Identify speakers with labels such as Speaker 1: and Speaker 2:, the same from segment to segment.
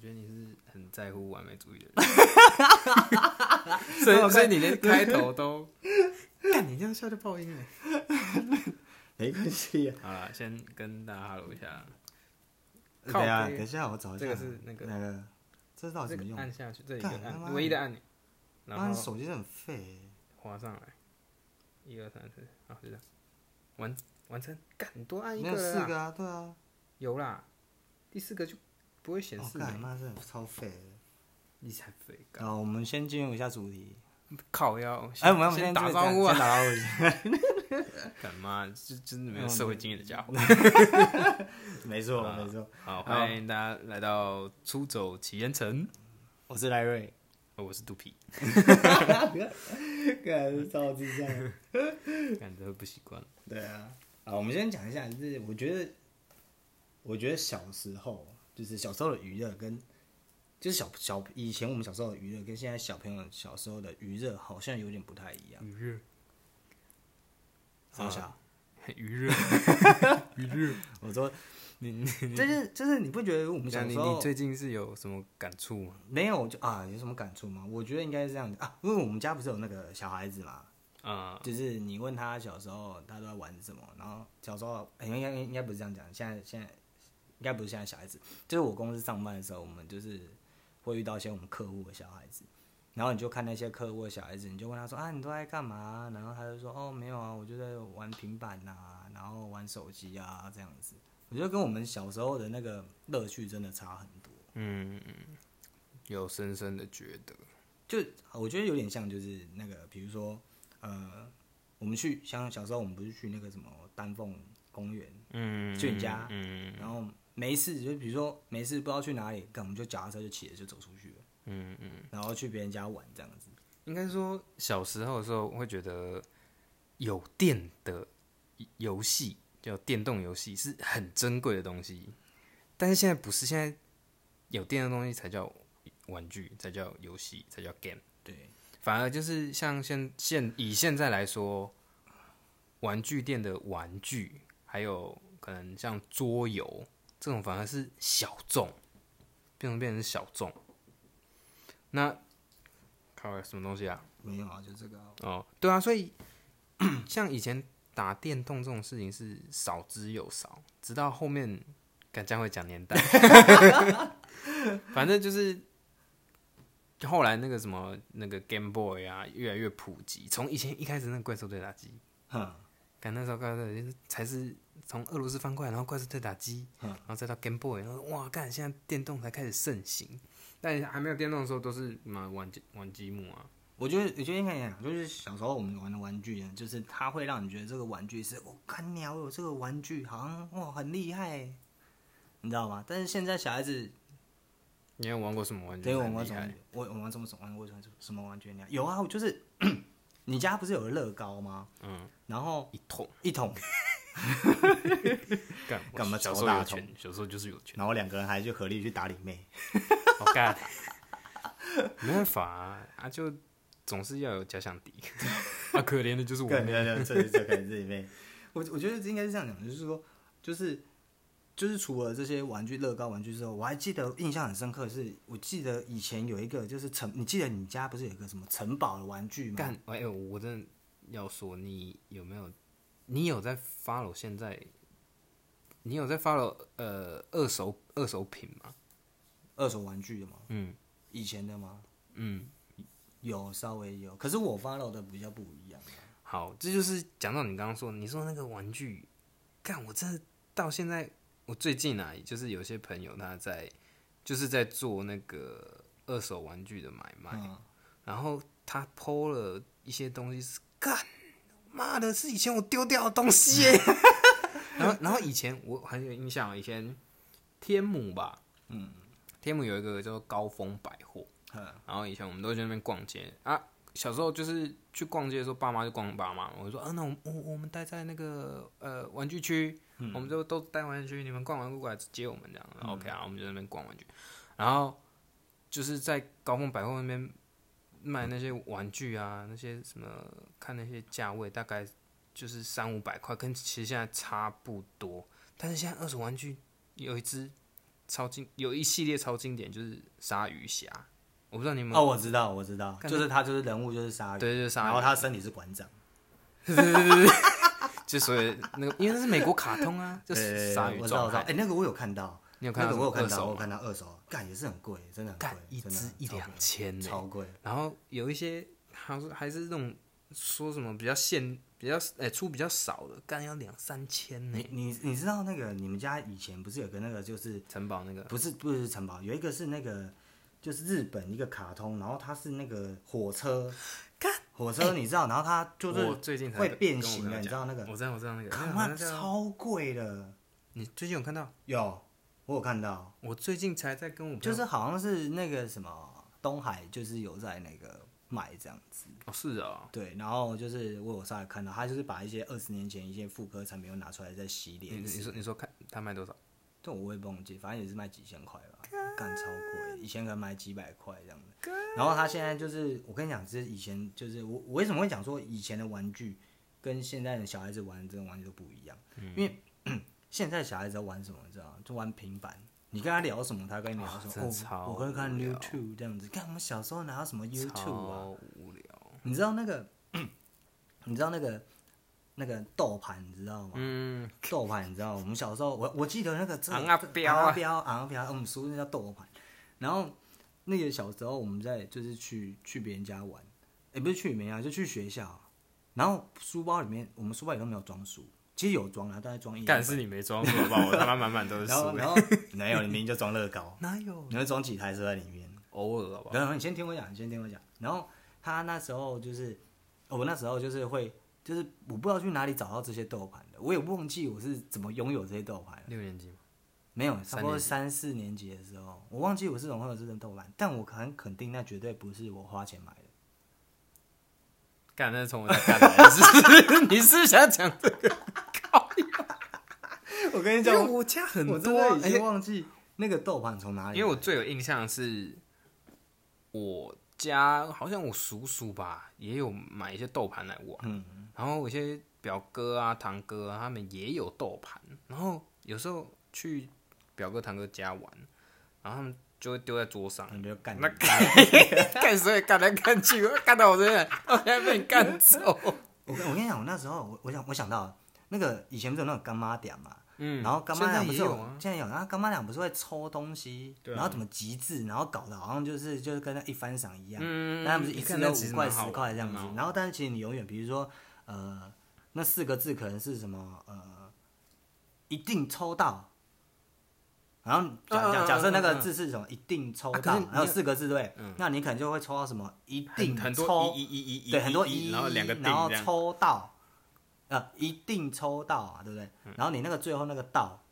Speaker 1: 觉得你是很在乎完美主义的 人，所以所以你连开头都， 干你这样笑就爆音了。
Speaker 2: 没关系啊。
Speaker 1: 好了，先跟大家哈喽一下，
Speaker 2: 等
Speaker 1: 靠
Speaker 2: 一下，
Speaker 1: 背
Speaker 2: 等一下，我找一下。
Speaker 1: 这个是那个
Speaker 2: 哪个？这是到底
Speaker 1: 这
Speaker 2: 怎么
Speaker 1: 个
Speaker 2: 用？
Speaker 1: 按下去，这里有个
Speaker 2: 干他妈
Speaker 1: 按
Speaker 2: 的
Speaker 1: 唯一的按钮，然
Speaker 2: 妈，你
Speaker 1: 后
Speaker 2: 手机真的很废欸。
Speaker 1: 滑上来，一二三四，好就这样，完完成，干你多按一
Speaker 2: 没
Speaker 1: 个
Speaker 2: 有
Speaker 1: 了
Speaker 2: 四
Speaker 1: 啦
Speaker 2: 个啊，对啊。
Speaker 1: 有啦，第四个就不会显
Speaker 2: 我
Speaker 1: 示
Speaker 2: 哦干，
Speaker 1: 了，
Speaker 2: 妈真的超废的。
Speaker 1: 你才肥高，
Speaker 2: 好，我们先进入一下主题。
Speaker 1: 靠腰，
Speaker 2: 哎，我们要不
Speaker 1: 先
Speaker 2: 先
Speaker 1: 打
Speaker 2: 这个
Speaker 1: 招呼啊
Speaker 2: 先，打招呼一 下。
Speaker 1: 干嘛？这真
Speaker 2: 哦
Speaker 1: 的没有社会经验的家伙。
Speaker 2: 没错，
Speaker 1: 啊
Speaker 2: 没错。
Speaker 1: 好，欢迎大家来到出走奇岩城，
Speaker 2: 我是赖瑞。
Speaker 1: 哦我是肚皮，
Speaker 2: 干，超智障。
Speaker 1: 感觉会不习惯。
Speaker 2: 对啊，啊，我们先讲一下，就是我觉得，我觉得小时候就是小时候的娱乐跟，就是小小以前我们小时候的娱乐跟现在小朋友小时候的娱乐好像有点不太一样。
Speaker 1: 余热，
Speaker 2: 好小，
Speaker 1: 余热， 余 热。
Speaker 2: 我说你你就是就是你不觉得我们
Speaker 1: 那
Speaker 2: 小
Speaker 1: 你
Speaker 2: 时
Speaker 1: 你
Speaker 2: 候
Speaker 1: 最近是有什么感触吗？
Speaker 2: 没有就啊有什么感触吗？我觉得应该是这样子啊，因为我们家不是有那个小孩子嘛，
Speaker 1: 啊，
Speaker 2: 就是你问他小时候他都在玩什么，然后小时候、哎应该应该不是这样讲，现在现在应该不是现在小孩子，就是我公司上班的时候，我们就是会遇到一些我们客户的小孩子，然后你就看那些客户的小孩子，你就问他说啊你都在干嘛？然后他就说哦没有啊，我就在玩平板呐、然后玩手机啊这样子。我觉得跟我们小时候的那个乐趣真的差很多，
Speaker 1: 嗯，有深深的觉得，
Speaker 2: 就我觉得有点像就是那个，比如说呃，我们去像小时候我们不是去那个什么丹凤公园。
Speaker 1: 嗯，
Speaker 2: 就你家
Speaker 1: 嗯
Speaker 2: 然后没事就比如说没事不知道去哪里，干我们就脚踏车就骑着就走出去了，
Speaker 1: 嗯嗯，
Speaker 2: 然后去别人家玩这样子。
Speaker 1: 应该说小时候的时候会觉得有电的游戏叫电动游戏是很珍贵的东西，但是现在不是，现在有电的东西才叫玩具，才叫游戏，才叫 game。
Speaker 2: 对，
Speaker 1: 反而就是像现现以现在来说，玩具店的玩具，还有可能像桌游这种，反而是小众，变成变成小众。那靠什么东西啊？
Speaker 2: 没有啊，就这个啊、
Speaker 1: 哦，对啊，所以 像以前打电动这种事情是少之又少，直到后面敢将会讲年代， 反正就是后来那个什么那个 Game Boy 啊，越来越普及。从以前一开始那个怪兽对打机，
Speaker 2: 哼，
Speaker 1: 赶那时候怪兽对打机才是从俄罗斯翻过来，然后怪兽对打机，
Speaker 2: 嗯
Speaker 1: 然后再到 Game Boy，然后哇，干现在电动才开始盛行。但还没有电动的时候，都是嘛玩积玩积木啊，
Speaker 2: 我觉得我觉得应该讲，就是小时候我们玩的玩具呢，就是它会让你觉得这个玩具是我看鸟有这个玩具，好像哇很厉害欸，你知道吗？但是现在小孩子
Speaker 1: 你有玩过什么玩具？
Speaker 2: 对，我
Speaker 1: 很
Speaker 2: 玩
Speaker 1: 厉
Speaker 2: 什
Speaker 1: 害
Speaker 2: 么？我我玩什么什么玩过什么什么玩具那样？有啊，我就是 你家不是有乐高吗？嗯，然后
Speaker 1: 一桶
Speaker 2: 一桶，
Speaker 1: 干我
Speaker 2: 干嘛
Speaker 1: 小时
Speaker 2: 朝
Speaker 1: 候
Speaker 2: 大
Speaker 1: 有
Speaker 2: 同
Speaker 1: 钱，小时候就是有钱。
Speaker 2: 然后两个人还去合力去打你妹。
Speaker 1: 我、干，没办法啊，啊就总是要有假想敌。 啊，可怜的就是我
Speaker 2: 对
Speaker 1: 妹。
Speaker 2: 对对，这这可能是里面，我我觉得应该是这样讲，就是说，就是就是除了这些玩具乐高玩具之后，我还记得印象很深刻的是，我记得以前有一个就是城，你记得你家不是有一个什么城堡的玩具吗？
Speaker 1: 干，哎呦，我真的要说，你有没有？你有在 follow 现在？你有在 follow 呃二手二手品吗？
Speaker 2: 二手玩具的吗？
Speaker 1: 嗯
Speaker 2: 以前的吗？
Speaker 1: 嗯，
Speaker 2: 有稍微有，可是我 follow 的比较不一样。
Speaker 1: 好，这就是讲到你刚刚说，你说那个玩具，干，我真的到现在，我最近啊，就是有些朋友他在，就是在做那个二手玩具的买卖，
Speaker 2: 嗯
Speaker 1: 然后他抛了一些东西是干，妈的，是以前我丢掉的东西耶。然后，然后以前我很有印象，啊以前天母吧，嗯，天母有一个叫做高峰百货，然后以前我们都去那边逛街啊。小时候就是去逛街的时候，爸妈就逛爸妈，我就说啊，那我们我我们待在那个呃玩具区，我们就都待玩具区，你们逛完过来接我们这样、o k 啊，我们就在那边逛玩具，然后就是在高峰百货那边卖那些玩具啊，那些什么看那些价位，大概就是三五百块，跟其实现在差不多，但是现在二手玩具有一只超经有一系列超经典就是鲨鱼侠，我不知道你们
Speaker 2: 哦，我知道，我知道，
Speaker 1: 干
Speaker 2: 就是他就是人物就是鲨鱼，
Speaker 1: 嗯对就是鲨鱼
Speaker 2: 然后他身体是馆长，
Speaker 1: 就所以那个，因为那是美国卡通啊，就
Speaker 2: 对对
Speaker 1: 是
Speaker 2: 对
Speaker 1: 鲨鱼
Speaker 2: 我知道，
Speaker 1: 状
Speaker 2: 我知道，
Speaker 1: 态。
Speaker 2: 哎，那个我有看到，
Speaker 1: 你有看到
Speaker 2: 那个我有
Speaker 1: 什么二手
Speaker 2: 看到，
Speaker 1: 吗
Speaker 2: 我有看到二手，干也是很贵，真的很
Speaker 1: 干
Speaker 2: 贵，
Speaker 1: 一
Speaker 2: 真的
Speaker 1: 只一
Speaker 2: 超贵
Speaker 1: 两千呢、
Speaker 2: 超贵，
Speaker 1: 然后有一些他说还是那种说什么比较限比较哎、出比较少的，干要两三千呢、
Speaker 2: 你你你知道那个你们家以前不是有个那个就是
Speaker 1: 城堡那个
Speaker 2: 不是不是城堡，有一个是那个就是日本一个卡通，然后它是那个火车，
Speaker 1: 干哎
Speaker 2: 火车你知道，然后它就
Speaker 1: 我
Speaker 2: 是
Speaker 1: 最近才
Speaker 2: 会
Speaker 1: 跟
Speaker 2: 变
Speaker 1: 跟我
Speaker 2: 形
Speaker 1: 朋
Speaker 2: 啊
Speaker 1: 友
Speaker 2: 的，你知
Speaker 1: 讲
Speaker 2: 道那个，
Speaker 1: 我知道我知道那个，
Speaker 2: 他
Speaker 1: 那个好
Speaker 2: 妈
Speaker 1: 像叫
Speaker 2: 超贵的，
Speaker 1: 你最近有看到？
Speaker 2: 有我有看到，
Speaker 1: 我最近才在跟我朋
Speaker 2: 就
Speaker 1: 友
Speaker 2: 是好像是那个什么东海，就是有在那个卖这样子。
Speaker 1: 哦是哦，
Speaker 2: 对，然后就是我有稍微看到，他就是把一些二十年前一些复刻产品又拿出来再洗
Speaker 1: 你
Speaker 2: 脸
Speaker 1: 你。你说你说看他卖多少？
Speaker 2: 但我也忘记，反正也是卖几千块吧，干超贵，以前可能卖几百块这样的。然后他现在就是，我跟你讲，就是以前就是我我为什么会讲说以前的玩具跟现在的小孩子玩的这种玩具都不一样，
Speaker 1: 嗯
Speaker 2: 因为 现在小孩子在玩什么，你知道吗？就玩平板。你跟他聊什么，他跟你聊什
Speaker 1: 真的
Speaker 2: 么？
Speaker 1: 超
Speaker 2: 哦，我会看
Speaker 1: 无聊
Speaker 2: YouTube 这样子。看我们小时候哪有什么 YouTube 啊？
Speaker 1: 超无聊。
Speaker 2: 你知道那个，你知道那个那个豆盘，你知道吗？
Speaker 1: 嗯，
Speaker 2: 豆盘，你知道我们小时候，我我记得那个真的
Speaker 1: 昂啊标啊
Speaker 2: 昂啊标，昂啊标，我们俗称叫豆盘。然后那个小时候我们在就是去去别人家玩，也、不是去别人家，就去学校。然后书包里面，我们书包里都没有装书，其实有装啊，大概装一
Speaker 1: 干
Speaker 2: 两
Speaker 1: 是
Speaker 2: 本
Speaker 1: 你没装好不好？我他妈满满都是
Speaker 2: 然后
Speaker 1: 书欸，
Speaker 2: 然后 没有，你明明就装乐 高，
Speaker 1: 哪有
Speaker 2: 你会装几台车在里面？
Speaker 1: 偶尔好不好？
Speaker 2: 然后你先听我讲，你先听我讲。然后他那时候就是，我那时候就是会，就是我不知道去哪里找到这些豆盘的，我也忘记我是怎么拥有这些豆盘的。
Speaker 1: 六年级吗？
Speaker 2: 没有，差不多
Speaker 1: 三
Speaker 2: 三四年级的时候，我忘记我是怎么会有这种豆盘，但我很肯定那绝对不是我花钱买的。
Speaker 1: 干，那是从我在干来的， 是你是不是想讲这个？
Speaker 2: 我跟
Speaker 1: 因
Speaker 2: 你
Speaker 1: 为
Speaker 2: 讲，
Speaker 1: 我家很
Speaker 2: 我真
Speaker 1: 多
Speaker 2: 的
Speaker 1: 啊，
Speaker 2: 已
Speaker 1: 而且
Speaker 2: 经忘记那个豆盘从哪里来。
Speaker 1: 因为我最有印象的是，我家好像我叔叔吧也有买一些豆盘来玩，
Speaker 2: 嗯，
Speaker 1: 然后我一些表哥啊、堂哥啊，他们也有豆盘，然后有时候去表哥堂哥家玩，然后他们就会丢在桌上，
Speaker 2: 你就干
Speaker 1: 那干 所以干来干去，干到我这边，我现在被你干走。
Speaker 2: 我跟我跟你讲，我那时候我我想我想到那个以前不是有那种干妈点嘛，
Speaker 1: 嗯
Speaker 2: 然后干妈
Speaker 1: 现在
Speaker 2: 两不
Speaker 1: 也
Speaker 2: 是
Speaker 1: 有啊，
Speaker 2: 现在有，然后干妈两不是会抽东西，
Speaker 1: 对啊
Speaker 2: 然后怎么集资，然后搞得好像就是就是跟那一番赏一样，
Speaker 1: 嗯
Speaker 2: 那、不是一次都
Speaker 1: 其
Speaker 2: 五
Speaker 1: 实
Speaker 2: 块
Speaker 1: 蛮
Speaker 2: 十
Speaker 1: 好玩
Speaker 2: 块这样子
Speaker 1: 蛮好，玩
Speaker 2: 然后但是其实你永远，比如说呃，那四个字可能是什么呃，一定抽到。然后假
Speaker 1: 嗯嗯
Speaker 2: 假假设那个
Speaker 1: 嗯嗯
Speaker 2: 字是什么，一定抽
Speaker 1: 啊可
Speaker 2: 到，
Speaker 1: 是你嗯
Speaker 2: 然后四个字对，那你可能就会抽到什么一定
Speaker 1: 很
Speaker 2: 抽
Speaker 1: 多一一一一，
Speaker 2: 对，很多
Speaker 1: 一，
Speaker 2: 一，
Speaker 1: 然后两个定
Speaker 2: 然后
Speaker 1: 这样，
Speaker 2: 抽到，呃，一定抽到啊，对不对？然后你那个最后那个到，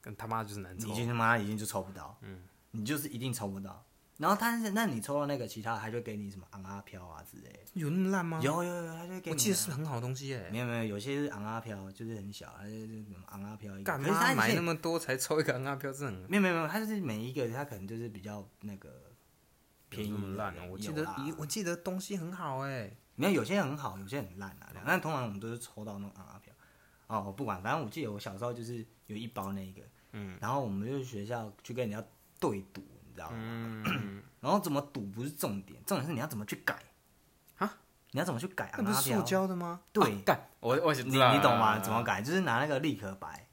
Speaker 1: 跟他妈就是难
Speaker 2: 你
Speaker 1: 抽
Speaker 2: 已。经他妈已经就抽不到，嗯，你就是一定抽不到。然后但是那你抽到那个其他，他就给你什么昂啊飘啊之类的，
Speaker 1: 有那么烂吗？
Speaker 2: 有有有，他就
Speaker 1: 嗯
Speaker 2: 给你。啊
Speaker 1: 我记得是很好的东西耶、
Speaker 2: 没有没有，有些是昂啊飘，就是很小，它就是什么昂啊飘一个。
Speaker 1: 干
Speaker 2: 可是他
Speaker 1: 嘛买那么多才抽一个阿飘？这很
Speaker 2: 没有没有没有，他就是每一个他可能就是比较那个便宜
Speaker 1: 有
Speaker 2: 的
Speaker 1: 这么烂啊！我记得
Speaker 2: 有啦
Speaker 1: 咦，我记得东西很好哎、
Speaker 2: 没有，有些很好，有些很烂啊。但通常我们都是抽到那种阿票。哦，我不管，反正我记得我小时候就是有一包那个，嗯，然后我们就去学校去跟人家对赌，你知道吗？
Speaker 1: 嗯，
Speaker 2: 然后怎么赌不是重点，重点是你要怎么去改
Speaker 1: 啊？
Speaker 2: 你要怎么去改
Speaker 1: 那
Speaker 2: 阿
Speaker 1: 不
Speaker 2: 票？
Speaker 1: 是塑胶的啊吗？
Speaker 2: 对
Speaker 1: 啊干、我我知
Speaker 2: 你
Speaker 1: 道了
Speaker 2: 你懂吗？怎么？改？就是拿那个立可白，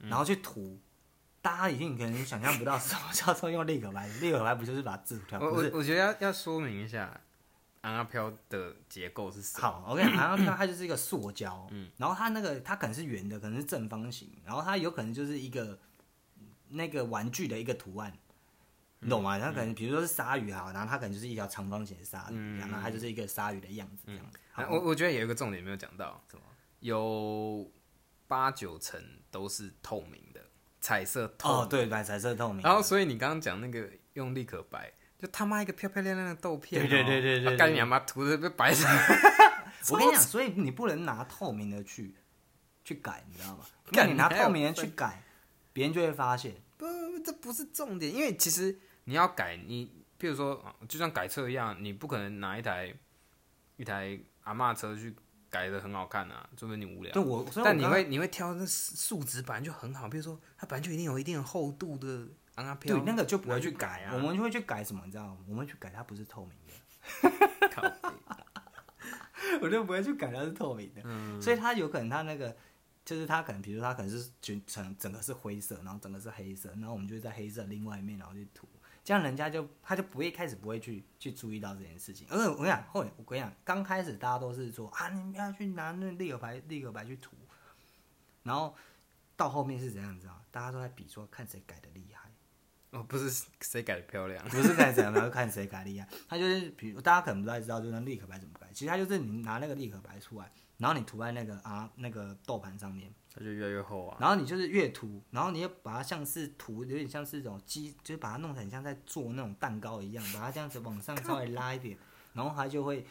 Speaker 1: 嗯
Speaker 2: 然后去涂。大家一定可能想象不到什么叫做用立可白，立可白不就是把字涂掉？
Speaker 1: 我
Speaker 2: 不
Speaker 1: 我
Speaker 2: 是，
Speaker 1: 我觉得要要说明一下，阿飘的结构是什么？
Speaker 2: 好， 我跟你讲，然后它它就是一个塑胶，
Speaker 1: 嗯
Speaker 2: 然后它那个它可能是圆的，可能是正方形，然后它有可能就是一个那个玩具的一个图案，
Speaker 1: 嗯
Speaker 2: 你懂吗？它可能比如说是鲨鱼哈，然后它可能就是一条长方形的鲨
Speaker 1: 嗯
Speaker 2: 鱼，然后它就是一个鲨鱼的样子这样。
Speaker 1: 啊
Speaker 2: 好
Speaker 1: 我我觉得有一个重点没有讲到，
Speaker 2: 什么
Speaker 1: 有八九成都是透明的，彩色透
Speaker 2: 哦
Speaker 1: 明，
Speaker 2: 对，白彩色透明，
Speaker 1: 然后，所以你刚刚讲那个用力可白，就他妈一个漂漂亮亮的豆片哦、
Speaker 2: 对对对对对对
Speaker 1: 啊干你妈涂的被白成。
Speaker 2: 我跟你讲，所以你不能拿透明的去去改，你知道吗？因为
Speaker 1: 干
Speaker 2: 你拿
Speaker 1: 你还有
Speaker 2: 透明的去
Speaker 1: 分
Speaker 2: 改，别人就会发现。
Speaker 1: 不，这不是重点，因为其实你要改，你譬如说，啊就像改车一样，你不可能拿一台一台阿嬷车去改的很好看啊，除非你无聊。
Speaker 2: 对我，所以我
Speaker 1: 但你
Speaker 2: 刚
Speaker 1: 会你会挑那数值本来就很好，比如说它本来就一定有一定的厚度的昂阿飘，
Speaker 2: 对那个就不会
Speaker 1: 拿去
Speaker 2: 去
Speaker 1: 改啊
Speaker 2: 我们就会去改什么，你知道吗？我们会去改它不是透明的，
Speaker 1: 靠
Speaker 2: 我就不会去改它是透明的。所以它有可能它那个就是它可能，比如它可能是全整整个是灰色，然后整个是黑色，然后我们就会在黑色另外一面然后去涂，这样人家就他就不会一开始不会去去注意到这件事情。而且我跟你讲，后面我跟你讲，刚开始大家都是说啊，你们要去拿那立可白立可白去涂，然后到后面是怎样，你知道吗？大家都在比说看谁改的厉害。
Speaker 1: 哦，不是谁改的漂亮，
Speaker 2: 不是看怎样，然后看谁改厉害。他就是，比如大家可能不太知道，就是那立可白怎么改。其实他就是你拿那个立可白出来，然后你涂在那个啊那个豆盘上面，
Speaker 1: 它就越来越厚啊。
Speaker 2: 然后你就是越涂，然后你就把它像是涂，有点像是一种鸡，就是把它弄成像在做那种蛋糕一样，把它这样子往上稍微拉一点，然后它就会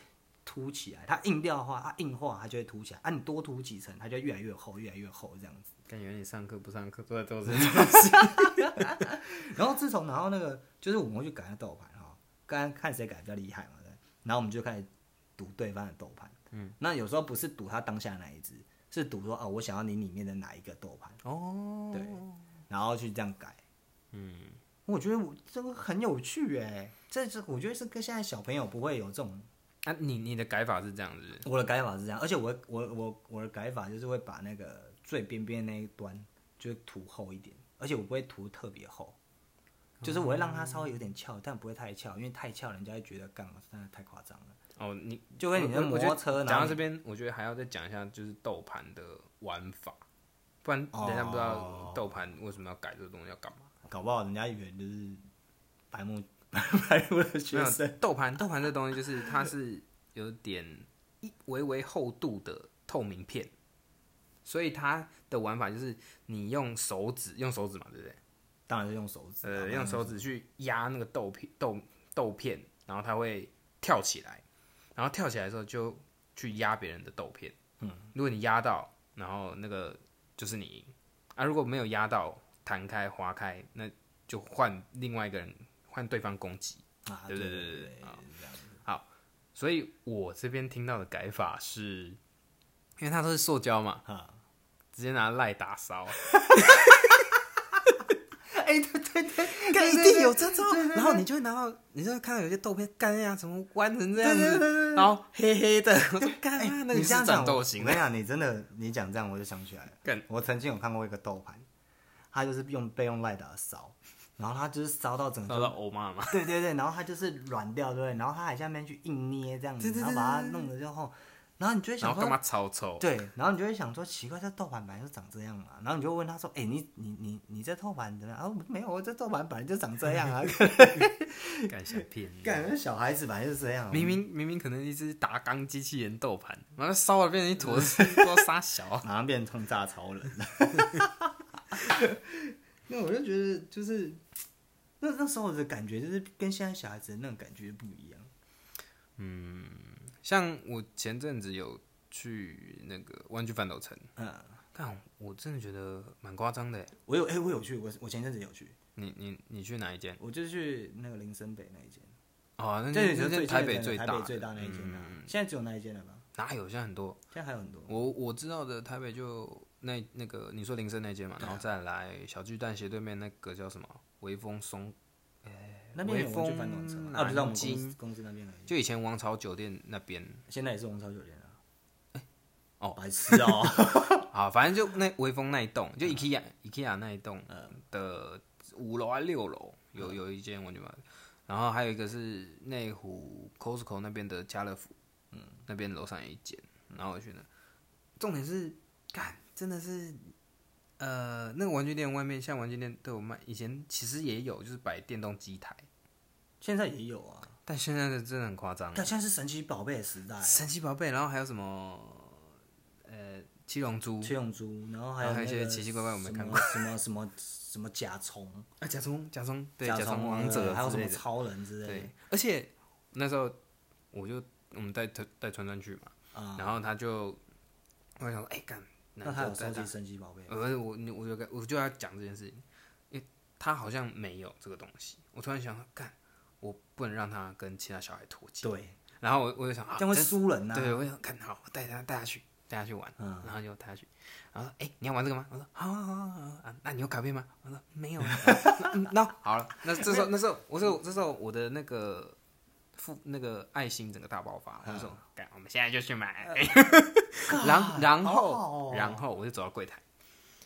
Speaker 2: 凸起来。它硬掉的话，它硬化它就会凸起来。啊，你多涂几层，它就越来越厚，越来越厚这样子。
Speaker 1: 感觉你上课不上课都在做这
Speaker 2: 然后自从然后那个就是我们会去改那豆盘哈，刚看谁改比较厉害嘛，对然后我们就开始赌对方的豆盘。嗯，那有时候不是赌他当下那一只，是赌说哦，我想要你里面的哪一个豆盘，
Speaker 1: 哦，
Speaker 2: 对，然后去这样改。嗯，我觉得我这个很有趣哎，这是我觉得是跟现在小朋友不会有这种。
Speaker 1: 啊，你你的改法是这样子，
Speaker 2: 我的改法是这样，而且我我我我的改法就是会把那个最边边那一端就是涂厚一点，而且我不会涂特别厚，就是我会让它稍微有点翘，但不会太翘，因为太翘人家会觉得干嘛，真的太夸张了。
Speaker 1: 哦，你
Speaker 2: 就跟你的
Speaker 1: 我
Speaker 2: 摩托车，
Speaker 1: 我觉得讲
Speaker 2: 然
Speaker 1: 到
Speaker 2: 后
Speaker 1: 这边，我觉得还要再讲一下就是豆盘的玩法，不然
Speaker 2: 哦
Speaker 1: 人家不知道豆盘为什么要改这个东西要干嘛。
Speaker 2: 搞不好人家以为就是白目 白目的
Speaker 1: 没
Speaker 2: 学
Speaker 1: 有
Speaker 2: 生，
Speaker 1: 豆盘，豆盘这东西就是它是有点一微微厚度的透明片，所以它的玩法就是你用手指，用手指嘛，对不对？
Speaker 2: 当然是用手指啊，
Speaker 1: 呃，用手指去压那个豆片豆豆片，然后它会跳起来，然后跳起来的时候就去压别人的豆片。嗯，如果你压到，然后那个就是你赢啊；如果没有压到，弹开划开，那就换另外一个人，换对方攻击。
Speaker 2: 啊，
Speaker 1: 对
Speaker 2: 对
Speaker 1: 对
Speaker 2: 对
Speaker 1: 对对
Speaker 2: 对，是这样子
Speaker 1: 所以我这边听到的改法是，因为它都是塑胶嘛，
Speaker 2: 啊。
Speaker 1: 直接拿赖打啊烧，
Speaker 2: 哎，对对对，
Speaker 1: 干一
Speaker 2: 对
Speaker 1: 定有这招，然后你就会拿到，你就会看到有些豆片干呀，怎么弯成这样
Speaker 2: 对对对
Speaker 1: 子，然后黑黑的，我说干
Speaker 2: 哎
Speaker 1: 啊，那个
Speaker 2: 你
Speaker 1: 是
Speaker 2: 这样
Speaker 1: 战
Speaker 2: 讲，
Speaker 1: 斗
Speaker 2: 我
Speaker 1: 型
Speaker 2: 我跟
Speaker 1: 的
Speaker 2: 你，讲，啊你真的，你讲这样我就想起来了
Speaker 1: 干。
Speaker 2: 我曾经有看过一个豆盘，他就是用被用赖打烧，然后他就是烧到整
Speaker 1: 知道
Speaker 2: 个，
Speaker 1: 欧妈吗？
Speaker 2: 对对对，然后他就是软掉，对不对？然后他还下面去硬捏这样子，
Speaker 1: 对对
Speaker 2: 然后
Speaker 1: 对
Speaker 2: 把它
Speaker 1: 对对
Speaker 2: 弄得就后，然后你就会
Speaker 1: 然
Speaker 2: 想
Speaker 1: 后干嘛
Speaker 2: 说，
Speaker 1: 超臭？
Speaker 2: 对，然后你就会想说，奇怪，这豆盘本来就长这样嘛。然后你就问他说，哎，你你你你这豆盘怎么样？啊，没有，我这豆盘本来就长这样啊。
Speaker 1: 干小骗你！
Speaker 2: 感觉小孩子本来就是这样啊，
Speaker 1: 明明明明可能一只达纲机器人豆盘，然后烧了 变成一坨是不知道沙小啊，
Speaker 2: 马上变成轰炸超人。 那我就觉得就是，那那时候的感觉就是跟现在小孩子的那种感觉不一样。
Speaker 1: 像我前阵子有去那个湾区翻斗城，
Speaker 2: 嗯，
Speaker 1: 但我真的觉得蛮夸张的欸。
Speaker 2: 我有哎、我有去，我我前阵子有去，
Speaker 1: 你你你去哪一间？
Speaker 2: 我就去那个林森北那一间，
Speaker 1: 哦，那
Speaker 2: 这
Speaker 1: 那
Speaker 2: 里是
Speaker 1: 那
Speaker 2: 最
Speaker 1: 台
Speaker 2: 近的
Speaker 1: 北
Speaker 2: 那个
Speaker 1: 最
Speaker 2: 台
Speaker 1: 大
Speaker 2: 北
Speaker 1: 的
Speaker 2: 最大那一间
Speaker 1: 嗯
Speaker 2: 啊，现在只有那一间了吧？
Speaker 1: 哪有？现在很多。
Speaker 2: 现在还有很多。
Speaker 1: 我我知道的台北就那那个你说林森那间嘛，然后再来小巨蛋斜对面那个叫什么微风松，
Speaker 2: 那边有
Speaker 1: 微
Speaker 2: 我
Speaker 1: 风
Speaker 2: 去翻转车啊，啊不知道我们公
Speaker 1: 南
Speaker 2: 司
Speaker 1: 京
Speaker 2: 公司那边而已。
Speaker 1: 就以前王朝酒店那边
Speaker 2: 现在也是红超酒店啊。
Speaker 1: 哦
Speaker 2: 白痴哦，
Speaker 1: 啊，反正就那微风那一栋，
Speaker 2: 嗯
Speaker 1: 就 IKEA、IKEA 那一栋呃的五楼还啊六楼有
Speaker 2: 嗯
Speaker 1: 有一间我就买，然后还有一个是内湖 Costco 那边的家乐福，嗯，那边楼上有一间，然后我去那，重点是干真的是。呃，那个玩具店外面，像玩具店都有卖，以前其实也有，就是摆电动机台，
Speaker 2: 现在也有啊。
Speaker 1: 但现在的真的很夸张。
Speaker 2: 但现在是神奇宝贝的时代啊，
Speaker 1: 神奇宝贝，然后还有什么，呃，七龙珠，
Speaker 2: 七龙珠，然后还有
Speaker 1: 然后还有一些
Speaker 2: 那个
Speaker 1: 奇奇怪怪我没看
Speaker 2: 过，什么什 么什么甲虫，
Speaker 1: 啊，甲虫，甲虫，对，
Speaker 2: 甲
Speaker 1: 甲虫王
Speaker 2: 对
Speaker 1: 者，
Speaker 2: 还有什么？超人之类
Speaker 1: 对，而且那时候我就我们带带川川去嘛，
Speaker 2: 的啊。
Speaker 1: 然后他就我想说，哎、干，
Speaker 2: 那他有
Speaker 1: 带
Speaker 2: 收集
Speaker 1: 他
Speaker 2: 神奇宝贝吗，
Speaker 1: 呃，不是我，你我就跟我就要讲这件事情，因为他好像没有这个东西。我突然想到，干，我不能让他跟其他小孩脱节。
Speaker 2: 对，
Speaker 1: 然后我我就想，啊
Speaker 2: 这样会
Speaker 1: 真
Speaker 2: 输人呐、
Speaker 1: 对，我想看好，我带他带他去，带他去玩，
Speaker 2: 嗯
Speaker 1: 然后就带他去，然后说，哎、你要玩这个吗？我说，好好好好好啊，那你有卡片吗？我说 没有啊，嗯那好了，那这时候那时候我说这时候我的那个父那个爱心整个大爆发，我就
Speaker 2: 嗯
Speaker 1: 说，干，我们现在就去买， 然后然
Speaker 2: 好好嗯哦
Speaker 1: 后然后我就走到柜台，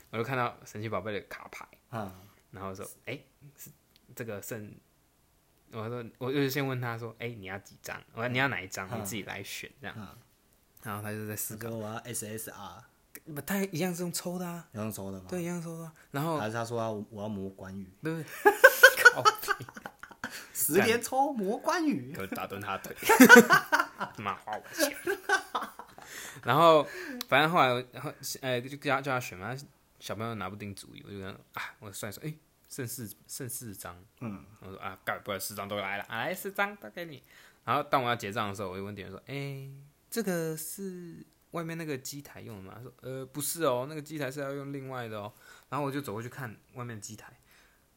Speaker 1: 我就看到神奇宝贝的卡牌，
Speaker 2: 嗯，
Speaker 1: 然后说，哎、是这个剩。我说，我就先问他说：“哎、你要几张？我说你要哪一张？你自己来选这样。然后他就在思
Speaker 2: 这
Speaker 1: 考，
Speaker 2: 个我要 SSR，
Speaker 1: 不，他一样是用抽的啊，
Speaker 2: 有人抽的吗？
Speaker 1: 对，一样抽的啊。然后
Speaker 2: 还是他说他我要魔关羽，
Speaker 1: 对不对？
Speaker 2: 十连抽魔关羽，
Speaker 1: 给我打断他的腿， 他妈花我钱。 然后反正后来我，然后呃，就叫他叫他选嘛，小朋友拿不定主意，我就跟他啊，我算一算，哎、剩四剩四张，嗯，我说啊，干，不然四张都来了，啊来四张都给你。然后当我要结账的时候，我就问店员说，哎、这个是外面那个机台用的吗？他说，呃，不是哦，那个机台是要用另外的哦。然后我就走过去看外面的机台，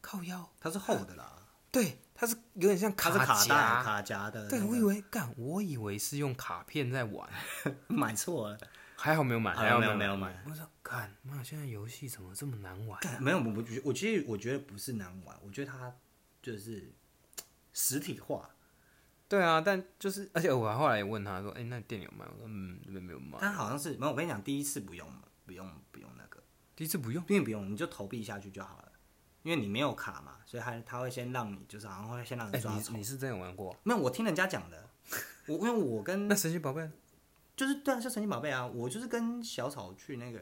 Speaker 1: 靠腰，
Speaker 2: 他是厚的啦，
Speaker 1: 对，它是有点像
Speaker 2: 他
Speaker 1: 卡
Speaker 2: 是卡带
Speaker 1: 夹
Speaker 2: 卡夹的那个，
Speaker 1: 对，我以为干，我以为是用卡片在玩，
Speaker 2: 买错了，
Speaker 1: 还啊好没有买，
Speaker 2: 好
Speaker 1: 还好
Speaker 2: 没有
Speaker 1: 有
Speaker 2: 没有买
Speaker 1: 买。我说干妈，现在游戏怎么这么难玩？
Speaker 2: 干没有，我我觉我其实我觉得不是难玩，我觉得它就是实体化，
Speaker 1: 对啊，但就是，而且我后来也问他说，哎、那店里有卖？我说嗯，那边没有卖。
Speaker 2: 但好像是没有。我跟你讲，第一次不用不用不用那个，
Speaker 1: 第一次不用，
Speaker 2: 因为不用你就投币下去就好了，因为你没有卡嘛，所以他他会先让你就是好像会先让
Speaker 1: 哎、
Speaker 2: 你抓
Speaker 1: 你
Speaker 2: 抽。
Speaker 1: 你是真的玩过？
Speaker 2: 没有，我听人家讲的，我因为我跟
Speaker 1: 那神奇宝贝
Speaker 2: 就是对啊，就神奇宝贝啊，我就是跟小草去那个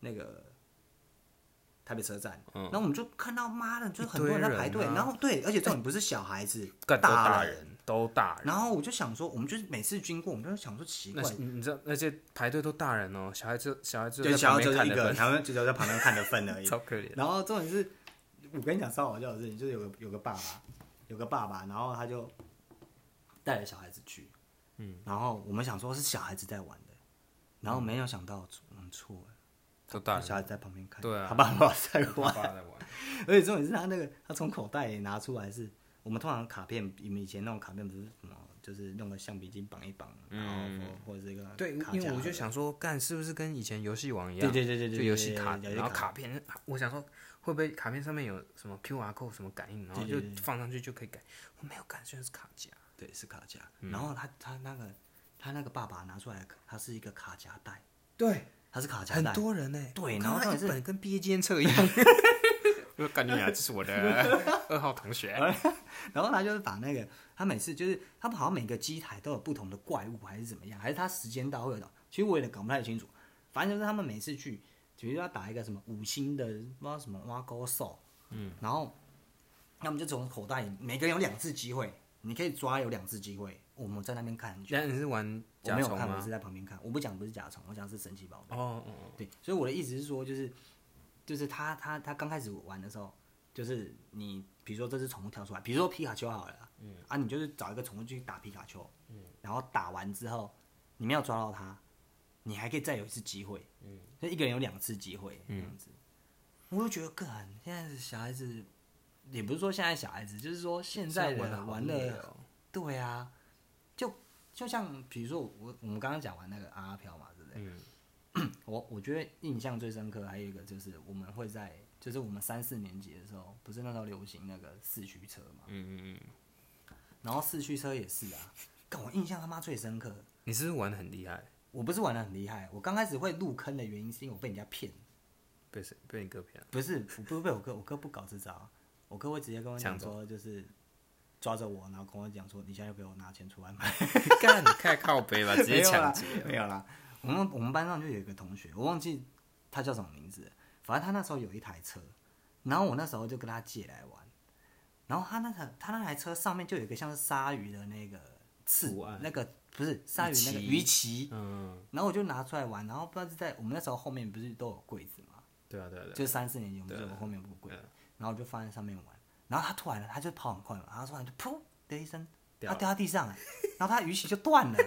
Speaker 2: 那个台北车站，然后我们就看到妈的，就是很多人在
Speaker 1: 嗯
Speaker 2: 排
Speaker 1: 一堆
Speaker 2: 队，
Speaker 1: 人啊
Speaker 2: 然后对，而且重点不是小孩子，
Speaker 1: 干都大
Speaker 2: 人。
Speaker 1: 人都大人。
Speaker 2: 然后我就想说，我们就是每次经过，我们就想说奇
Speaker 1: 那
Speaker 2: 怪，
Speaker 1: 你你知道那些排队都大人哦，小孩子小孩子
Speaker 2: 对，
Speaker 1: 在
Speaker 2: 想
Speaker 1: 旁
Speaker 2: 要
Speaker 1: 边
Speaker 2: 就是
Speaker 1: 看
Speaker 2: 一
Speaker 1: 的
Speaker 2: 个，
Speaker 1: 分，
Speaker 2: 他们 就只有在旁边看的份而已。
Speaker 1: 超可怜。
Speaker 2: 然后重点是，我跟你讲超好笑的事情，就是有个有个爸爸，有个爸爸，然后他就带着小孩子去，嗯，然后我们想说是小孩子在玩的，然后没有想到我们错了，
Speaker 1: 都大人
Speaker 2: 小孩子在旁边看，
Speaker 1: 对啊
Speaker 2: 他爸爸在
Speaker 1: 他爸
Speaker 2: 玩，
Speaker 1: 在玩，
Speaker 2: 而且重点是他那个他从口袋里拿出来是。我们通常卡片，你们以前那种卡片不是什么，就是用个橡皮筋绑一绑，然后或或者是一个
Speaker 1: 对，
Speaker 2: 卡
Speaker 1: 因为
Speaker 2: 夹
Speaker 1: 我就
Speaker 2: 的
Speaker 1: 想说，干是不是跟以前游戏王一样？
Speaker 2: 对对对对对，
Speaker 1: 就游戏
Speaker 2: 对
Speaker 1: 卡，
Speaker 2: 对对
Speaker 1: 然后
Speaker 2: 游戏
Speaker 1: 卡片，我想说会不会卡片上面有什么 QR code 什么感应，然后就放上去就可以改。我没有改，虽然是卡夹，
Speaker 2: 对，是卡夹。
Speaker 1: 嗯
Speaker 2: 然后他他那个他那个爸爸拿出来的卡，它是一个卡夹带，
Speaker 1: 对，
Speaker 2: 它是卡夹
Speaker 1: 很
Speaker 2: 带。
Speaker 1: 多人呢、
Speaker 2: 对
Speaker 1: 我
Speaker 2: 然后
Speaker 1: 看到
Speaker 2: 重
Speaker 1: 他
Speaker 2: 点是
Speaker 1: 一本跟毕业纪念册一样。 我感觉这是我的二号同学，
Speaker 2: 哎然后他就是把那个他每次就是他们好像每个机台都有不同的怪物还是怎么样，还是他时间到会有的，其实我有点搞不太清楚。反正就是他们每次去，比如要打一个什么五星的不知道什么挖沟兽，嗯，然后他们就从口袋里每个人有两次机会，你可以抓有两次机会。我们在那边看，
Speaker 1: 原来你是玩
Speaker 2: 我
Speaker 1: 甲
Speaker 2: 没有
Speaker 1: 虫
Speaker 2: 看，我
Speaker 1: 吗
Speaker 2: 是？在旁边看。我不讲不是甲虫，我讲是神奇宝贝。
Speaker 1: 哦哦，哦
Speaker 2: 对，所以我的意思是说，就是就是他他他刚开始玩的时候，就是你比如说这只宠物跳出来，比如说皮卡丘好了啦，嗯，啊，你就是找一个宠物去打皮卡丘，嗯，然后打完之后，你没有抓到它，你还可以再有一次机会，嗯，所以一个人有两次机会这样子。我就觉得，个人现在的小孩子，也不是说现在小孩子，就是说现在
Speaker 1: 现在玩得
Speaker 2: 的
Speaker 1: 好
Speaker 2: 玩
Speaker 1: 累
Speaker 2: 的
Speaker 1: 哦
Speaker 2: 对啊，就就像比如说我我们刚刚讲完那个阿飘嘛，对不对？
Speaker 1: 嗯
Speaker 2: 我我觉得印象最深刻还有一个就是我们会在就是我们三四年级的时候，不是那时候流行那个四驱车嘛，
Speaker 1: 嗯嗯嗯，
Speaker 2: 然后四驱车也是啊，但我印象他妈最深刻。
Speaker 1: 你是不是玩的很厉害？
Speaker 2: 我不是玩的很厉害，我刚开始会入坑的原因是因为我被人家骗，
Speaker 1: 被谁被你哥骗了？
Speaker 2: 不是我不是被我哥，我哥不搞这招，我哥会直接跟我讲
Speaker 1: 抢走
Speaker 2: 说就是抓着我，然后跟我讲说你现在就给我拿钱出来买。
Speaker 1: 干，你太靠背吧，直 接抢劫。哦
Speaker 2: 没有啦没有啦，我们我们班上就有一个同学，我忘记他叫什么名字了，反正他那时候有一台车，然后我那时候就跟他借来玩，然后他那台他那台车上面就有一个像是鲨鱼的那个刺
Speaker 1: 图案，
Speaker 2: 那个不是鲨鱼那个
Speaker 1: 鳍
Speaker 2: 鱼鳍，
Speaker 1: 嗯，
Speaker 2: 然后我就拿出来玩，然后不知道是在我们那时候后面不是都有柜子嘛，
Speaker 1: 对啊对啊对啊，
Speaker 2: 就三四年级我们就有后面有个柜子，然后我就放在上面玩，然后他突然他就跑很快嘛，然后突然就噗的一声，
Speaker 1: 掉
Speaker 2: 他
Speaker 1: 了
Speaker 2: 掉到地上了，然后他鱼鳍就断 了，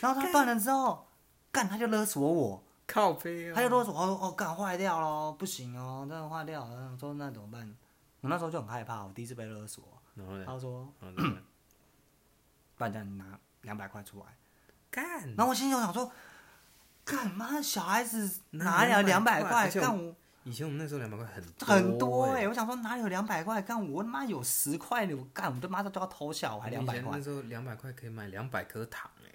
Speaker 2: 然后他断了之后，干他就勒索我，
Speaker 1: 靠背啊，
Speaker 2: 他就勒索我哦哦干坏掉咯，不行哦，真的坏掉了，然后说那怎么办？我那时候就很害怕，我第一次被勒索，
Speaker 1: 然后呢
Speaker 2: 他，就说
Speaker 1: 然后呢
Speaker 2: 不然叫你拿两百块出来。
Speaker 1: 干，
Speaker 2: 然后我心里就想说，干嘛小孩子哪
Speaker 1: 拿
Speaker 2: 有两
Speaker 1: 200
Speaker 2: 百
Speaker 1: 嗯块
Speaker 2: 块？
Speaker 1: 而且
Speaker 2: 干我
Speaker 1: 以前我们那时候两百块很多
Speaker 2: 很多
Speaker 1: 欸
Speaker 2: 哎、我想说哪有两百块？干我他妈有十块，我干我他妈都要偷笑，我还
Speaker 1: 我
Speaker 2: 两
Speaker 1: 嗯以
Speaker 2: 百
Speaker 1: 前
Speaker 2: 块
Speaker 1: 那。时候两百块可以买两百颗糖哎、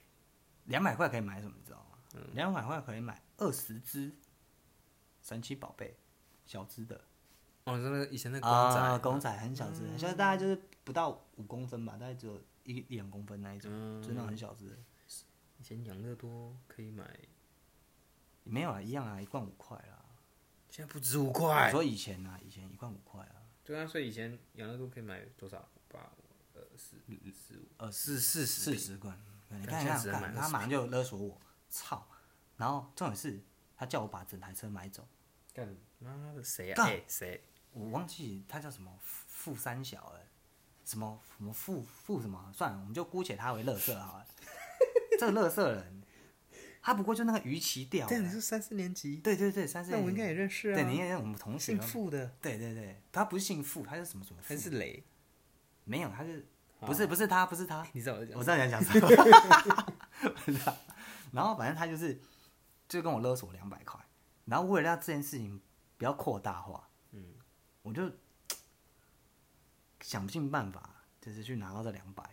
Speaker 2: 两百块可以买什么？你知道
Speaker 1: 嗯
Speaker 2: 吗？两百块可以买二十只神奇宝贝，小只的
Speaker 1: 哦，你说那个以前那个公仔，嗯
Speaker 2: 啊，公仔很小只，现在大概就是不到五公分吧，大概只有一一两公分那一种，
Speaker 1: 嗯
Speaker 2: 真的很小只的。
Speaker 1: 以前养乐多可以买，
Speaker 2: 没有啊，一样啊，一罐五块啦。
Speaker 1: 现在不止五
Speaker 2: 我
Speaker 1: 块。
Speaker 2: 说以前啊，以前一罐五块啊，
Speaker 1: 对啊，所以以前养乐多可以买多少？八呃四四五
Speaker 2: 呃
Speaker 1: 四四十
Speaker 2: 四
Speaker 1: 瓶，
Speaker 2: 十罐。你
Speaker 1: 感
Speaker 2: 看，你
Speaker 1: 觉
Speaker 2: 看，
Speaker 1: 只能买
Speaker 2: 看他
Speaker 1: 20
Speaker 2: 马上就勒索我，操！然后重点是，他叫我把整台车买走，
Speaker 1: 干妈的谁啊？
Speaker 2: 干
Speaker 1: 哎谁？
Speaker 2: 我忘记他叫什么富富三小了，什么什么富富什么，算了，我们就姑且他为乐色好了。这个乐色人，他不过就那个鱼鳍钓
Speaker 1: 对，你
Speaker 2: 的，
Speaker 1: 是三四年级，
Speaker 2: 对对对，三十
Speaker 1: 那
Speaker 2: 年
Speaker 1: 我应该也认识啊。
Speaker 2: 对，你也是我们同学
Speaker 1: 姓
Speaker 2: 嘛，
Speaker 1: 傅的
Speaker 2: 对对对，他不是姓傅，他是什么什么
Speaker 1: 还
Speaker 2: 富？
Speaker 1: 是啊雷？
Speaker 2: 没有，他是不是不是他不是他，
Speaker 1: 你知道我在讲
Speaker 2: 我
Speaker 1: 什
Speaker 2: 知道你在讲什么， 不知道然后反正他就是就跟我勒索两百块，然后为了让这件事情不要扩大化，
Speaker 1: 嗯，
Speaker 2: 我就想尽办法，就是去拿到这两百，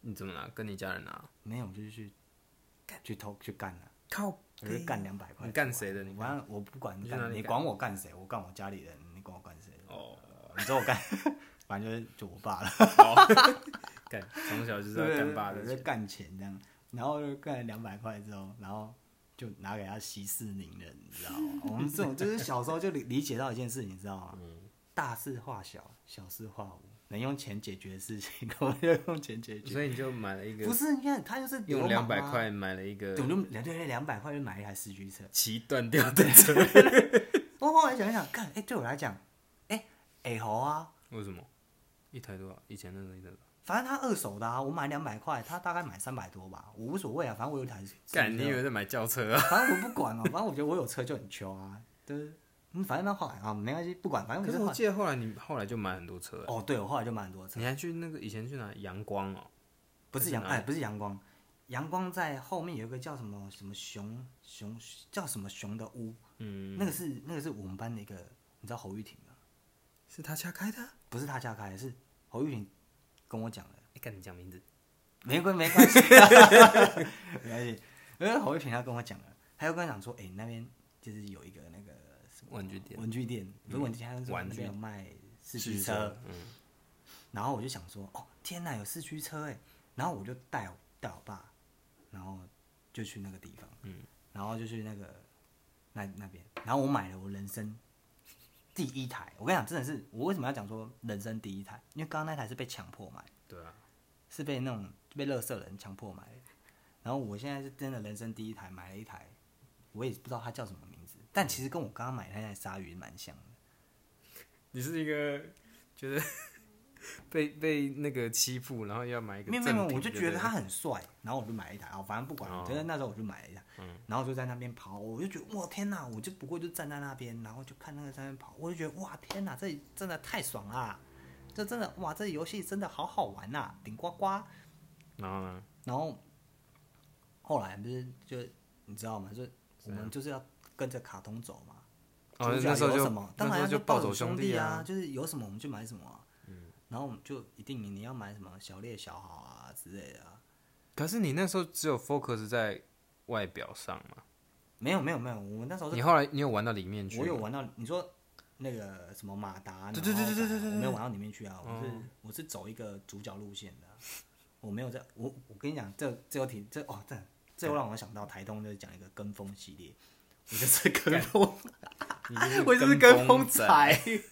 Speaker 1: 你怎么拿？跟你家人啊拿？
Speaker 2: 没有我就是去去偷去干了，
Speaker 1: 靠
Speaker 2: 我就干两百块。
Speaker 1: 你干谁的？你
Speaker 2: 我
Speaker 1: 干
Speaker 2: 反正我不管
Speaker 1: 你去哪
Speaker 2: 干
Speaker 1: 里
Speaker 2: 你
Speaker 1: 干
Speaker 2: 管我干谁，我干我家里人，你管我干谁？
Speaker 1: 哦，
Speaker 2: 你知道我干， 反正就是就我爸了。
Speaker 1: 干从小就是要
Speaker 2: 对
Speaker 1: 干爸
Speaker 2: 对
Speaker 1: 的
Speaker 2: 对
Speaker 1: 钱。
Speaker 2: 就干钱这样，然后就干了两百块之后，然后就拿给他息事宁人，你知道 吗？我们这种就是小时候就理理解到一件事情，你知道吗？
Speaker 1: 嗯
Speaker 2: 大事化小，小事化无，能用钱解决的事情， 我们就用钱解决。
Speaker 1: 所以你就买了一个
Speaker 2: 不，是，你看他就是流
Speaker 1: 用
Speaker 2: 氓
Speaker 1: 两
Speaker 2: 啊
Speaker 1: 百，块买了一个
Speaker 2: 对，我就两对对两百块就买一台四驱车。
Speaker 1: 骑断掉的 车。
Speaker 2: 我后来想一想，看，哎、对我来讲，哎、哎好啊，
Speaker 1: 为什么？一台多少？以前那个一台多少？
Speaker 2: 反正他二手的啊，我买两百块，他大概买三百多吧，我无所谓啊，反正我有一台四驱车。
Speaker 1: 干，你以为在买轿车啊？
Speaker 2: 反正我不管了、反正我觉得我有车就很穷啊，就是，嗯，反正到后来啊，没关系，不管，反正
Speaker 1: 可
Speaker 2: 我
Speaker 1: 是
Speaker 2: 就后
Speaker 1: 我
Speaker 2: 来，
Speaker 1: 记得后来你后来就买很多车、欸，
Speaker 2: 哦，对，我后来就买很多车
Speaker 1: 你，还去那个以前去哪阳光哦、
Speaker 2: 不
Speaker 1: 是
Speaker 2: 是阳，
Speaker 1: 哪里
Speaker 2: 哎，不是阳光，阳光在后面有一个叫什么什么熊熊叫什么熊的屋，
Speaker 1: 嗯，
Speaker 2: 那个是那个是我们班的一个，你知道侯玉婷吗？
Speaker 1: 是他家开的。啊
Speaker 2: 不是他家开的，是侯玉婷跟我讲的，
Speaker 1: 哎、跟你讲名字，
Speaker 2: 没关没关 系，没关系，因为侯玉婷她跟我讲了，她又跟我讲说，哎、那边就是有一个那个什么
Speaker 1: 玩具店嗯
Speaker 2: 文具店，不是文具店，他是
Speaker 1: 玩
Speaker 2: 玩具
Speaker 1: 具
Speaker 2: 有卖四
Speaker 1: 是
Speaker 2: 驱车。，
Speaker 1: 嗯，
Speaker 2: 然后我就想说，哦，天哪，有四驱车哎！然后我就带我带我爸，然后就去那个地方，
Speaker 1: 嗯，
Speaker 2: 然后就去那个那那边，然后我买了我人生第一台。我跟你讲，真的是我为什么要讲说人生第一台？因为刚刚那台是被强迫买，
Speaker 1: 对啊，
Speaker 2: 是被那种被乐色人强迫买的。然后我现在是真的人生第一台买了一台，我也不知道它叫什么名字，但其实跟我刚刚买的那台鲨鱼蛮像的。
Speaker 1: 你是一个觉得 被被那个欺负，然后要买一个
Speaker 2: 没有
Speaker 1: 正
Speaker 2: 没
Speaker 1: 品，
Speaker 2: 有，我就
Speaker 1: 对不
Speaker 2: 觉得
Speaker 1: 对
Speaker 2: 他很帅，然后我就买了一台啊，反正不管，
Speaker 1: 哦嗯
Speaker 2: 反正那时候我就买了一台，然后就在那边跑，我就觉得哇天哪，我就不过就站在那边，然后就看那个在那边跑，我就觉得哇天哪，这里真的太爽啦，这真的哇，这游戏真的好好玩呐、顶呱呱。
Speaker 1: 然后呢，
Speaker 2: 然后后来不是就你知道吗？就我
Speaker 1: 怎样
Speaker 2: 们就是要跟着卡通走嘛，
Speaker 1: 哦，
Speaker 2: 主角
Speaker 1: 那时候
Speaker 2: 有
Speaker 1: 就
Speaker 2: 什么，
Speaker 1: 那
Speaker 2: 当
Speaker 1: 时
Speaker 2: 然
Speaker 1: 候
Speaker 2: 要
Speaker 1: 就
Speaker 2: 暴
Speaker 1: 走
Speaker 2: 走
Speaker 1: 兄
Speaker 2: 弟
Speaker 1: 啊，嗯
Speaker 2: 就是有什么我们就买什么、啊，然后我们就一定你要买什么小烈小好啊之类的啊。
Speaker 1: 可是你那时候只有 focus 在外表上嘛，
Speaker 2: 没有没有没有，我们那时候
Speaker 1: 你
Speaker 2: 是
Speaker 1: 后来你有玩到里面去吗？
Speaker 2: 我有玩到你说那个什么马达，
Speaker 1: 对
Speaker 2: 然后
Speaker 1: 对对对对对
Speaker 2: 改
Speaker 1: 对
Speaker 2: 我没有玩到里面去啊，我是
Speaker 1: 哦
Speaker 2: 我是走一个主角路线的啊，我没有在，我我跟你讲，这这又提这哦，这这又让我想到台东就是讲一个跟风系列，我就是跟风，
Speaker 1: 你就
Speaker 2: 我就是跟
Speaker 1: 跟
Speaker 2: 风
Speaker 1: 仔，
Speaker 2: 仔，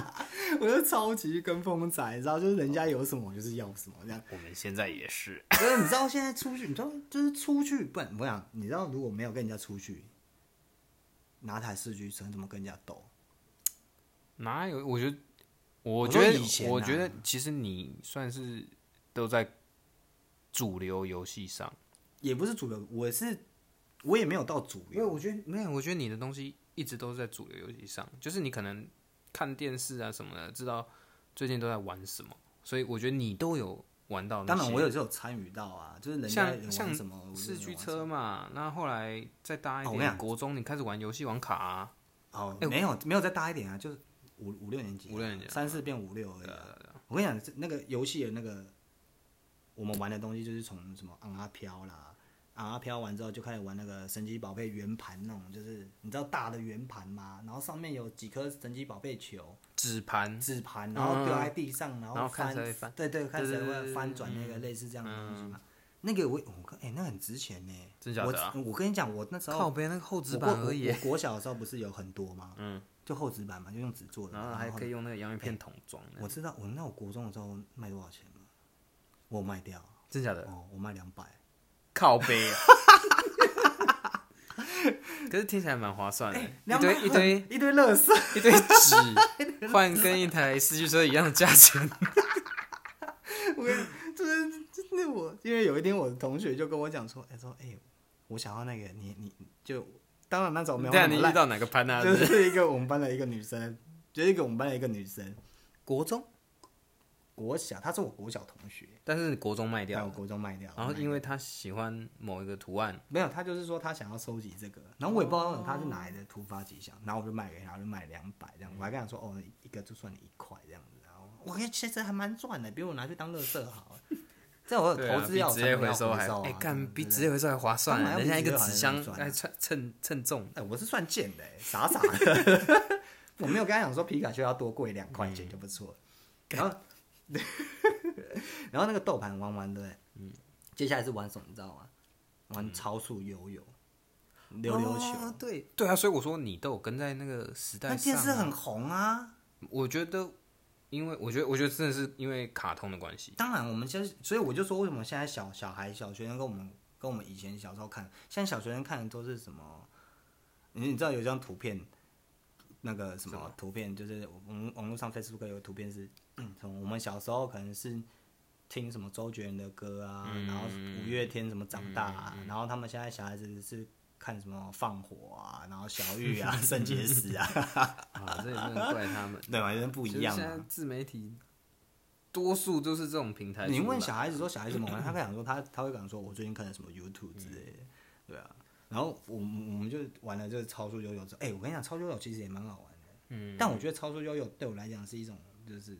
Speaker 2: 我就超级跟风仔，你知道，就是人家有什么我就是要什么这样。
Speaker 1: 我们现在也是。
Speaker 2: 所以你知道现在出去，你知道就是出去，不然我想，你知道如果没有跟人家出去，拿台四驱车怎么跟人家斗？
Speaker 1: 哪有？我觉得，我
Speaker 2: 我
Speaker 1: 觉
Speaker 2: 说
Speaker 1: 得，
Speaker 2: 以前啊
Speaker 1: 我觉得，其实你算是都在主流游戏上，
Speaker 2: 也不是主流，我是我也没有到主
Speaker 1: 因为
Speaker 2: 流，
Speaker 1: 我觉得没有，我觉得你的东西一直都是在主流游戏上，就是你可能看电视啊什么的，知道最近都在玩什么，所以我觉得你都有玩到那
Speaker 2: 当
Speaker 1: 些。
Speaker 2: 然我也是有参与到啊，就是人家
Speaker 1: 像
Speaker 2: 有
Speaker 1: 像
Speaker 2: 玩什么，我就是
Speaker 1: 四
Speaker 2: 有
Speaker 1: 驱
Speaker 2: 玩什
Speaker 1: 车
Speaker 2: 么
Speaker 1: 嘛，那后来再大一
Speaker 2: 哦我跟你
Speaker 1: 点，
Speaker 2: 讲
Speaker 1: 国中你开始玩游戏王卡、啊，
Speaker 2: 哦，
Speaker 1: 哎
Speaker 2: 没有没有再大一点啊，就是五五六年级啊，
Speaker 1: 五六年级啊
Speaker 2: 三四变五六而已啊。我跟你讲，这那个游戏的那个我们玩的东西，就是从什么昂啊飘啦，昂啊飘完之后就开始玩那个神奇宝贝圆盘那种，就是你知道大的圆盘吗？然后上面有几颗神奇宝贝球，
Speaker 1: 纸盘，
Speaker 2: 纸盘，然后丢在地上，然
Speaker 1: 嗯然后看
Speaker 2: 翻
Speaker 1: 谁翻，
Speaker 2: 对对，看
Speaker 1: 对
Speaker 2: 谁
Speaker 1: 对对
Speaker 2: 会翻
Speaker 1: 对
Speaker 2: 转那个类似这样的东西
Speaker 1: 嗯
Speaker 2: 嘛。那个我我看，哎、那很值钱呢、
Speaker 1: 真假的啊
Speaker 2: 我我跟你讲，我那时候
Speaker 1: 靠边那个厚纸
Speaker 2: 我
Speaker 1: 板
Speaker 2: 国
Speaker 1: 而已
Speaker 2: 我，我国小的时候不是有很多吗？
Speaker 1: 嗯，
Speaker 2: 就厚纸板嘛，就用纸做的。
Speaker 1: 然后还可
Speaker 2: 以，
Speaker 1: 以用那个洋芋
Speaker 2: 哎
Speaker 1: 片桶装的，
Speaker 2: 我知道，我那我国中的时候卖多少钱吗？我卖掉，
Speaker 1: 真假的？
Speaker 2: 哦，我卖两百。
Speaker 1: 靠背 啊。可是听起来蛮划算的，
Speaker 2: 哎
Speaker 1: 一
Speaker 2: 200
Speaker 1: 堆一堆
Speaker 2: 一堆乐色，
Speaker 1: 一 堆纸换跟一台四驱车一样的价 钱，
Speaker 2: 我跟你就是真的我，因为有一天我的同学就跟我讲说，哎、说哎、我想要那个你你就，当然那时候没有
Speaker 1: 对啊，你
Speaker 2: 那么
Speaker 1: 遇
Speaker 2: 烂，
Speaker 1: 到哪个潘啊？
Speaker 2: 就
Speaker 1: 对不对
Speaker 2: 是一个我们班的一个女生，就是一个我们班的一个女生，国中国小，她是我国小同学，
Speaker 1: 但是国中卖
Speaker 2: 在
Speaker 1: 掉
Speaker 2: 我，国中卖掉，
Speaker 1: 然后
Speaker 2: 卖
Speaker 1: 因为他喜欢某一个图案，
Speaker 2: 没有，他就是说他想要收集这个，然后我也不知道他是哪来的突发奇想，然后我就卖给他，就卖两百这样，我还跟他说哦，一个就算你一块这样子，然后我跟其实还蛮赚的，比我拿去当乐色好。啊 这我
Speaker 1: 对啊
Speaker 2: 有投资
Speaker 1: 比
Speaker 2: 要有
Speaker 1: 直接
Speaker 2: 成本
Speaker 1: 回
Speaker 2: 要
Speaker 1: 收还
Speaker 2: 收
Speaker 1: 哎
Speaker 2: 啊，
Speaker 1: 干比直
Speaker 2: 接
Speaker 1: 接回收还划算
Speaker 2: 当
Speaker 1: 啊，
Speaker 2: 然
Speaker 1: 人家
Speaker 2: 比
Speaker 1: 一
Speaker 2: 直接
Speaker 1: 个
Speaker 2: 还
Speaker 1: 纸
Speaker 2: 很
Speaker 1: 箱
Speaker 2: 赚啊
Speaker 1: 还称称称重，
Speaker 2: 哎，我是算贱的，哎傻傻的， 我没有跟他讲说皮卡丘要多贵两块钱就不错了，
Speaker 1: 嗯
Speaker 2: 然后 然后那个豆盘玩完对不对？嗯，接下来是玩什么你知道吗？玩超速悠悠。溜溜球，
Speaker 1: 哦对对啊，所以我说你都有跟在那个时代
Speaker 2: 那
Speaker 1: 上
Speaker 2: 电视
Speaker 1: 啊，
Speaker 2: 很红啊。
Speaker 1: 我觉得。因为我觉得，我觉得真的是因为卡通的关系，
Speaker 2: 当然，我们就是，所以我就说，为什么现在小小孩、小学生跟我们跟我们以前小时候看，现在小学生看的都是什么？你你知道有一张图片，那个什
Speaker 1: 什
Speaker 2: 么图片，就是网网络上 Facebook 有个图片是，嗯，从我们小时候可能是听什么周杰伦的歌啊，
Speaker 1: 嗯
Speaker 2: 然后五月天什么长大、啊，然后他们现在小孩子是看什么放火啊，然后小玉 啊、肾结石啊，
Speaker 1: 啊，这也不能怪 他们，
Speaker 2: 对吧？有点不一
Speaker 1: 就是
Speaker 2: 样啊
Speaker 1: 现
Speaker 2: 嘛
Speaker 1: 在。自媒体多数都是这种平台出来。
Speaker 2: 你问小孩子说小孩子怎么玩，他会讲说他他会讲说，我最近看了什么
Speaker 1: 嗯
Speaker 2: YouTube 之类的，对啊。然后我们我们就玩了就是超速悠悠之后，哎、我跟你讲，超速悠悠其实也蛮好玩的，嗯。但我觉得超速悠悠对我来讲是一种就是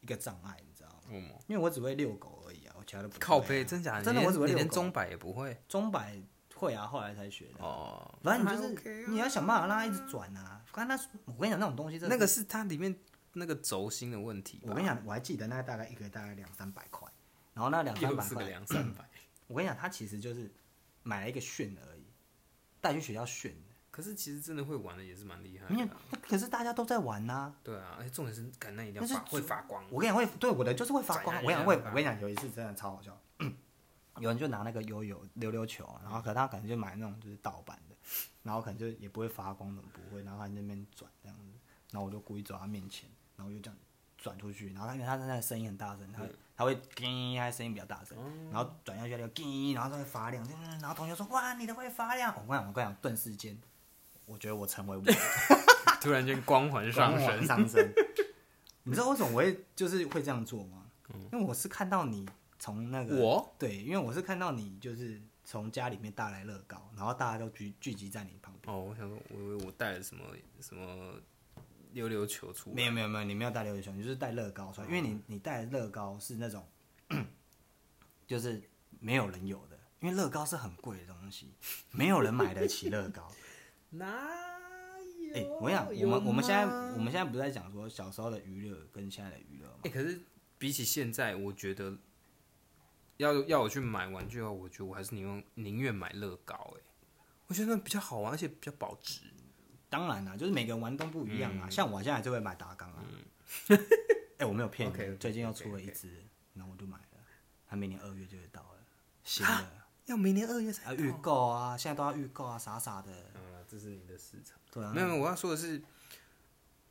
Speaker 2: 一个障碍，你知道吗？
Speaker 1: 为什么
Speaker 2: 因为我只会遛狗而已啊，我其他都不会啊、
Speaker 1: 靠背，真假的？
Speaker 2: 真的，
Speaker 1: 你
Speaker 2: 我
Speaker 1: 连
Speaker 2: 只会
Speaker 1: 你
Speaker 2: 遛
Speaker 1: 连
Speaker 2: 狗
Speaker 1: 钟摆也不会
Speaker 2: 钟摆会啊，后来才学的。
Speaker 1: 哦。
Speaker 2: 反正你
Speaker 1: 那还
Speaker 2: 就
Speaker 1: OK
Speaker 2: 是
Speaker 1: 啊
Speaker 2: 你要想办法让它一直转啊。刚刚他我跟你讲那种东西真的
Speaker 1: 那
Speaker 2: 是，
Speaker 1: 个是它里面那个轴心的问题吧。
Speaker 2: 我跟你讲，我还记得那大概一个大概两三百块，然后那两三
Speaker 1: 又
Speaker 2: 百
Speaker 1: 是
Speaker 2: 块
Speaker 1: 个两三百，
Speaker 2: 我跟你讲，他其实就是买了一个炫而已，带去学校炫的。
Speaker 1: 可是其实真的会玩的也是蛮厉害
Speaker 2: 你
Speaker 1: 的
Speaker 2: 看
Speaker 1: 啊。，
Speaker 2: 可是大家都在玩呐、
Speaker 1: 对啊，而且重点是，感那一定要
Speaker 2: 那是
Speaker 1: 发会发光。
Speaker 2: 我跟你讲会，对我的就是会发光。
Speaker 1: 展
Speaker 2: 我跟
Speaker 1: 现
Speaker 2: 你讲会，
Speaker 1: 发光
Speaker 2: 我跟你讲嗯有一次真的超好笑，有人就拿那个悠悠溜溜球，然后可他可能就买那种就是盗版的，然后可能就也不会发光，怎么不会？然后他在那边转这样子，然后我就故意走到他面前，然后我就这样转出去，然后他因为他那个声音很大声，他会他会叮，他声音比较大声，然后转下去他就叮，然后它会发亮，叮然后同学说哇你的会发亮，我跟你讲我跟你讲，顿时间我觉得我成为我。
Speaker 1: 突然间光环上
Speaker 2: 光往
Speaker 1: 升，
Speaker 2: 上升。你知道为什么我会就是会这样做吗？因为我是看到你从那个
Speaker 1: 我
Speaker 2: 对，因为我是看到你就是从家里面带来乐高，然后大家都聚聚集在你旁边。
Speaker 1: 哦，我想说，我以为我带了什么什么溜溜球出来，
Speaker 2: 没有没有没有，你没有带溜球，你就是带乐高出来，因为
Speaker 1: 哦
Speaker 2: 你你带的乐高是那种就是没有人有的，因为乐高是很贵的东西，没有人买得起乐 高。
Speaker 1: 哪有？
Speaker 2: 哎、我想我们我们现在我们现在不是在讲说小时候的娱乐跟现在的娱乐吗？
Speaker 1: 哎、可是比起现在，我觉得要要我去买玩具的话，我觉得我还是宁愿宁愿买乐高、欸。我觉得那比较好玩，而且比较保值。
Speaker 2: 当然啦，就是每个人玩都不一样
Speaker 1: 嗯
Speaker 2: 啊。像我现在还是会买达纲啊。 哎、我没有骗你
Speaker 1: OK，OK，
Speaker 2: 最近又出了
Speaker 1: OK，OK
Speaker 2: 一只，然后我就买了，它明年二月就会到了，新的。
Speaker 1: 要明年二月
Speaker 2: 还有预购啊，现在都要预购啊，傻傻的。
Speaker 1: 啊，这是你的市场。
Speaker 2: 对啊，
Speaker 1: 没有，没有我要说的是，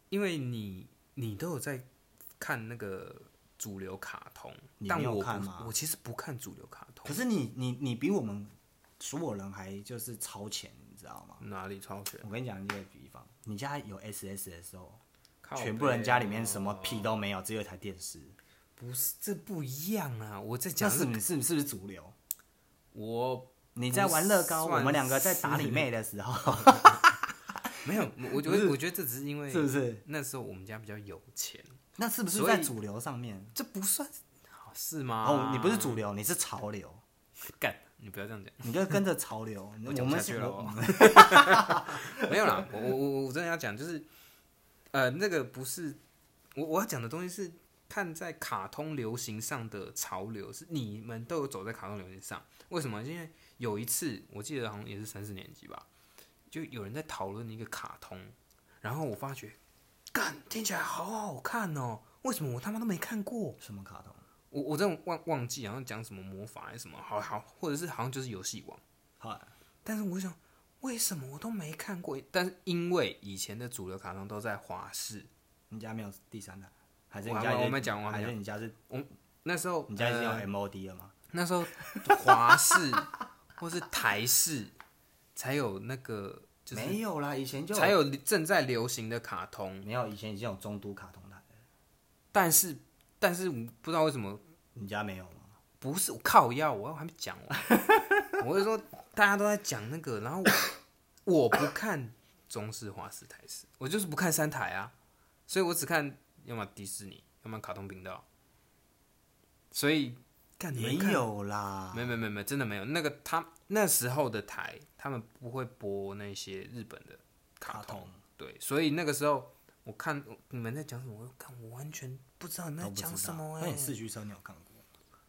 Speaker 1: 因为你你都有在看那个主流卡通，
Speaker 2: 你
Speaker 1: 但
Speaker 2: 没有
Speaker 1: 我
Speaker 2: 看
Speaker 1: 不
Speaker 2: 吗
Speaker 1: 我其实不看主流卡通
Speaker 2: 可。是你你你比我们所有人还就是超前，你知道吗？
Speaker 1: 哪里超全？
Speaker 2: 我跟你讲一个比方，你家有 SS 的时候，
Speaker 1: 靠
Speaker 2: 哦全部人家里面
Speaker 1: 背
Speaker 2: 什么屁
Speaker 1: 哦
Speaker 2: 都没有，只有一台电视。
Speaker 1: 不是，这不一样啊！我在
Speaker 2: 那
Speaker 1: 讲
Speaker 2: 是
Speaker 1: 是，
Speaker 2: 不是是不是主流？
Speaker 1: 我
Speaker 2: 你在玩乐高，
Speaker 1: 不算
Speaker 2: 我们两个在打
Speaker 1: 是
Speaker 2: 你妹的时候，
Speaker 1: 没有，我觉得我觉得这只是因为
Speaker 2: 是不是？
Speaker 1: 那时候我们家比较有钱，
Speaker 2: 那是不是
Speaker 1: 所
Speaker 2: 在
Speaker 1: 以
Speaker 2: 主流上面？
Speaker 1: 这不算是吗？
Speaker 2: 哦，你不是主流，你是潮流，
Speaker 1: 干，你不要这样讲。
Speaker 2: 你就跟着 潮流。
Speaker 1: 我
Speaker 2: 我
Speaker 1: 讲不
Speaker 2: 们
Speaker 1: 下去
Speaker 2: 是
Speaker 1: 了
Speaker 2: 我
Speaker 1: 哦， 没有啦，我我我我真的要讲，就是呃，那个不是我我要讲的东西是看在卡通流行上的潮流，是你们都有走在卡通流行上。为什么？因为有一次我记得好像也是三四年级吧，就有人在讨论一个卡通，然后我发觉，干听起来好好看哦，为什么我他妈都没看过？
Speaker 2: 什么卡通？
Speaker 1: 我我真的忘忘记，好像讲什么魔法还是什么，好好，或者是好像就是游戏王。
Speaker 2: 好，
Speaker 1: 但是我想，为什么我都没看过？但是因为以前的主流卡通都在华视，
Speaker 2: 你家没有第三代，还是
Speaker 1: 我
Speaker 2: 你
Speaker 1: 还
Speaker 2: 家
Speaker 1: 没
Speaker 2: 已
Speaker 1: 我
Speaker 2: 经
Speaker 1: 没讲完
Speaker 2: 还
Speaker 1: 没
Speaker 2: 是你家是
Speaker 1: 那时候
Speaker 2: 你家已经有
Speaker 1: 呃
Speaker 2: MOD 了吗？
Speaker 1: 那时候华视或是台视才有那个，就是
Speaker 2: 没有啦，以前就
Speaker 1: 才有正在流行的卡通，
Speaker 2: 没有，以前已经有中都卡通台了，
Speaker 1: 但是但是不知道为什么
Speaker 2: 你家没有吗？
Speaker 1: 不是我靠腰，我还没讲完。我是说，大家都在讲那个，然后我我不看中式、华式、台式，我就是不看三台啊，所以我只看要么迪士尼，要么卡通频道。所以，干你
Speaker 2: 没
Speaker 1: 们看，
Speaker 2: 有啦，
Speaker 1: 没没没没，真的没有。那个他那时候的台，他们不会播那些日本的卡
Speaker 2: 卡通
Speaker 1: 对，所以那个时候我看你们在讲什么，我看我完全不知道你们在
Speaker 2: 都哦不知道
Speaker 1: 讲什么
Speaker 2: 那
Speaker 1: 哎、
Speaker 2: 你四驱车你有看过？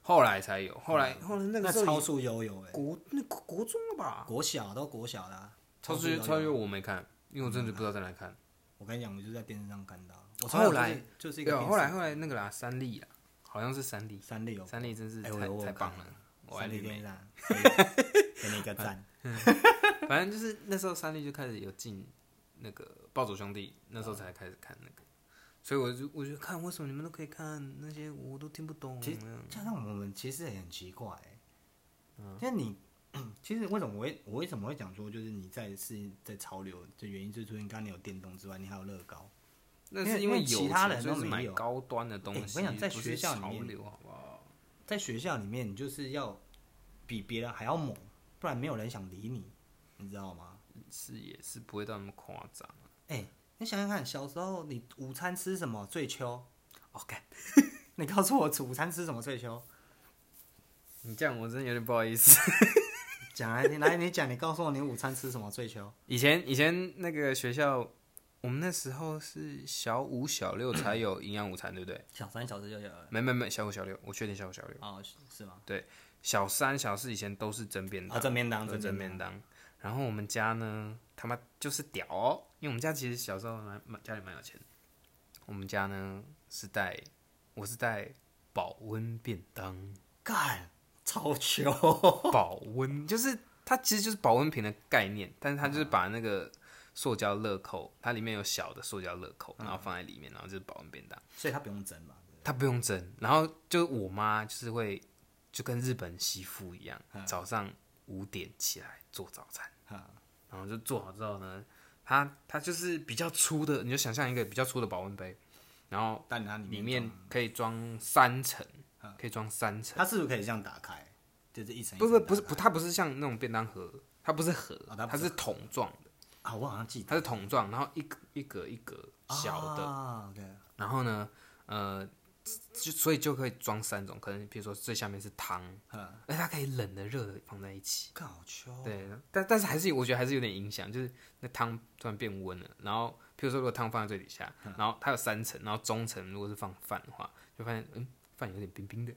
Speaker 1: 后来才有，后来后来那个时候
Speaker 2: 超
Speaker 1: 已
Speaker 2: 速悠悠哎，
Speaker 1: 国那国国中了吧？
Speaker 2: 国小都国小啦，
Speaker 1: 超
Speaker 2: 速悠
Speaker 1: 越
Speaker 2: 悠
Speaker 1: 超越我没看，因为我真的不知道在哪里看。
Speaker 2: 我跟你讲，我就在电视上看到，我从
Speaker 1: 后来
Speaker 2: 就是就是一
Speaker 1: 对
Speaker 2: 个
Speaker 1: 啊，
Speaker 2: 电视
Speaker 1: 后来后来那个啦，三立啦，好像是三立，
Speaker 2: 三立哦，
Speaker 1: 三立真是
Speaker 2: 哎
Speaker 1: 太
Speaker 2: 我我有
Speaker 1: 太棒
Speaker 2: 看
Speaker 1: 了，我爱
Speaker 2: 三立
Speaker 1: 绿
Speaker 2: 电
Speaker 1: 妹
Speaker 2: 视。上，给给你一个 赞。
Speaker 1: 反正就是那时候三立就开始有进那个暴走兄弟，那时候才开始看那个，所以我就我就看为什么你们都可以看那些我都听不懂。
Speaker 2: 其实加上我们其实也很奇怪、欸，嗯，因为你 其实为什么我会我为什么会讲说就是你在是在潮流的原因，就是除了你刚刚你有电动之外，你还有乐高，
Speaker 1: 那
Speaker 2: 因为
Speaker 1: 是因为
Speaker 2: 因为
Speaker 1: 有
Speaker 2: 其他
Speaker 1: 钱
Speaker 2: 人
Speaker 1: 所以
Speaker 2: 都
Speaker 1: 是
Speaker 2: 没
Speaker 1: 买
Speaker 2: 有
Speaker 1: 高端的东
Speaker 2: 哎我
Speaker 1: 西，
Speaker 2: 跟你讲在
Speaker 1: 不
Speaker 2: 学
Speaker 1: 是
Speaker 2: 校里
Speaker 1: 潮
Speaker 2: 面
Speaker 1: 流好不好？
Speaker 2: 在学校里面你就是要比别人还要猛，不然没有人想理你，你知道吗？
Speaker 1: 是也是不会到那么夸张。
Speaker 2: 哎、你想想看，小时候你午餐吃什么最秋？哦
Speaker 1: OK，
Speaker 2: 你告诉我午餐吃什么最秋？
Speaker 1: 你这样我真的有点不好意思。
Speaker 2: 讲来听，来你讲，你告诉我你午餐吃什么最秋？
Speaker 1: 以前以前那个学校，我们那时候是小五小六才有营养午餐，对不对？
Speaker 2: 小三小四就有了
Speaker 1: 没没没，小五小六，我确定小五小六，
Speaker 2: 哦，是是吗？
Speaker 1: 小三小四以前都是蒸便当，
Speaker 2: 啊，正面当，
Speaker 1: 对
Speaker 2: 正
Speaker 1: 蒸
Speaker 2: 面
Speaker 1: 便当。然后我们家呢，他妈就是屌哦，因为我们家其实小时候蛮蛮家里蛮有钱的，我们家呢是带我是带保温便当，
Speaker 2: 干，超球，
Speaker 1: 保温就是它其实就是保温瓶的概念，但是它就是把那个塑胶乐扣，它里面有小的塑胶乐扣，然后放在里面，然后就是保温便当，
Speaker 2: 所以他不用蒸嘛。
Speaker 1: 它不用蒸。然后就我妈就是会就跟日本媳妇一样，早上五点起来做早餐，
Speaker 2: 哈，
Speaker 1: 然后就做好之后呢，它它就是比较粗的，你就想象一个比较粗的保温杯，然后
Speaker 2: 但它
Speaker 1: 里
Speaker 2: 里
Speaker 1: 面
Speaker 2: 面
Speaker 1: 可以装三层，可以装三层。
Speaker 2: 它是不是可以这样打开？就是一层一
Speaker 1: 不
Speaker 2: 层
Speaker 1: 不不是
Speaker 2: 打
Speaker 1: 不，它不是像那种便当盒，它不是盒
Speaker 2: 哦它，不
Speaker 1: 它
Speaker 2: 是
Speaker 1: 是桶状的，
Speaker 2: 开啊，我好像记得
Speaker 1: 它是桶状，然后一格一格一格小的，
Speaker 2: 啊，OK，
Speaker 1: 然后呢，呃，就所以就可以装三种，可能比如说最下面是汤，
Speaker 2: 嗯，
Speaker 1: 哎，它可以冷的热的放在一起，
Speaker 2: 干好哦球，
Speaker 1: 对，但但是还是我觉得还是有点影响，就是那汤突然变温了，然后譬如说如果汤放在最底下，
Speaker 2: 嗯
Speaker 1: 然后它有三层，然后中层如果是放饭的话，就发现嗯饭有点冰 冰的，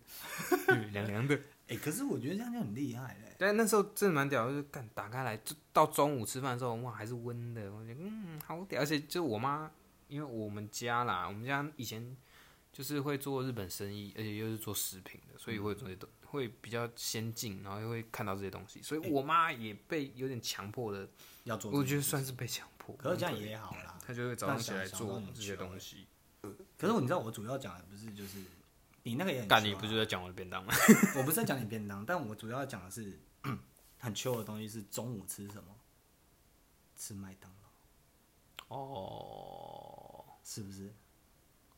Speaker 1: 嗯凉凉的。
Speaker 2: 哎，可是我觉得这样就很厉害嘞。
Speaker 1: 但那时候真的蛮屌的，就是干打开来，就到中午吃饭的时候，哇，还是温的，我觉得嗯好屌。而且就我妈，因为我们家啦，我们家以前就是会做日本生意，而且又是做食品的，所以会有这些
Speaker 2: 嗯
Speaker 1: 东会比较先进，然后又会看到这些东西，所以我妈也被有点强迫的，
Speaker 2: 要做这
Speaker 1: 我
Speaker 2: 个，
Speaker 1: 觉得算是被强迫。
Speaker 2: 可是这样也好啦。
Speaker 1: 她就会早上起来
Speaker 2: 那想想
Speaker 1: 做
Speaker 2: 到很
Speaker 1: 这些
Speaker 2: 糗
Speaker 1: 东西。
Speaker 2: 可是我你知道我主要讲的不是就是你那个也很
Speaker 1: 干，
Speaker 2: 糗
Speaker 1: 你
Speaker 2: 啊
Speaker 1: 不是在讲我的便 当吗？
Speaker 2: 我不是在讲你便当，但我主要讲的是 很秋的东西是中午吃什么？吃麦当劳
Speaker 1: 哦，
Speaker 2: 是不是？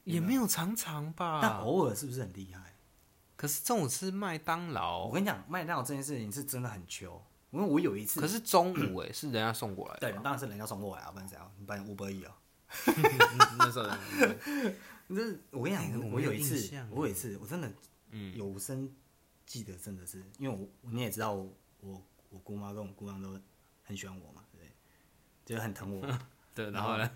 Speaker 1: 也没有常常
Speaker 2: 但
Speaker 1: 吧。
Speaker 2: 偶尔是不是很厉害？
Speaker 1: 可是中午吃麦当劳
Speaker 2: 我，跟你讲，麦当劳这件事情是真的很糗，因为我有一次，
Speaker 1: 可是中午哎、是人家送过来
Speaker 2: 对，
Speaker 1: 的
Speaker 2: 当
Speaker 1: 吧。
Speaker 2: 然是人家送过来啊，不然怎样？你把你五百亿啊？
Speaker 1: 那时候人家送过来
Speaker 2: 这是我跟你
Speaker 1: 哎我没
Speaker 2: 讲，
Speaker 1: 有
Speaker 2: 我有一
Speaker 1: 印
Speaker 2: 次
Speaker 1: 象，欸
Speaker 2: 我有一次，我真的
Speaker 1: 嗯
Speaker 2: 有生记得，真的是因为我你也知道我，我我姑妈跟我姑丈都很喜欢我嘛，对不对，就是很疼我。
Speaker 1: 对，然后呢？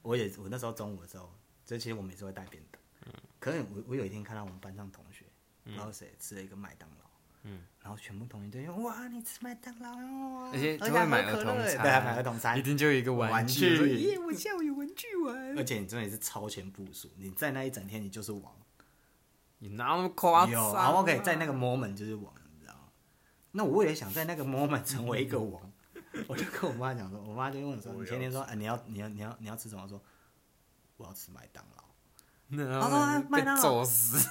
Speaker 2: 我也我那时候中午的时候，就其实我每次会带便当，
Speaker 1: 嗯
Speaker 2: 可是我我有一天看到我们班上同学，不知道谁吃了一个麦当劳，嗯，然后全部同学都说哇你吃麦当劳哦，
Speaker 1: 而且他
Speaker 2: 而
Speaker 1: 会
Speaker 2: 还
Speaker 1: 买
Speaker 2: 喝
Speaker 1: 儿
Speaker 2: 可
Speaker 1: 童
Speaker 2: 乐
Speaker 1: 餐啊
Speaker 2: 对，还买儿童餐
Speaker 1: 一，定就有一个
Speaker 2: 玩
Speaker 1: 具。
Speaker 2: 具
Speaker 1: 我说耶，我下午有玩具玩。
Speaker 2: 而且你真的是超前部署，你在那一整天你就是王，
Speaker 1: 你哪那么夸
Speaker 2: 有
Speaker 1: 张、
Speaker 2: 然
Speaker 1: 啊？
Speaker 2: 后 OK 在那个 moment 就是王，你知道吗？那我也想在那个 moment 成为一个王，我就跟我妈讲说，我妈就问我说，
Speaker 1: 我
Speaker 2: 你
Speaker 1: 要
Speaker 2: 前天说，啊你要你要你要你要吃什么？我说我要吃麦当劳。
Speaker 1: 然
Speaker 2: 后
Speaker 1: 后
Speaker 2: 呢
Speaker 1: 被
Speaker 2: 麦当劳
Speaker 1: 揍死。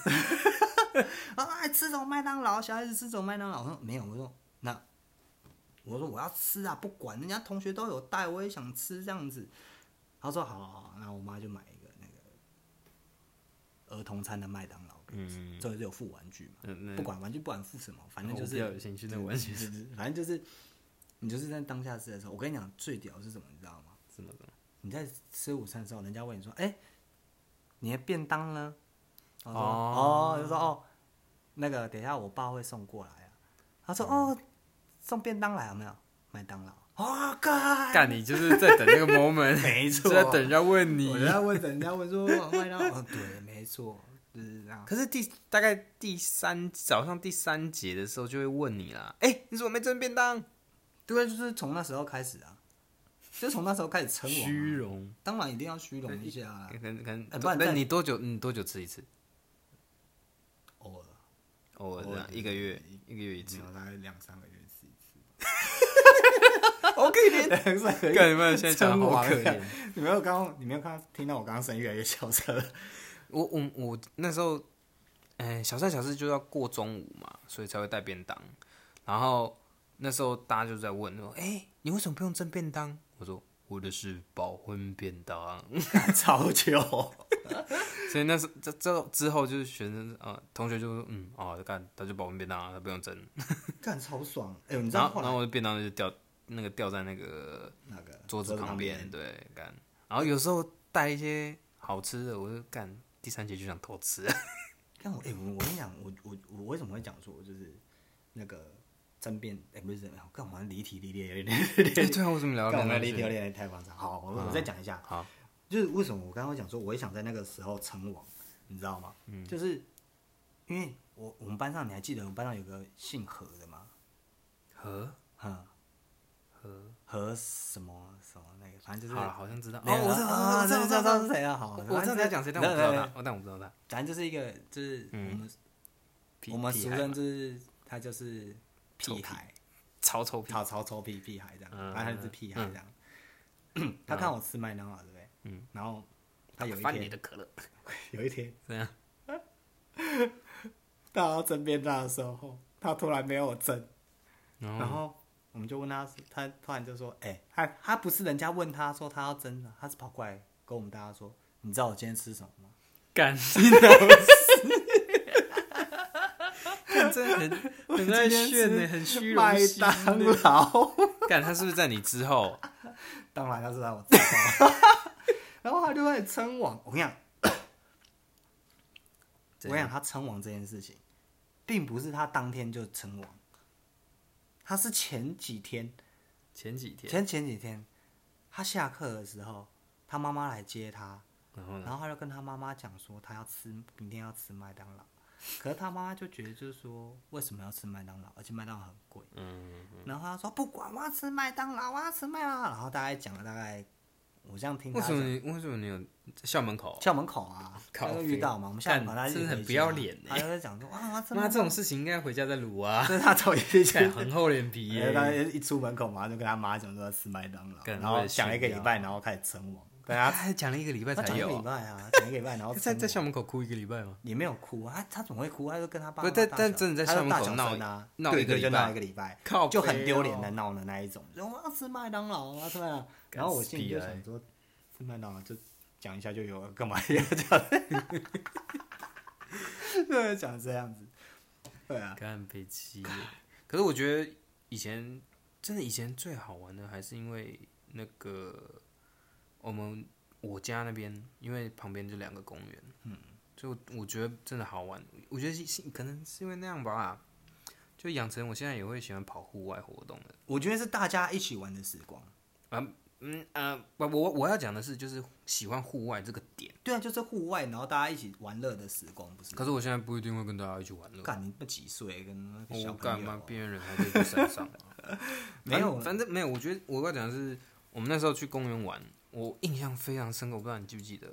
Speaker 2: 啊，哎吃什么麦当劳？小孩子吃什么麦当劳？我说没有，我说那，我说我要吃啊，不管人家同学都有带，我也想吃这样子。他说好好好，那我妈就买一个那个儿童餐的麦当劳给我吃，
Speaker 1: 嗯
Speaker 2: 这、是有附玩具嘛，
Speaker 1: 嗯那
Speaker 2: 不管玩具不管附什么，反正
Speaker 1: 我
Speaker 2: 就
Speaker 1: 比较
Speaker 2: 是
Speaker 1: 有兴趣那玩具
Speaker 2: 对对对反正 就是你就是在当下吃的时候，我跟你讲最屌是什么，你知道吗？
Speaker 1: 什么的。
Speaker 2: 你在吃午餐的时候，人家问你说：“哎、你的便当呢？”我说：“
Speaker 1: 哦
Speaker 2: 哦，就说哦，那个等一下我爸会送过来啊。”他说：“
Speaker 1: 嗯
Speaker 2: 哦，送便当来有没有？麦当劳。”哦，干
Speaker 1: 干，你就是在等那 个 moment，
Speaker 2: 没错
Speaker 1: 就在等人家问你
Speaker 2: 我。就在问人家问说 麦当劳，哦对，没错，就是这样。
Speaker 1: 可是第大概第三早上第三节的时候就会问你啦，哎、你怎么没蒸便当？
Speaker 2: 对，就是从那时候开始啊，就从那时候开始称王啊、
Speaker 1: 虚荣，
Speaker 2: 当然一定要虚荣一下啊
Speaker 1: 可，能可能，
Speaker 2: 哎不然
Speaker 1: 那
Speaker 2: 再
Speaker 1: 你多久？你多久吃一次？
Speaker 2: 偶尔
Speaker 1: 偶尔这
Speaker 2: 偶
Speaker 1: 样，
Speaker 2: 尔
Speaker 1: 啊一个月一个月一
Speaker 2: 只
Speaker 1: 次
Speaker 2: 有。大概两三个月吃一次。
Speaker 1: OK，你
Speaker 2: 两三个月
Speaker 1: 干你们现在讲得好可
Speaker 2: 称王
Speaker 1: 怜
Speaker 2: 啊。你没有刚刚，你没有看到听到我刚刚声音越来越小声了。
Speaker 1: 我我我那时候，哎、小三小四就要过中午嘛，所以才会带便当。然后那时候大家就在问说：“哎、你为什么不用蒸便当？”我说：“我的是保温便当。
Speaker 2: 超久，”
Speaker 1: 所以那时这这之后就是学生呃同学就说：“嗯哦，干他就保温便当、啊，他不用蒸。
Speaker 2: 干超爽。哎、呦，你”知道
Speaker 1: 然后
Speaker 2: 后
Speaker 1: 然
Speaker 2: 来
Speaker 1: 后我的便当就掉那个掉在那个
Speaker 2: 那个
Speaker 1: 桌子旁边，
Speaker 2: 边，
Speaker 1: 对干。然后有时候带一些好吃的，我就干第三节就想偷吃。
Speaker 2: 看我哎、我我跟你讲，我我我为什么会讲说就是那个争辩哎、不是争辩，我干嘛离题离列有点，
Speaker 1: 哎 对啊，为什么 聊到
Speaker 2: 干嘛
Speaker 1: 那
Speaker 2: 离
Speaker 1: 里
Speaker 2: 题有点太夸张。好，我我再讲一下，
Speaker 1: 好，
Speaker 2: 就是为什么我刚刚讲说我也想在那个时候称王，你知道吗？嗯，就是因为我我们班上你还记得我们班上有个姓何的吗？
Speaker 1: 和。
Speaker 2: 嗯，何何什么什么那个，反正就是
Speaker 1: 好了，好像知道。哦
Speaker 2: 没有
Speaker 1: 我知
Speaker 2: 啊
Speaker 1: 道，我知道，我
Speaker 2: 知
Speaker 1: 知
Speaker 2: 道
Speaker 1: 道，
Speaker 2: 知道是谁了。好，
Speaker 1: 我知道你在讲谁，但我不知道他，嗯但我不知道他。
Speaker 2: 反正就是一个，就是我们我
Speaker 1: 啊
Speaker 2: 们俗称就是他就是屁孩，
Speaker 1: 超臭屁，
Speaker 2: 草草臭屁屁孩这样，
Speaker 1: 嗯
Speaker 2: 反正他是屁孩这样。 他看我吃麦当劳对不对？嗯，然后他有一
Speaker 1: 翻你
Speaker 2: 天
Speaker 1: 的 可乐，
Speaker 2: 有一天
Speaker 1: 怎样？
Speaker 2: 到他争辩他的时候，他突然没有我争，然
Speaker 1: 然后
Speaker 2: 后我们就问他，他突然就说：“哎、他他不是人家问他说他要争的，他是跑过来跟我们大家说，你知道我今天吃什么 吗？”
Speaker 1: 干你老师，看真的很很在炫呢，很虚荣
Speaker 2: 麦
Speaker 1: 心 呢。
Speaker 2: 当劳，
Speaker 1: 干他是不是在你之后？
Speaker 2: 当然他知道我知道。然后他就开始称王，我跟 你讲，我
Speaker 1: 怎
Speaker 2: 跟你
Speaker 1: 样
Speaker 2: 讲，他称王这件事情，并不是他当天就称王，他是前几天，
Speaker 1: 前几天，
Speaker 2: 前前几天，他下课的时候，他妈妈来接他，
Speaker 1: 然后呢？
Speaker 2: 然后他就跟他妈妈讲说，他要吃，明天要吃麦当劳。可是他妈妈就觉得，就是说，为什么要吃麦当劳？而且麦当劳很贵。
Speaker 1: 嗯，
Speaker 2: 然后他说不管，我要吃麦当劳，我要吃麦当劳。然后大概讲了大概，我这样听他
Speaker 1: 为什
Speaker 2: 讲
Speaker 1: 么，你为什么你有在校门口？
Speaker 2: 校门口啊，
Speaker 1: 靠
Speaker 2: 他就遇到嘛，我们校门口
Speaker 1: 干
Speaker 2: 他就
Speaker 1: 真的很
Speaker 2: 回去
Speaker 1: 不要
Speaker 2: 啊
Speaker 1: 脸欸
Speaker 2: 他就在讲说哇，我要 吃
Speaker 1: 妈，
Speaker 2: 麦
Speaker 1: 这种事情应该回家再撸 啊！
Speaker 2: 这是他头一次
Speaker 1: 干
Speaker 2: 讲。
Speaker 1: 很厚脸皮耶
Speaker 2: 然后。他一出门口，马上就跟他妈讲说要吃麦当劳，
Speaker 1: 干
Speaker 2: 然
Speaker 1: 我
Speaker 2: 后
Speaker 1: 也
Speaker 2: 讲了一个
Speaker 1: 气
Speaker 2: 礼
Speaker 1: 掉
Speaker 2: 拜，然后开始称王。对啊，
Speaker 1: 还讲了一个礼拜
Speaker 2: 他
Speaker 1: 才
Speaker 2: 讲一个
Speaker 1: 有
Speaker 2: 礼
Speaker 1: 啊，
Speaker 2: 拜啊， 讲一个礼拜，然后
Speaker 1: 在在
Speaker 2: 称
Speaker 1: 校门口哭一个礼拜吗？
Speaker 2: 也没有哭啊，他他怎么会哭？他就跟他爸
Speaker 1: 不
Speaker 2: 妈
Speaker 1: 是但
Speaker 2: 大
Speaker 1: 但
Speaker 2: 小
Speaker 1: 真的在
Speaker 2: 他就
Speaker 1: 校门
Speaker 2: 大
Speaker 1: 口
Speaker 2: 小
Speaker 1: 闹
Speaker 2: 声啊，
Speaker 1: 闹
Speaker 2: 对
Speaker 1: 一个
Speaker 2: 对
Speaker 1: 礼
Speaker 2: 就闹
Speaker 1: 拜
Speaker 2: 一个礼拜，
Speaker 1: 靠
Speaker 2: 就很
Speaker 1: 北
Speaker 2: 丢脸
Speaker 1: 哦
Speaker 2: 的闹的啊那一种，然后我要吃麦当劳，我要吃麦当劳，然后我心里就想说，吃麦当劳就讲一下就有了，干嘛要讲？ 对，讲这样子，对啊，
Speaker 1: 干北极。可是我觉得以前真的以前最好玩的还是因为那个我们我家那边，因为旁边就两个公园，嗯，所以我我觉得真的好玩。我觉得是是可能是因为那样吧，就养成我现在也会喜欢跑户外活动的。
Speaker 2: 我觉得是大家一起玩的时光。
Speaker 1: 嗯啊，不，我我要讲的是就是喜欢户外这个点。
Speaker 2: 对啊，就是户外，然后大家一起玩乐的时光，不是吗？
Speaker 1: 可是我现在不一定会跟大家一起玩了。
Speaker 2: 干你不几岁，跟那个小
Speaker 1: 我
Speaker 2: 朋友
Speaker 1: 哦干嘛？边缘人还可以去山上、
Speaker 2: 没有
Speaker 1: 反反正没有。我觉得我要讲的是，我们那时候去公园玩，我印象非常深刻。我不知道你记不记得？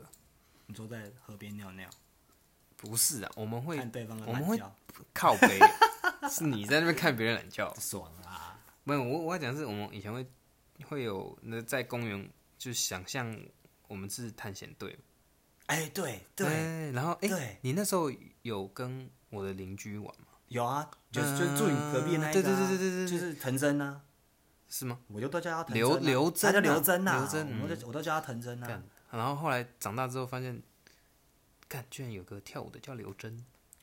Speaker 2: 你坐在河边尿尿，
Speaker 1: 不是啊，我们会
Speaker 2: 看对方的
Speaker 1: 我们
Speaker 2: 懒
Speaker 1: 会
Speaker 2: 觉，
Speaker 1: 靠背， 是你在那边看别人懒觉。
Speaker 2: 爽啊！
Speaker 1: 没有，我我要讲的是，我们以前会会有那在公园，就想象我们是探险队。
Speaker 2: 哎，对对，
Speaker 1: 哎然后哎、
Speaker 2: 对
Speaker 1: 你那时候有跟我的邻居玩吗？
Speaker 2: 有啊，就是就是住你隔壁的那一个
Speaker 1: 嗯对
Speaker 2: 啊，
Speaker 1: 对对对对对
Speaker 2: 就是藤真啊，
Speaker 1: 是吗？
Speaker 2: 我就都叫他藤
Speaker 1: 刘
Speaker 2: 真啊，
Speaker 1: 刘真啊
Speaker 2: 他叫刘真呐，
Speaker 1: 刘真嗯
Speaker 2: 我都我都叫他藤真啊呐
Speaker 1: 干。然后后来长大之后发现，干居然有个跳舞的叫刘真，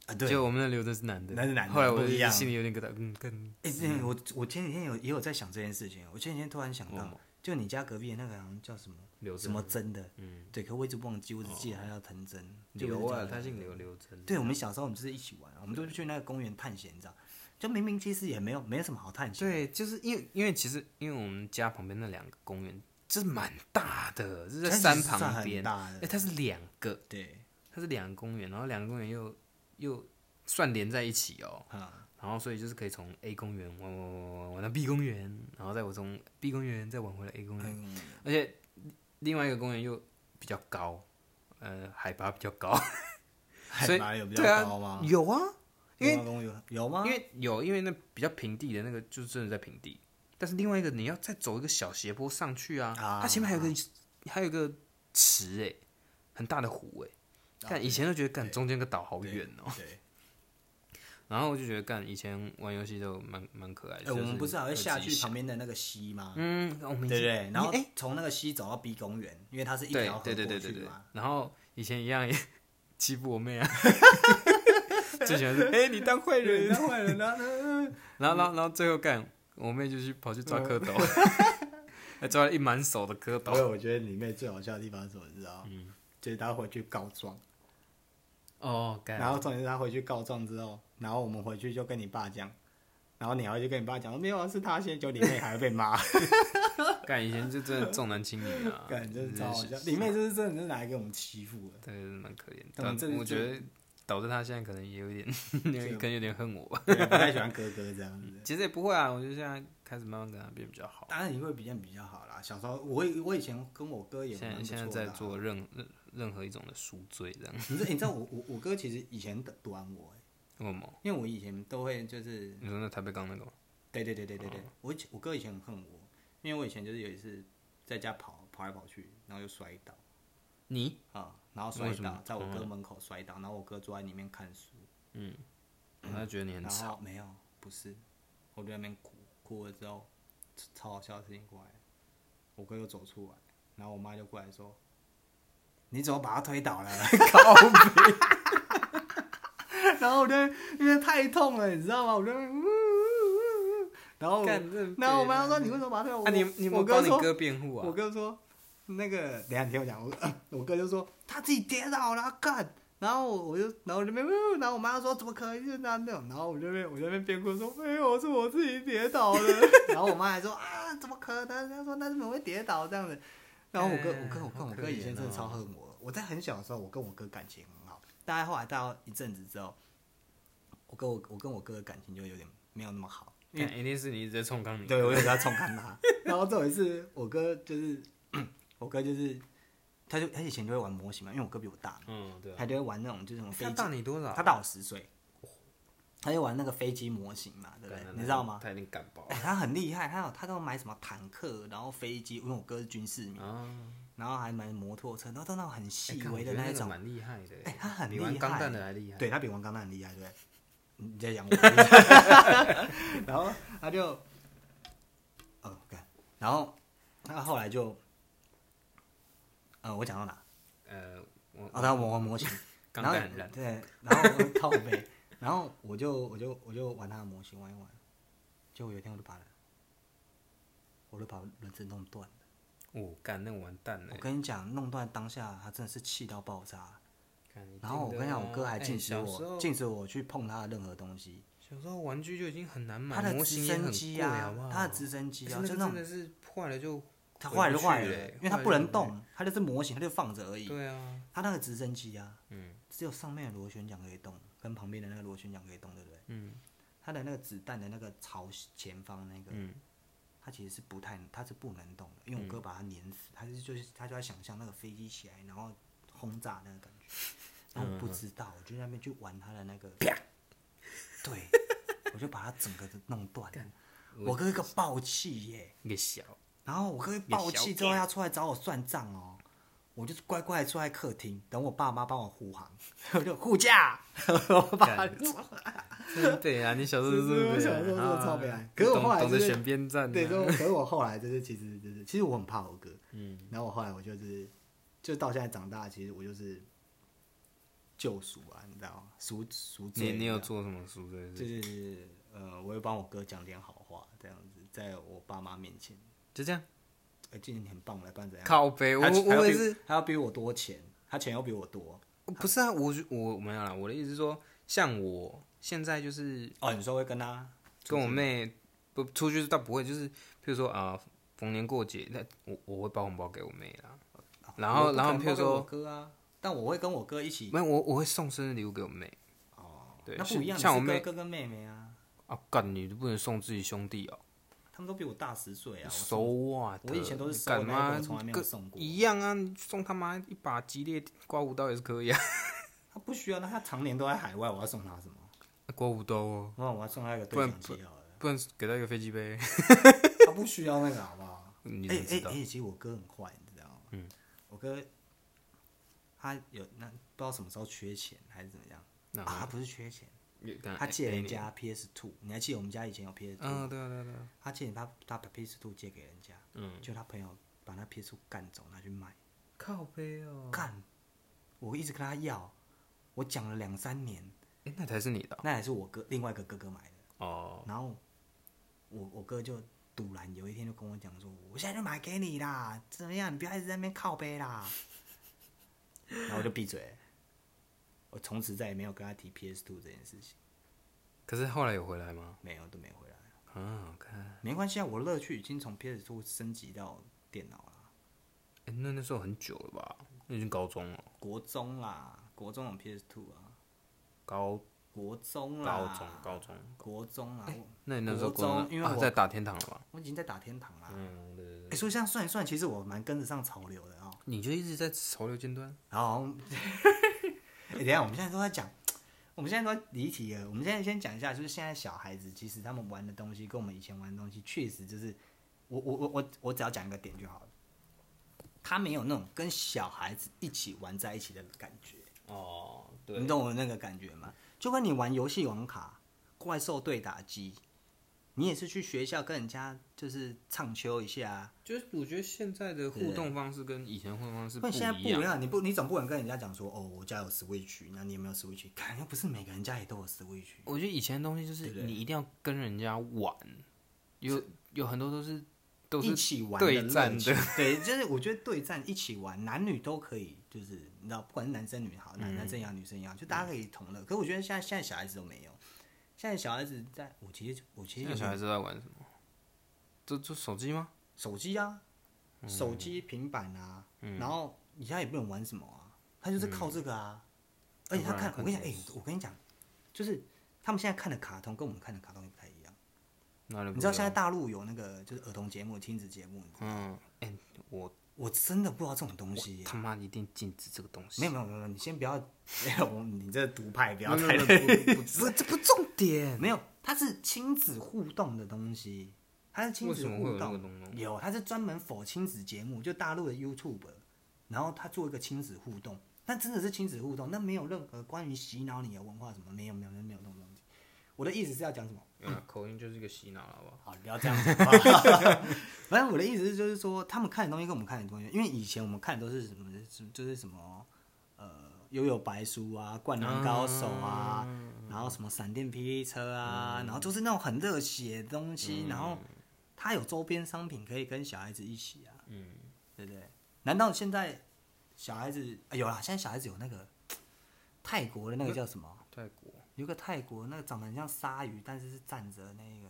Speaker 2: 啊，对，
Speaker 1: 结果我们的刘真是男的，
Speaker 2: 那是男的
Speaker 1: 后来我
Speaker 2: 不一样
Speaker 1: 心里有点疙瘩，嗯，跟
Speaker 2: 哎、之前我我前几天有也有在想这件事情，我前几天突然想到，就你家隔壁的那个好像叫什么
Speaker 1: 刘真
Speaker 2: 什么真的，嗯，对，可我一直忘记，我只记得他叫藤真，就
Speaker 1: 刘
Speaker 2: 我一直
Speaker 1: 啊，
Speaker 2: 叫他
Speaker 1: 他姓刘，刘真。
Speaker 2: 对，我们小时候我们就是一起玩啊，我们都去那个公园探险，你知道，就明明其实也没有没什么好探险，
Speaker 1: 对，就是因为因为其实因为我们家旁边那两个公园就是蛮大的，就是在
Speaker 2: 但是
Speaker 1: 山
Speaker 2: 算
Speaker 1: 旁
Speaker 2: 很
Speaker 1: 边，
Speaker 2: 大
Speaker 1: 哎、
Speaker 2: 的，
Speaker 1: 它是两个，
Speaker 2: 对，
Speaker 1: 它是两个公园，然后两个公园又又算连在一起哦，
Speaker 2: 啊，
Speaker 1: 然后所以就是可以从 A 公园玩玩玩玩玩玩到 B 公园，然后再我从 B 公园再玩回来 A 公园，
Speaker 2: 嗯，
Speaker 1: 而且另外一个公园又比较高，呃，海拔比较高，所
Speaker 2: 海
Speaker 1: 以
Speaker 2: 拔有比
Speaker 1: 对
Speaker 2: 较
Speaker 1: 啊
Speaker 2: 高吗？
Speaker 1: 有啊，因为
Speaker 2: 中央公园有吗？
Speaker 1: 因为有因为那比较平地的那个就是真的在平地，但是另外一个你要再走一个小斜坡上去啊，
Speaker 2: 啊
Speaker 1: 它前面还有个还有一个池哎、很大的湖哎、干以前都觉得干中间个岛好
Speaker 2: 啊对
Speaker 1: 远哦、
Speaker 2: 对，
Speaker 1: 然后我就觉得干以前玩游戏都蛮蛮可爱的。
Speaker 2: 哎，我们不是还会
Speaker 1: 就是
Speaker 2: 下
Speaker 1: 自己
Speaker 2: 去
Speaker 1: 想
Speaker 2: 旁边的那个溪吗？
Speaker 1: 嗯，我们以前
Speaker 2: 对不对？然后
Speaker 1: 哎
Speaker 2: 从那个溪走到 B 公园，因为它是一
Speaker 1: 对
Speaker 2: 条河
Speaker 1: 对对对
Speaker 2: 过
Speaker 1: 对
Speaker 2: 去
Speaker 1: 对
Speaker 2: 嘛。，
Speaker 1: 然后以前一样也 欺负我妹 啊，最喜欢是哎、你当坏人，
Speaker 2: 然后坏人 呢？
Speaker 1: 然后，然后，然后最后干，我妹就去跑去抓蝌蚪，
Speaker 2: 嗯
Speaker 1: 还抓了一满手的蝌
Speaker 2: 所以
Speaker 1: 蚪。
Speaker 2: 我觉得里面最好笑的地方是什么？你知道？嗯，就是他回去告状，
Speaker 1: 哦，干，
Speaker 2: 然后重点是他回去告状之后，然后我们回去就跟你爸讲，然后你还会去跟你爸讲，没有啊，是他先救你妹，还会被骂，，
Speaker 1: 干，以前就真的重男轻女啊
Speaker 2: 感
Speaker 1: 真
Speaker 2: 真的超好
Speaker 1: 是
Speaker 2: 笑。里面就是真的是拿来给我们欺负
Speaker 1: 对，蛮可怜的。
Speaker 2: 但我这
Speaker 1: 但我
Speaker 2: 这
Speaker 1: 觉得导致他现在可能也 有点，
Speaker 2: 这个
Speaker 1: 可能有点恨我吧。
Speaker 2: 的， 对不太喜欢哥哥这样子。
Speaker 1: 其实也不会啊，我觉得现在开始慢慢跟他变比较好。
Speaker 2: 当然你会比较比较好啦。小时候我以我以前跟我哥也
Speaker 1: 现
Speaker 2: 蛮
Speaker 1: 在
Speaker 2: 不
Speaker 1: 现在
Speaker 2: 错
Speaker 1: 在
Speaker 2: 的啊、
Speaker 1: 做任任任何一种的赎罪这样，
Speaker 2: 你知你知道我我我哥其实以前短我、欸
Speaker 1: 为什么？
Speaker 2: 因为我以前都会就是，
Speaker 1: 你说那台北刚那个吗？
Speaker 2: 对对对对对对，
Speaker 1: 哦
Speaker 2: 我以前我哥以前很恨我，因为我以前就是有一次在家跑跑来跑去，然后就摔倒
Speaker 1: 你
Speaker 2: 啊，然后摔
Speaker 1: 为什么嗯
Speaker 2: 倒在我哥门口摔倒，然后我哥坐在里面看书，
Speaker 1: 他觉得你很
Speaker 2: 然
Speaker 1: 吵，
Speaker 2: 后没有不是，我就在那边哭哭了之后，超好笑的事情过来，我哥又走出来，然后我妈就过来说，你怎么把他推倒了？ 靠背。然后我就因为太痛了，你知道吗？我就， 呜呜呜呜然后我
Speaker 1: 干这
Speaker 2: 然后我妈
Speaker 1: 北
Speaker 2: 说：“你为什么把它推我？”
Speaker 1: 啊，你你有没
Speaker 2: 我
Speaker 1: 有帮
Speaker 2: 哥
Speaker 1: 你
Speaker 2: 说，
Speaker 1: 哥辩护
Speaker 2: 我
Speaker 1: 啊？
Speaker 2: 哥说，那个等一下你听我讲，我 我哥就说他自己跌倒了，干。然后我我就，然后我就边，呜然后我妈说怎么可以就那样那种，然后我这边我这边边哭说没有，是我自己跌倒的。 然后我妈还说啊，怎么可能？她说那怎么会跌倒这样子？然后我哥，我
Speaker 1: 哎
Speaker 2: 哥，
Speaker 1: 好
Speaker 2: 我跟我
Speaker 1: 可
Speaker 2: 哥以前
Speaker 1: 怜
Speaker 2: 真的超
Speaker 1: 哦
Speaker 2: 恨我。我在很小的时候，我跟我哥感情很好，大概后来到一阵子之后，我跟我我跟我哥的感情就有点没有那么好，因为
Speaker 1: 干一定是你一直在冲康你。
Speaker 2: 对，我也是要冲看他。 然后这有一次，我哥就是，我哥就是，他就他以前就会玩模型嘛，因为我哥比我大嘛，
Speaker 1: 嗯，对啊。
Speaker 2: 他就会玩那种就是什么飞
Speaker 1: 他
Speaker 2: 机，
Speaker 1: 大你多少？
Speaker 2: 他大我十岁，他就玩那个飞机模型嘛，对不对
Speaker 1: 干？
Speaker 2: 你知道吗？
Speaker 1: 他一定感爆
Speaker 2: 哎、他很厉害，他有他都买什么坦克，然后飞机，因为我哥是军事迷，
Speaker 1: 啊！
Speaker 2: 然后还买摩托车，然后都那种很
Speaker 1: 哎
Speaker 2: 细
Speaker 1: 看我
Speaker 2: 微
Speaker 1: 觉
Speaker 2: 的
Speaker 1: 得
Speaker 2: 那
Speaker 1: 那
Speaker 2: 一
Speaker 1: 个
Speaker 2: 种，
Speaker 1: 蛮厉害的。
Speaker 2: 哎他很
Speaker 1: 比玩
Speaker 2: 厉
Speaker 1: 钢
Speaker 2: 害
Speaker 1: 弹的还厉害。
Speaker 2: 对他比王刚蛋很厉害，对不对？你在讲我， 然后他就，哦，干，然后他后来就，呃，我讲到哪？
Speaker 1: 呃，我
Speaker 2: 哦，他玩玩模型，
Speaker 1: 钢
Speaker 2: 然后
Speaker 1: 弹很烂，
Speaker 2: 对，然后我就靠背，然后我就我就我就玩他的模型玩一玩，结果有一天我就把我就把轮子弄断了。
Speaker 1: 我哦干那完蛋了
Speaker 2: 我。跟你讲，弄断当下他真的是气到爆炸。
Speaker 1: 干一定
Speaker 2: 然后我
Speaker 1: 的
Speaker 2: 跟你讲，我
Speaker 1: 啊
Speaker 2: 哥还
Speaker 1: 哎
Speaker 2: 禁止
Speaker 1: 小时候
Speaker 2: 我禁止我去碰他的任何东西，
Speaker 1: 小时候玩具就已经很难买，
Speaker 2: 他的
Speaker 1: 嗯模
Speaker 2: 直
Speaker 1: 型也
Speaker 2: 升
Speaker 1: 很
Speaker 2: 机
Speaker 1: 贵，好不
Speaker 2: 啊
Speaker 1: 好？，
Speaker 2: 他的直升机啊，
Speaker 1: 可
Speaker 2: 就是那
Speaker 1: 那个真
Speaker 2: 种嗯
Speaker 1: 的是坏了就
Speaker 2: 他
Speaker 1: 回
Speaker 2: 坏
Speaker 1: 不
Speaker 2: 了就坏
Speaker 1: 去
Speaker 2: 了
Speaker 1: 嘞，
Speaker 2: 因为他
Speaker 1: 坏
Speaker 2: 不
Speaker 1: 了就
Speaker 2: 能
Speaker 1: 回
Speaker 2: 动，他就是模型，他就放着而
Speaker 1: 不去。
Speaker 2: 已。
Speaker 1: 对啊，
Speaker 2: 他那个直升机啊，
Speaker 1: 嗯
Speaker 2: 只有上面的螺旋桨可以动，跟旁边的那个螺旋桨可以动，对不对？
Speaker 1: 嗯
Speaker 2: 它的那个子弹的那个朝前方那个，
Speaker 1: 嗯，
Speaker 2: 它其实是不太，它是不能动的，因为我哥把它碾死，他是就是他就在想象那个飞机起来，然后轰炸那 个感觉。然后我不知道，我就在那边去玩他的那个，
Speaker 1: 嗯啪
Speaker 2: 对，我就把它整个都弄断了。
Speaker 1: 我
Speaker 2: 我哥一个暴气耶，
Speaker 1: 一个小
Speaker 2: 然后我哥一暴气之后要出来找我算账哦，我就乖乖地坐在客厅等我爸妈帮我护航， 我就护驾，我爸
Speaker 1: 干真北啊！你小时候
Speaker 2: 是
Speaker 1: 真
Speaker 2: 我
Speaker 1: 北
Speaker 2: 小时候真的
Speaker 1: 啊
Speaker 2: 超北啊
Speaker 1: 不
Speaker 2: 可是我
Speaker 1: 懂
Speaker 2: 后来
Speaker 1: 懂得
Speaker 2: 就是
Speaker 1: 选边站啊，
Speaker 2: 对，就可是 我后来就是其实就是其实我很怕我哥，
Speaker 1: 嗯，
Speaker 2: 然后我后来我就是就到现在长大，其实我就是救赎啊，你知道吗？赎赎
Speaker 1: 你
Speaker 2: 罪知道吗。
Speaker 1: 你有做什么书对不
Speaker 2: 就
Speaker 1: 对？
Speaker 2: 是呃，我会帮我哥讲点好话，这样子，在我爸妈面前，
Speaker 1: 就这样，
Speaker 2: 哎、今年你很棒，来办怎样？
Speaker 1: 靠背，我
Speaker 2: 他还要
Speaker 1: 我也
Speaker 2: 比
Speaker 1: 是，
Speaker 2: 他要比我多钱，他钱要比我多。
Speaker 1: 不是啊，我就我没有啦，我的意思是说，像我现在就是
Speaker 2: 哦，你说会跟他
Speaker 1: 跟我妹不出去倒不会，就是譬如说啊、逢年过节，那我我会包红包给我妹啦，
Speaker 2: 哦
Speaker 1: 然后
Speaker 2: 我不可能
Speaker 1: 然后譬如说
Speaker 2: 包给我哥啊，但我会跟我哥一起
Speaker 1: 没有我我会送生日礼物给我妹
Speaker 2: 哦，
Speaker 1: 对
Speaker 2: 那不一样，
Speaker 1: 像
Speaker 2: 你
Speaker 1: 我妹
Speaker 2: 是哥哥跟妹妹啊，
Speaker 1: 啊，干你都不能送自己兄弟哦、
Speaker 2: 他们都比我大十岁啊，我
Speaker 1: 手哇！
Speaker 2: 我以前都是收
Speaker 1: 干
Speaker 2: 那一
Speaker 1: 嘛
Speaker 2: 个我从来没有送过
Speaker 1: 一样啊，你送他妈一把激烈刮胡刀也是可以啊，
Speaker 2: 他不需要，那他常年都在海外，我要送他什么？
Speaker 1: 刮胡刀哦，
Speaker 2: 那我要送他一个
Speaker 1: 不
Speaker 2: 对
Speaker 1: 然
Speaker 2: 讲机好了，
Speaker 1: 不然给他一个飞机杯，
Speaker 2: 他不需要那个好不好？
Speaker 1: 嗯你怎
Speaker 2: 哎
Speaker 1: 么
Speaker 2: 哎
Speaker 1: 知道？
Speaker 2: 哎，其实我哥很坏，你知道吗？嗯，我哥他有那不知道什么时候缺钱还是怎么样
Speaker 1: 那
Speaker 2: 啊？他不是缺钱，
Speaker 1: 干
Speaker 2: 他借人，
Speaker 1: 哎
Speaker 2: 家 PS Two，你还记得我们家以前有 PS
Speaker 1: 哎 嗯，
Speaker 2: Two？
Speaker 1: 对啊对啊对啊，
Speaker 2: 他借他他把 PS Two 借给人家，
Speaker 1: 嗯，
Speaker 2: 就他朋友把那 PS Two 干走拿去卖，
Speaker 1: 靠背哦，
Speaker 2: 干！我一直跟他要，我讲了两三年，
Speaker 1: 哎，那才是你的哦
Speaker 2: 那也是我哥另外一个哥哥买的。
Speaker 1: 哦，
Speaker 2: 然后我我哥就突然有一天就跟我讲说，我现在就买给你啦，怎么样？你不要一直在那边靠背 啦。然后我就闭嘴，我从此再也没有跟他提 PS Two 这件事情，
Speaker 1: 可是后来有回来吗？
Speaker 2: 没有都没回来，
Speaker 1: 啊，看，
Speaker 2: 没关系啊，我的乐趣已经从 PS Two 升级到电脑了，
Speaker 1: 哎，那那时候很久了吧？那已经高中了，
Speaker 2: 国中啦，国中有 PS Two 啊，
Speaker 1: 高
Speaker 2: 国中啦，
Speaker 1: 高中高哎中，
Speaker 2: 国中啦，我
Speaker 1: 那你那时候
Speaker 2: 国中
Speaker 1: 高
Speaker 2: 因为
Speaker 1: 啊
Speaker 2: 我
Speaker 1: 在打天堂了吧？
Speaker 2: 我已经在打天堂啦。
Speaker 1: 嗯，对对对，
Speaker 2: 哎、所以这样算一算，其实我蛮跟得上潮流的哦。
Speaker 1: 你就一直在潮流尖端，
Speaker 2: 然后，欸 等一下，我们现在都在讲，我们现在都在离题了。我们现在先讲一下，就是现在小孩子其实他们玩的东西跟我们以前玩的东西，确实就是我我我我我只要讲一个点就好了。他没有那种跟小孩子一起玩在一起的感觉，
Speaker 1: 哦，
Speaker 2: 你懂我那个感觉吗？就跟你玩游戏王卡、怪兽对打机，你也是去学校跟人家就是唱秋一下啊，
Speaker 1: 就是我觉得现在的互动方式跟以前互动方式
Speaker 2: 但现在不
Speaker 1: 一
Speaker 2: 一
Speaker 1: 样。
Speaker 2: 样，你不你总不能跟人家讲说，哦，我家有 Switch，那你有没有 Switch？看又不是每个人家也都有 Switch。
Speaker 1: 我觉得以前的东西就是
Speaker 2: 对不对
Speaker 1: 你一定要跟人家玩，有有很多都是都
Speaker 2: 一
Speaker 1: 是
Speaker 2: 起玩
Speaker 1: 对战
Speaker 2: 的乐趣，对，就是我觉得对战一起玩，男女都可以，就是你知道，不管是男生女好，男男生也好，女生也好，就大家可以同乐。可我觉得现在现在小孩子都没有，现在小孩子在，我其实我其
Speaker 1: 现
Speaker 2: 实
Speaker 1: 在
Speaker 2: 有
Speaker 1: 小
Speaker 2: 点
Speaker 1: 孩子在玩什么？这这手机吗？
Speaker 2: 手机啊，
Speaker 1: 嗯
Speaker 2: 手机、平板啊，然后你现在也不能玩什么啊，他就是靠这个啊。而且他看，我
Speaker 1: 嗯要不然看
Speaker 2: 跟你讲，哎、
Speaker 1: 电
Speaker 2: 我跟你讲，就是他们现在看的卡通跟我们看的卡通也不太一样。
Speaker 1: 啊那就不
Speaker 2: 你知道现在
Speaker 1: 用
Speaker 2: 大陆有那个就是儿童节目、亲子节目，
Speaker 1: 嗯，哎、我
Speaker 2: 我真的不知道这种东西耶。
Speaker 1: 他妈一定禁止这个东西。
Speaker 2: 没有没有没有没有，你先不要， 没有我你这独派不
Speaker 1: 不
Speaker 2: 要太。
Speaker 1: 不不不，这不重点。
Speaker 2: 没有，它是亲子互动的东西，它是亲
Speaker 1: 为
Speaker 2: 子
Speaker 1: 什么会
Speaker 2: 互
Speaker 1: 有那个东
Speaker 2: 动。
Speaker 1: 东？
Speaker 2: 有，他是专门否亲子节目，就大陆的 YouTube，然后他做一个亲子互动，那真的是亲子互动，那没有任何关于洗脑你的文化什么，没有没有没有没有那种东西。我的意思是要讲什么？
Speaker 1: 啊，口音就是一个洗脑，好不好？
Speaker 2: 好，你不要这样子。好不好 反正我的意思是，就是说他们看的东西跟我们看的东西，因为以前我们看的都是什么，就是什么呃，悠悠白书啊，灌篮高手啊，然后什么闪电霹雳车啊，然后就是那种很热血的东西，然后它有周边商品可以跟小孩子一起啊，嗯，对不对？难道现在小孩子、啊有啦？现在小孩子有那个泰国的那个叫什么？
Speaker 1: 泰国
Speaker 2: 有一个泰国那个长得很像鲨鱼，但是是站着的那个。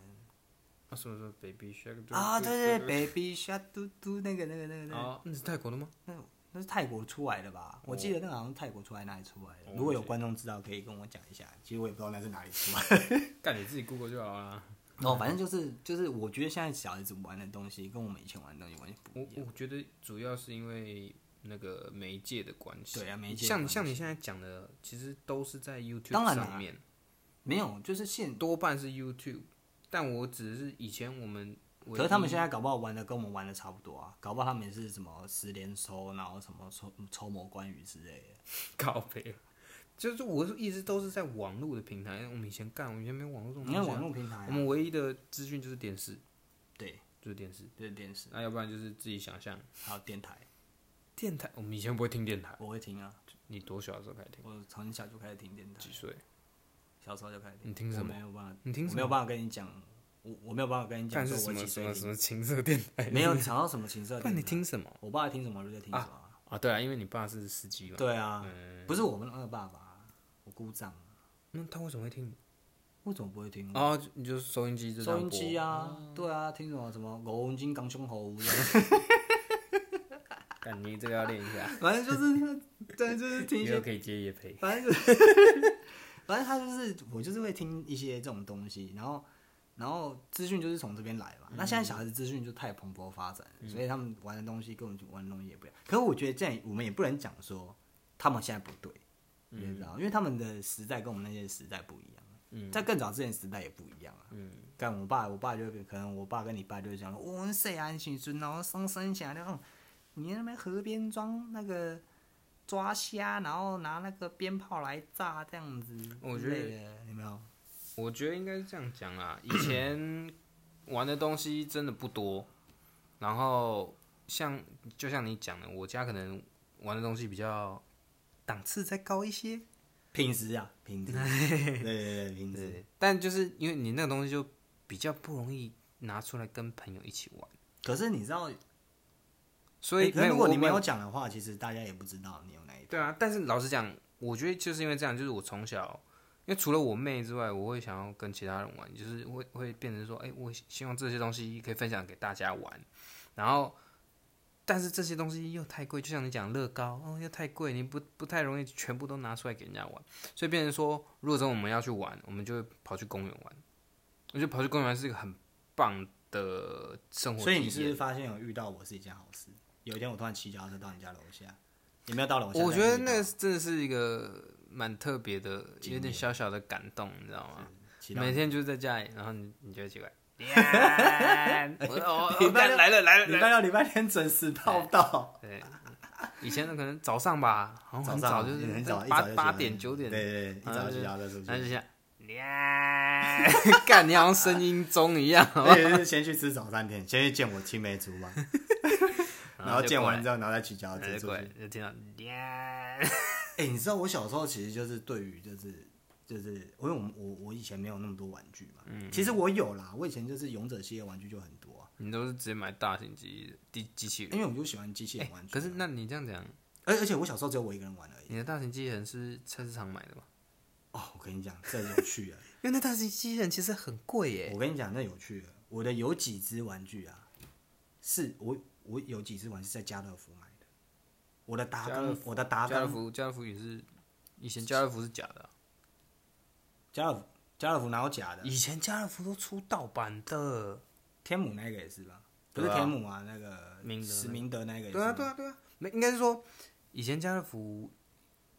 Speaker 1: 啊，什么什么 Baby Shark
Speaker 2: 啊，对对对，Baby Shark 嘟嘟那个那个那个那个，
Speaker 1: 啊，那是泰国的吗？
Speaker 2: 那那是泰国出来的吧？我记得那个好像是泰国出来哪里出来的？如果有观众知道，可以跟我讲一下。其实我也不知道那是哪里出来的。
Speaker 1: 干你自己 Google 就好了。啊
Speaker 2: 哦，反正就是就是，我觉得现在小孩子玩的东西跟我们以前玩的东西完全不
Speaker 1: 我
Speaker 2: 一样。
Speaker 1: 我觉得主要是因为那个媒介的关系。
Speaker 2: 对啊媒介的
Speaker 1: 像
Speaker 2: 关系
Speaker 1: 像你现在讲的，其实都是在 YouTube
Speaker 2: 当然啦
Speaker 1: 上面，
Speaker 2: 没有，就是现，
Speaker 1: 多半是 YouTube。但我只是以前我们唯一，
Speaker 2: 可是他们现在搞不好玩的跟我们玩的差不多啊，搞不好他们也是什么十连抽，然后什么抽抽魔关羽之类的。
Speaker 1: 搞呗，就是我是一直都是在网络的平台。我们以前干，我们以前没有网络这种东
Speaker 2: 你
Speaker 1: 西啊、
Speaker 2: 看网络平台
Speaker 1: 我
Speaker 2: 啊，
Speaker 1: 们唯一的资讯就是电视，
Speaker 2: 对，
Speaker 1: 就是电视。
Speaker 2: 就是电视，
Speaker 1: 那要不然就是自己想象
Speaker 2: 还有电台，
Speaker 1: 电台。我们以前不会听电台，
Speaker 2: 我会听啊，
Speaker 1: 你多小的时候开始听？
Speaker 2: 我从小就开始听电台
Speaker 1: 几。岁？
Speaker 2: 小时候就开始听。
Speaker 1: 你听什么
Speaker 2: 我没有办法，
Speaker 1: 你听
Speaker 2: 我
Speaker 1: 什
Speaker 2: 没有
Speaker 1: 么？
Speaker 2: 办法跟你讲，我我没有办法跟你讲
Speaker 1: 干
Speaker 2: 说
Speaker 1: 是什
Speaker 2: 我
Speaker 1: 么
Speaker 2: 几
Speaker 1: 什
Speaker 2: 岁
Speaker 1: 么什
Speaker 2: 听，
Speaker 1: 么情色电 台？
Speaker 2: 没有想到什么情色。啊
Speaker 1: 不然你，听什么？
Speaker 2: 我爸听什么我就听什么啊。
Speaker 1: 啊，嗯对啊，因为你爸是司机嘛。
Speaker 2: 对啊，不是我们二爸爸，我姑丈，
Speaker 1: 那他为什么会听？
Speaker 2: 为什么不会听？
Speaker 1: 啊，就你就是收音机就这
Speaker 2: 收
Speaker 1: 样
Speaker 2: 音机
Speaker 1: 播，哦
Speaker 2: 啊，对啊，听什么什么五公斤刚胸猴，
Speaker 1: 干你这个要练一 下，
Speaker 2: 反正就是，对，就是听一
Speaker 1: 以后
Speaker 2: 些，
Speaker 1: 可以接夜配。
Speaker 2: 反正就是， 反正他就是我就是会听一些这种东西，然后然后资讯就是从这边来嘛。那现在小孩子资讯就太蓬勃发展了，所以他们玩的东西跟我们玩的东西也不一样。可是我觉得这样，我们也不能讲说他们现在不对，你知道吗，因为他们的时代跟我们那些时代不一样。
Speaker 1: 嗯
Speaker 2: 在更早之前时代也不一样啊。
Speaker 1: 嗯
Speaker 2: 干我爸，我爸就会可能我爸跟你爸就会讲说，我们谁安心尊，然后松哦生下那种，你那边河边装那个抓虾，然后拿那个鞭炮来炸这样子之类的，
Speaker 1: 我觉得
Speaker 2: 有没有？
Speaker 1: 我觉得应该是这样讲啦，以 前玩的东西真的不多，然后像就像你讲的，我家可能玩的东西比较档次再高一些，
Speaker 2: 品质啊，品 质，对对对，品质。
Speaker 1: 对，但就是因为你那个东西就比较不容易拿出来跟朋友一起玩，
Speaker 2: 可是你知道，
Speaker 1: 所以
Speaker 2: 欸可是如
Speaker 1: 我
Speaker 2: 果你
Speaker 1: 我
Speaker 2: 没有讲的话，其实大家也不知道你有哪一
Speaker 1: 对啊，但是老实讲，我觉得就是因为这样，就是我从小，因为除了我妹之外，我会想要跟其他人玩，就是会会变成说，哎、我希望这些东西可以分享给大家玩，然后，但是这些东西又太贵，就像你讲乐高，哦，又太贵，你不不太容易全部都拿出来给人家玩，所以变成说，如果真的我们要去玩，我们就会跑去公园玩，我觉得跑去公园是一个很棒的生活
Speaker 2: 所以你
Speaker 1: 体
Speaker 2: 是
Speaker 1: 验
Speaker 2: 不是发现有遇到我是一件好事？有一天我突然骑脚踏车到你家楼下，有没有到楼下？
Speaker 1: 我觉得
Speaker 2: 但
Speaker 1: 那
Speaker 2: 是
Speaker 1: 个真的是一个蛮特别的，
Speaker 2: 经
Speaker 1: 有点小小的感动，你知道吗？
Speaker 2: 骑到
Speaker 1: 每天就在家里，然后你你就会奇 怪， 我我
Speaker 2: 礼
Speaker 1: 我
Speaker 2: 拜六
Speaker 1: 来了来了
Speaker 2: 礼
Speaker 1: 来了。
Speaker 2: 拜六、礼拜天准时报到。
Speaker 1: 对，以前可能早上吧，好像很
Speaker 2: 早
Speaker 1: 早
Speaker 2: 上啊
Speaker 1: 就是
Speaker 2: 很早一
Speaker 1: 八
Speaker 2: 早就起来
Speaker 1: 八点九点，
Speaker 2: 对对，对一早就要在出
Speaker 1: 然后就
Speaker 2: 去，
Speaker 1: 像， 干你好像声音中一样，
Speaker 2: 而且是先去吃早餐店，先去见我青梅竹 马， 然后见完之
Speaker 1: 后
Speaker 2: 后，然后再骑脚踏
Speaker 1: 就过来，然后就过来就
Speaker 2: 车出去。
Speaker 1: 听到，
Speaker 2: 哎，你知道我小时候其实就是对于就是就是，因为我们我我以前没有那么多玩具嘛，
Speaker 1: 嗯
Speaker 2: 其实我有啦，我以前就是勇者系列玩具就很多啊，
Speaker 1: 你都是直接买大型机机机器人
Speaker 2: 因。为我就喜欢机器人玩具。
Speaker 1: 哎
Speaker 2: 啊
Speaker 1: 可是，那你这样讲，
Speaker 2: 而而且我小时候只有我一个人玩而已。
Speaker 1: 你的大型机器人是菜市场买的吗？
Speaker 2: 哦，我跟你讲，这有趣啊！
Speaker 1: 因为那大型机器人其实很贵耶。
Speaker 2: 我跟你讲，那有趣了。我的有几只玩具啊，是我我有几只玩具是在家乐福买的。我的达
Speaker 1: 家乐
Speaker 2: 纲，我的达
Speaker 1: 家乐
Speaker 2: 纲，
Speaker 1: 福，家乐福也是，以前家乐福是假的啊、
Speaker 2: 家乐福家乐福哪有假的？
Speaker 1: 以前家乐福都出盗版的。
Speaker 2: 天母那个也是吧？不是
Speaker 1: 对啊
Speaker 2: 天母啊，那个
Speaker 1: 明德
Speaker 2: 史
Speaker 1: 那个
Speaker 2: 明德那个也是。
Speaker 1: 对啊，对啊，对啊，没应该是说，以前家乐福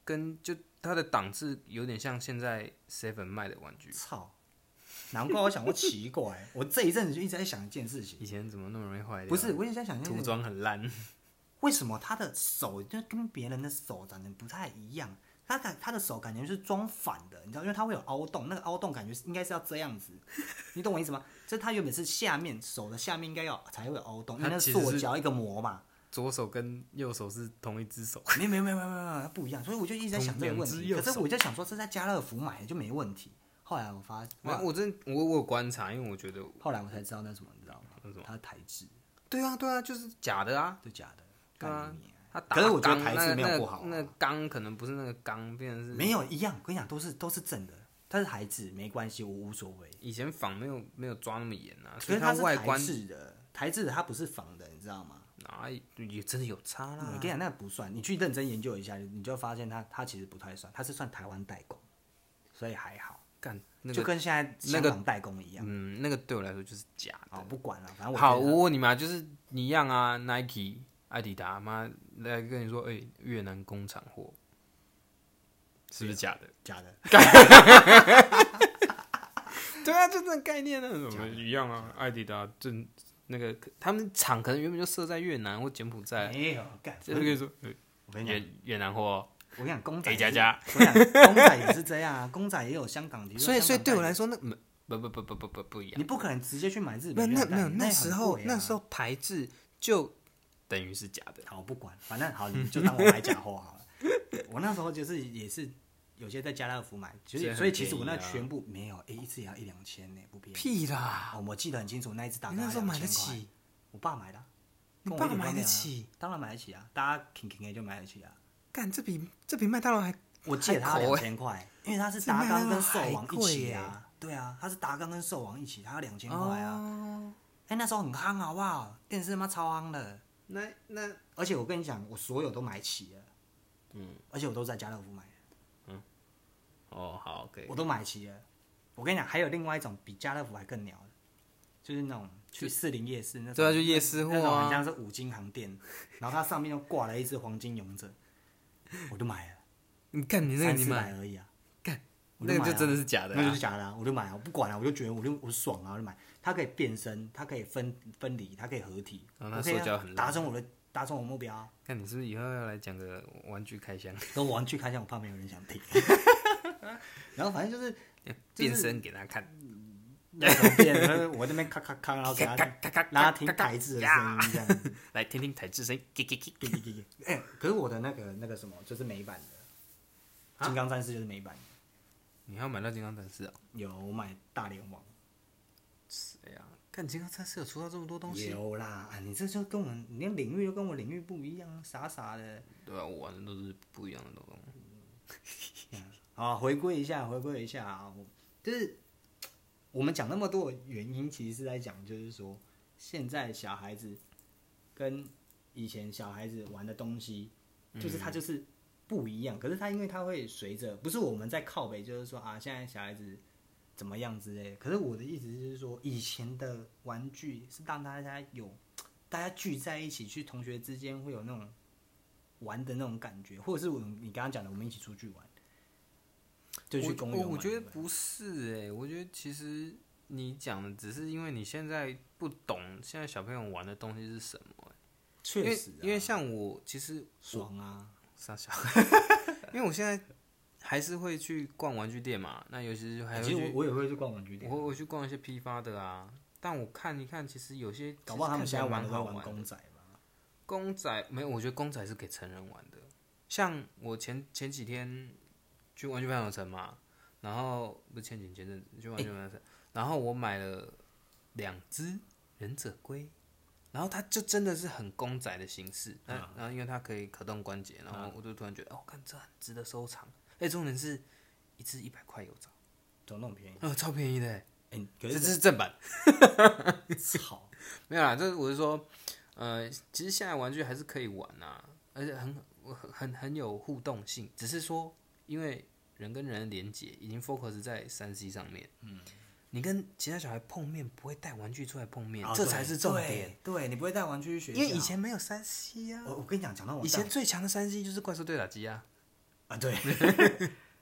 Speaker 1: 跟就它的档次有点像现在 Seven 卖的玩具。
Speaker 2: 操！难怪我想过奇怪， 我这一阵子就一直在想一件事情，
Speaker 1: 以前怎么那么容易坏掉？
Speaker 2: 不是，，我一直在想一件
Speaker 1: 涂
Speaker 2: 事情，
Speaker 1: 装很烂。
Speaker 2: 为什么他的手就跟别人的手长得不太一样？他感他的手感觉是装反的，你知道，因为它会有凹洞，那个凹洞感觉是应该是要这样子，你懂我意思吗？就是它原本是下面手的下面应该要才会有凹洞，因为
Speaker 1: 它
Speaker 2: 那
Speaker 1: 其
Speaker 2: 是
Speaker 1: 实
Speaker 2: 塑
Speaker 1: 是
Speaker 2: 胶一个膜嘛。
Speaker 1: 左手跟右手是同一只手，
Speaker 2: 没有没有没有没有没有，它不一样，所以我就一直在想这个问
Speaker 1: 同两只
Speaker 2: 题。
Speaker 1: 右
Speaker 2: 可
Speaker 1: 手
Speaker 2: 是我就想说是在家乐福买的就没问题，后来我发，
Speaker 1: 没有我真我我有观察，因为我觉得，
Speaker 2: 后来我才知道那是什么，你知道
Speaker 1: 那
Speaker 2: 吗
Speaker 1: 什么？
Speaker 2: 它是台制，
Speaker 1: 对啊对啊，就是假的啊，
Speaker 2: 就假的，
Speaker 1: 对啊
Speaker 2: 干你娘
Speaker 1: 他打
Speaker 2: 可是我觉得
Speaker 1: 钢
Speaker 2: 台
Speaker 1: 那
Speaker 2: 式没有
Speaker 1: 那
Speaker 2: 不好啊
Speaker 1: 那钢可能不是那个钢，变成是
Speaker 2: 没有一样，我跟你讲，都是都是正的，它是台制，没关系，我无所谓。
Speaker 1: 以前仿没有没有抓那么严啊，
Speaker 2: 可
Speaker 1: 所以
Speaker 2: 是它是
Speaker 1: 外
Speaker 2: 台
Speaker 1: 观
Speaker 2: 制的，台制的它不是仿的，你知道吗？
Speaker 1: 哪也真的有差
Speaker 2: 我
Speaker 1: 啦
Speaker 2: 跟你。讲，那不算，你去认真研究一下，你就发现它它其实不太算，它是算台湾代工，所以还好，
Speaker 1: 干那
Speaker 2: 就
Speaker 1: 个
Speaker 2: 跟现在香港代工一样。
Speaker 1: 嗯，那个对我来说就是假
Speaker 2: 好，
Speaker 1: 的。
Speaker 2: 不管了，反正我
Speaker 1: 好，
Speaker 2: 觉得
Speaker 1: 我问你嘛，就是你一样啊，Nike、艾迪达，妈来跟你说，哎，越南工厂货是不是假的？
Speaker 2: 假的，
Speaker 1: 对啊，就这个概念那什么一样啊，艾迪达正那个他们厂可能原本就设在越南或柬埔寨，
Speaker 2: 没有干。
Speaker 1: 哎这就跟你说呃
Speaker 2: 我跟你
Speaker 1: 越
Speaker 2: 讲，
Speaker 1: 越南货哦。
Speaker 2: 我跟你讲，公仔
Speaker 1: A 加加，
Speaker 2: 我跟你讲，公仔也是这样啊，公仔也有香港的，
Speaker 1: 所以，所以对我来
Speaker 2: 说，
Speaker 1: 说，那没不不不不不不不一样
Speaker 2: 你。不可能直接去买日
Speaker 1: 没有
Speaker 2: 本
Speaker 1: 那
Speaker 2: 原版，
Speaker 1: 没有
Speaker 2: 那
Speaker 1: 那时候那时
Speaker 2: 候。
Speaker 1: 候牌制就等于是假的。
Speaker 2: 好，不管，反正好，你就当我买假货好了。我那时候就是也是有些在家乐福买，就
Speaker 1: 所以
Speaker 2: 是
Speaker 1: 很
Speaker 2: 所以其实
Speaker 1: 便宜
Speaker 2: 我那
Speaker 1: 啊
Speaker 2: 全部没有，哎、一次也要一两千呢，不便宜。
Speaker 1: 屁啦！
Speaker 2: 哦！我记得很清楚，那一只大
Speaker 1: 你
Speaker 2: 概
Speaker 1: 那时候买得
Speaker 2: 2000块
Speaker 1: 起，
Speaker 2: 我爸买的啊，
Speaker 1: 你
Speaker 2: 跟我
Speaker 1: 爸
Speaker 2: 一点
Speaker 1: 买
Speaker 2: 关
Speaker 1: 得
Speaker 2: 联啊
Speaker 1: 起？
Speaker 2: 当然买得起啊，大家挺挺的就买得起啊。
Speaker 1: 干这比这比麦当劳还
Speaker 2: 我记得它
Speaker 1: 还口
Speaker 2: 两
Speaker 1: 欸
Speaker 2: 千块，因为它是
Speaker 1: 这
Speaker 2: 达
Speaker 1: 卖
Speaker 2: 纲
Speaker 1: 到
Speaker 2: 跟兽
Speaker 1: 海
Speaker 2: 王一
Speaker 1: 贵
Speaker 2: 起
Speaker 1: 耶
Speaker 2: 啊， 对啊，它是达纲跟兽王一起，它要两千块啊。
Speaker 1: 哦。
Speaker 2: 哎、那时候很夯好不好？电视他妈超夯的，
Speaker 1: 那那
Speaker 2: 而且我跟你讲，我所有都买齐了，
Speaker 1: 嗯，
Speaker 2: 而且我都在家乐福买的。
Speaker 1: 哦好，OK，
Speaker 2: 我都买齐了。我跟你讲，还有另外一种比家乐福还更鸟的，就是那种去士林夜市那种，
Speaker 1: 对啊，就夜市货
Speaker 2: 那种很
Speaker 1: 啊。
Speaker 2: 像是五金行店，然后它上面又挂了一只黄金勇者，我就买了，
Speaker 1: 你看你那个
Speaker 2: 三
Speaker 1: 你
Speaker 2: 四百
Speaker 1: 买，
Speaker 2: 而已啊，
Speaker 1: 干
Speaker 2: 我就
Speaker 1: 那
Speaker 2: 买
Speaker 1: 个
Speaker 2: 啊
Speaker 1: 就真的是假的
Speaker 2: 那就
Speaker 1: 啊
Speaker 2: 是。假的、啊，我就买啊，我不管了、我就觉得我就我爽啊，我就买。它可以变身，它可以分分离，它可以合体，
Speaker 1: 然后它
Speaker 2: 我可以
Speaker 1: 哦塑胶很烂
Speaker 2: 达成我的达成我的 目标啊。
Speaker 1: 看你是不是以后要来讲个玩具开 箱，
Speaker 2: 跟玩具开箱，我怕没有人想听。 然后反正就是就是
Speaker 1: 变身给他看，
Speaker 2: 那种变，就是我这边咔咔咔，然后给他
Speaker 1: 咔咔咔咔
Speaker 2: 让他听台字的声音这样子。
Speaker 1: 来听听台智声音，叽叽叽。
Speaker 2: 滴滴滴滴哎、可是我的那个那个什么，就是美版的《金刚战士》，就是美版的。
Speaker 1: 你还要买到金刚战士啊？
Speaker 2: 有我买大联网，
Speaker 1: 谁啊？看金刚战士有出到这么多东西，
Speaker 2: 有啦啊！你这就跟我们，你那领域就跟我领域不一样啊，傻傻的。
Speaker 1: 对啊，我玩的都是不一样的东西。
Speaker 2: 好，回归一下，回归一下啊！我就是我们讲那么多的原因，其实是在讲，就是说现在小孩子跟以前小孩子玩的东西，就是
Speaker 1: 嗯
Speaker 2: 他就是不一样。可是他因为他会随着，不是我们在靠北，就是说啊，现在小孩子怎么样之类的。可是我的意思就是说，以前的玩具是让大家有大家聚在一起，去同学之间会有那种玩的那种感觉，或者是我你刚刚讲的，我们一起出去玩，就去
Speaker 1: 我
Speaker 2: 公园玩
Speaker 1: 我我觉得
Speaker 2: 对吧
Speaker 1: 不是哎、我觉得其实你讲的只是因为你现在不懂现在小朋友玩的东西是什么、欸。因
Speaker 2: 确
Speaker 1: 为
Speaker 2: 实、啊
Speaker 1: 因为像我其实
Speaker 2: 爽啊，
Speaker 1: 傻笑，因为我现在还是会去逛玩具店嘛，那尤其是还会
Speaker 2: 其实我
Speaker 1: 去
Speaker 2: 我也会去逛玩具
Speaker 1: 我
Speaker 2: 店
Speaker 1: 会，我去逛一些批发的啊。但我看一看，其实有些
Speaker 2: 搞不好他们
Speaker 1: 其实
Speaker 2: 现
Speaker 1: 看
Speaker 2: 在
Speaker 1: 起来蛮
Speaker 2: 玩
Speaker 1: 好
Speaker 2: 的都
Speaker 1: 玩
Speaker 2: 玩
Speaker 1: 的
Speaker 2: 公仔吧。
Speaker 1: 公仔没有，我觉得公仔是给成人玩的。像我前前几天去玩具反斗城嘛，然后不是前几前阵子去玩具反斗城，然后我买了两只忍者龟，然后它就真的是很公仔的形式。那、
Speaker 2: 啊
Speaker 1: 然后因为它可以可动关节，然后我就突然觉得，哦，看这很值得收藏。哎，重点是一只一百块有找，
Speaker 2: 怎么那么便宜？
Speaker 1: 呃，超便宜的欸，
Speaker 2: 哎、可
Speaker 1: 这这
Speaker 2: 是
Speaker 1: 是正版。
Speaker 2: 草，
Speaker 1: 没有啦，就是我是说，呃，其实现在玩具还是可以玩啊，而且很很很很有互动性，只是说因为人跟人的连接已经 focus 在三 C 上面，嗯，你跟其他小孩碰面不会带玩具出来碰面，
Speaker 2: 啊
Speaker 1: 这
Speaker 2: 对
Speaker 1: 才是重点，
Speaker 2: 对，对你不会带玩具去学校，
Speaker 1: 因为以前没有三 C 啊，
Speaker 2: 我我跟你讲，讲到我
Speaker 1: 以
Speaker 2: 带
Speaker 1: 前最强的三 C 就是怪兽对打机啊，
Speaker 2: 啊，对，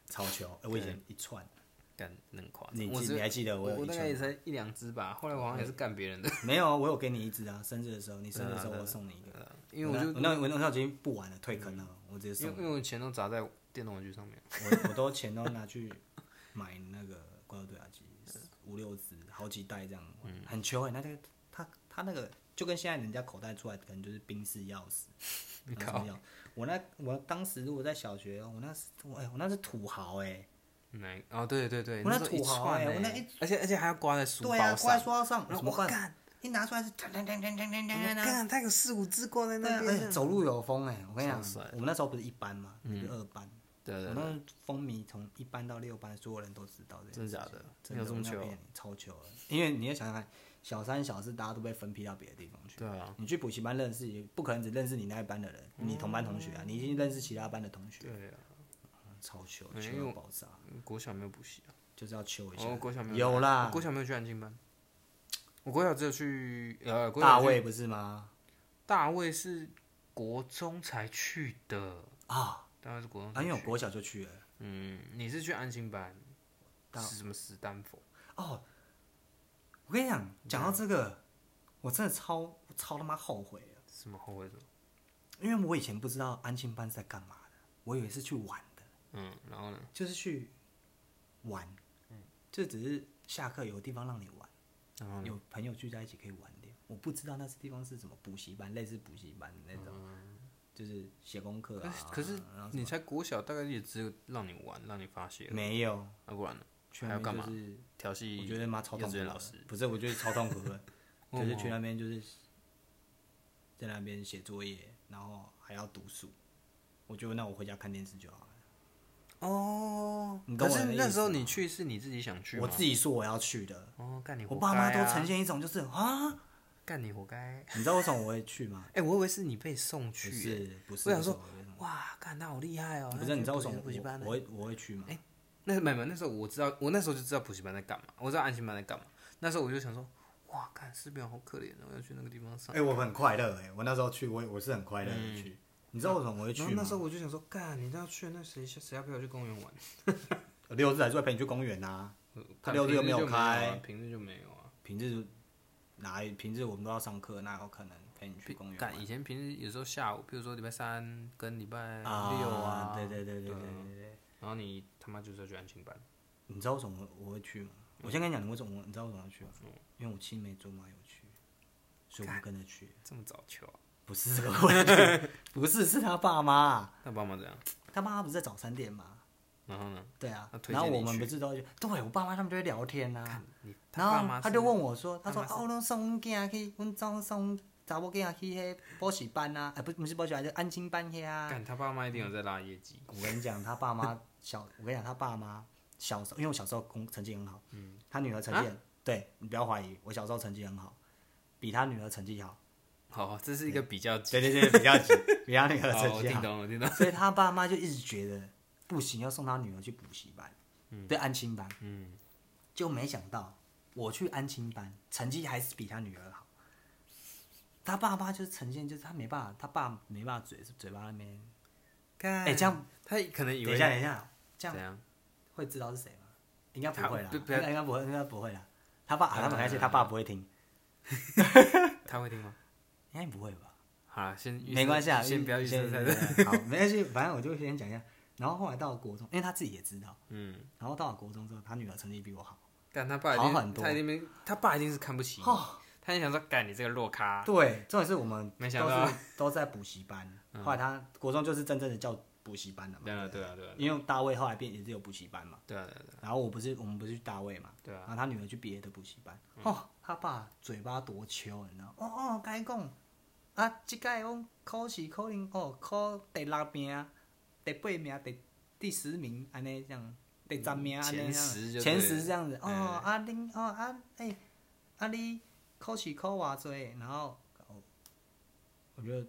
Speaker 2: 超球，哎我以前一串，
Speaker 1: 干那很夸
Speaker 2: 你
Speaker 1: 张，我
Speaker 2: 记
Speaker 1: 是
Speaker 2: 你还记得我
Speaker 1: 我
Speaker 2: 有
Speaker 1: 我
Speaker 2: 一
Speaker 1: 大概也
Speaker 2: 串？
Speaker 1: 才一两只吧，后来我好像也是干别人的，
Speaker 2: 没有，我有给你一只啊，生日的时候，你生日的时候
Speaker 1: 对啊对啊
Speaker 2: 我送你一个，
Speaker 1: 因为我
Speaker 2: 那
Speaker 1: 就
Speaker 2: 那我那时候已经不玩了，退坑了，我直接
Speaker 1: 因为
Speaker 2: 送
Speaker 1: 因为
Speaker 2: 你。
Speaker 1: 我钱都砸在电动玩具上面。
Speaker 2: 我我都钱都拿去买那个怪物对讲机，五六只，好几袋这样，
Speaker 1: 嗯
Speaker 2: 很穷哎、那个他他那个就跟现在人家口袋出来可能就是冰室钥匙，
Speaker 1: 你
Speaker 2: 然后什么钥哦我那我当时如果在小学，我那是我哎、我那是土豪哎、
Speaker 1: 那哦，对对对，
Speaker 2: 我那
Speaker 1: 时候一
Speaker 2: 土豪
Speaker 1: 串
Speaker 2: 欸
Speaker 1: 欸
Speaker 2: 我那一
Speaker 1: 而且而且还要挂在书包
Speaker 2: 对啊，
Speaker 1: 上
Speaker 2: 挂在书，包上，
Speaker 1: 然后
Speaker 2: 怎么
Speaker 1: 我
Speaker 2: 办？
Speaker 1: 干，
Speaker 2: 一拿出来是噔噔噔噔噔噔
Speaker 1: 我
Speaker 2: 噔噔。
Speaker 1: 干，他有四五只挂在
Speaker 2: 对
Speaker 1: 那
Speaker 2: 啊，
Speaker 1: 边
Speaker 2: 而
Speaker 1: 呢
Speaker 2: 且。走路有风哎、我跟你讲
Speaker 1: 超帅，嗯
Speaker 2: 我们那时候不是一班嘛，就是二班，
Speaker 1: 对
Speaker 2: 我
Speaker 1: 对对，
Speaker 2: 们风靡从一班到六班，所有人都知道这件
Speaker 1: 真
Speaker 2: 事
Speaker 1: 的假
Speaker 2: 情。
Speaker 1: 的？
Speaker 2: 真
Speaker 1: 没有
Speaker 2: 的
Speaker 1: 这
Speaker 2: 我
Speaker 1: 么久？啊
Speaker 2: 没有骗你超糗了。因为你要想想看，小三小四大家都被分批到别的地方去。
Speaker 1: 对啊，
Speaker 2: 你去补习班认识，也不可能只认识你那一班的人，你同班同学啊，你已经认识其他班的同学，
Speaker 1: 嗯对啊，
Speaker 2: 超糗，
Speaker 1: 没
Speaker 2: 糗
Speaker 1: 有
Speaker 2: 到爆炸，
Speaker 1: 国小没有补习啊，
Speaker 2: 就是要糗一
Speaker 1: 哦，
Speaker 2: 下。
Speaker 1: 国小没有，
Speaker 2: 有啦
Speaker 1: 我，国小没有去安静班，我国小只有去呃，国小
Speaker 2: 大
Speaker 1: 去
Speaker 2: 卫不是吗？
Speaker 1: 大卫是国中才去的，
Speaker 2: 啊，
Speaker 1: 大卫是国中才
Speaker 2: 啊，因为我
Speaker 1: 去。
Speaker 2: 国小就去了。
Speaker 1: 嗯，你是去安心班，
Speaker 2: 大
Speaker 1: 是什么史丹佛？
Speaker 2: 哦，我跟你讲，讲到这个，我真的超超他妈后悔了，
Speaker 1: 什么后卫什么？
Speaker 2: 因为我以前不知道安亲班是在干嘛的，我以为是去玩的，
Speaker 1: 嗯，然后呢？
Speaker 2: 就是去玩，
Speaker 1: 嗯
Speaker 2: 就只是下课有地方让你玩，
Speaker 1: 然后呢？
Speaker 2: 有朋友聚在一起可以玩点。我不知道那是地方是什么补习班，类似补习班的那种，
Speaker 1: 哦
Speaker 2: 就是写功课
Speaker 1: 可
Speaker 2: 啊
Speaker 1: 是。可是
Speaker 2: 然后
Speaker 1: 你才国小，大概也只有让你玩，让你发泄，
Speaker 2: 没有，
Speaker 1: 那不然呢？
Speaker 2: 去
Speaker 1: 还
Speaker 2: 那
Speaker 1: 要
Speaker 2: 边
Speaker 1: 干
Speaker 2: 就
Speaker 1: 嘛
Speaker 2: 是
Speaker 1: 调
Speaker 2: 我
Speaker 1: 戏
Speaker 2: 觉得妈超痛苦
Speaker 1: 幼稚
Speaker 2: 的。
Speaker 1: 园老师
Speaker 2: 不是，我觉得超痛苦 的，
Speaker 1: 为什么
Speaker 2: 就是去那边就是在那边写作业，然后还要读书。我觉得那我回家看电视就好了。
Speaker 1: 哦
Speaker 2: 你懂
Speaker 1: 可
Speaker 2: 我的
Speaker 1: 是
Speaker 2: 意
Speaker 1: 那
Speaker 2: 思
Speaker 1: 时候
Speaker 2: 吗
Speaker 1: 你去是你自己想去吗？
Speaker 2: 我自己说我要去的，
Speaker 1: 哦，干你活
Speaker 2: 我
Speaker 1: 哦该、啊！
Speaker 2: 爸妈都呈现一种就是啊，
Speaker 1: 干你活该！
Speaker 2: 你知道为什么我会去吗？
Speaker 1: 哎、我以为是你被送
Speaker 2: 不
Speaker 1: 去、欸，
Speaker 2: 是，不是，
Speaker 1: 我想说
Speaker 2: 不是，
Speaker 1: 哇，干他好厉害哦！
Speaker 2: 不是，你知道为什么
Speaker 1: 补习班
Speaker 2: 我
Speaker 1: 呢哎
Speaker 2: 我？会我会去吗？
Speaker 1: 那没有没有，那时候我知道，我那时候就知道补习班在干嘛，我知道安心班在干嘛。那时候我就想说，哇，看思表好可怜哦，要去那个地方上。
Speaker 2: 哎，我很快乐哎，我那时候去，我我是很快乐的去。你知道为什么我会去
Speaker 1: 然啊后那
Speaker 2: 吗
Speaker 1: 时？候我就想说，干，你都要去，那谁谁要陪我去公园玩？
Speaker 2: 我六日还是会陪你去公园啊呐，他
Speaker 1: 看
Speaker 2: 六日又
Speaker 1: 平
Speaker 2: 没有
Speaker 1: 就
Speaker 2: 开
Speaker 1: 啊平日就没有啊。
Speaker 2: 平日哪平日我们都要上课，哪有可能陪你去公园玩？
Speaker 1: 干，以前平日有时候下午，比如说礼拜三跟礼拜六
Speaker 2: 啊，
Speaker 1: 啊，
Speaker 2: 对对对对对
Speaker 1: 对啊
Speaker 2: 对对。
Speaker 1: 然后你他妈就是要去安心班，
Speaker 2: 你知道为什么我会去吗？我先跟你讲，你为什么你知道为什么要去吗？
Speaker 1: 嗯
Speaker 2: 因为我青梅竹马有去，所以我就跟着去。
Speaker 1: 这么早去啊？
Speaker 2: 不是这个问题， 不是是他爸妈，
Speaker 1: 那爸妈怎样？
Speaker 2: 他爸妈不是在早餐店吗？
Speaker 1: 然后呢？
Speaker 2: 对啊
Speaker 1: 他，推
Speaker 2: 然
Speaker 1: 荐
Speaker 2: 后
Speaker 1: 你
Speaker 2: 我们
Speaker 1: 去
Speaker 2: 不是都会去对我爸妈他们就会聊天啊，
Speaker 1: 你他
Speaker 2: 然
Speaker 1: 爸妈
Speaker 2: 后
Speaker 1: 是
Speaker 2: 他就问我说，他说
Speaker 1: 他妈
Speaker 2: 哦，我都送阮囝去，阮总送查某囝去迄补习班啊，哎不不是补习班，就安亲班遐 啊。
Speaker 1: 干他爸妈一定有在拉业绩，
Speaker 2: 我跟你讲，他爸妈小，我跟你讲，他爸妈 小时候，因为我小时候功成绩很好，嗯，他女儿成绩
Speaker 1: 啊
Speaker 2: 很，对你不要怀疑，我小时候成绩很好，比他女儿成绩好，
Speaker 1: 好，这是一个比较级。
Speaker 2: 对对对，比较急， 比他女儿
Speaker 1: 好，
Speaker 2: 成
Speaker 1: 我
Speaker 2: 绩
Speaker 1: 听
Speaker 2: 好，
Speaker 1: 懂，我听懂。
Speaker 2: 所以他爸妈就一直觉得不行，要送他女儿去补习班，对安亲班，
Speaker 1: 嗯，
Speaker 2: 就没想到我去安亲班，成绩还是比他女儿好。他爸妈就是呈现，就是他没办法，他爸没办法嘴嘴巴那边。
Speaker 1: 干
Speaker 2: 哎这样
Speaker 1: 他可能以
Speaker 2: 等
Speaker 1: 为
Speaker 2: 一下，等一下，这样
Speaker 1: 怎样？
Speaker 2: 会知道是谁吗？应该不会啦，
Speaker 1: 他不
Speaker 2: 应
Speaker 1: 不要嗯
Speaker 2: 该应该不会，应该不会啦。他爸，啊他本来是他爸不会听，
Speaker 1: 他会听吗？
Speaker 2: 应该不会吧？
Speaker 1: 好啦，先预设
Speaker 2: 没关系啊，
Speaker 1: 先不要预设猜测。
Speaker 2: 先好，没关系，反正我就先讲一下。然后后来到了国中，因为他自己也知道，
Speaker 1: 嗯，
Speaker 2: 然后到了国中之后，他女儿成绩比我好。
Speaker 1: 干他爸一定
Speaker 2: 好很多
Speaker 1: 他一定没他爸一定是看不起你，
Speaker 2: 哦，
Speaker 1: 他就想说干你这个弱咖，
Speaker 2: 对，重点是我们
Speaker 1: 没想到 嗯
Speaker 2: 都是都在补习班。后来他国中就是真正的叫补习班了嘛，
Speaker 1: 对啊对啊对啊
Speaker 2: 因为大卫后来变也是有补习班嘛。
Speaker 1: 对啊对啊
Speaker 2: 然后我不是我们不是去大卫嘛，
Speaker 1: 对啊嗯
Speaker 2: 然后他女儿去别的补习班，哦，他爸嘴巴多秋，你知道？哦哦，甲伊讲，啊，即届我考试可能哦考第六名、第八名、第第十名，安尼这样，第十名安尼这
Speaker 1: 前
Speaker 2: 样，
Speaker 1: 十就对了
Speaker 2: 前十这样子。哦，
Speaker 1: 嗯
Speaker 2: 啊恁哦啊诶、啊你考试考偌济，然后哦我觉得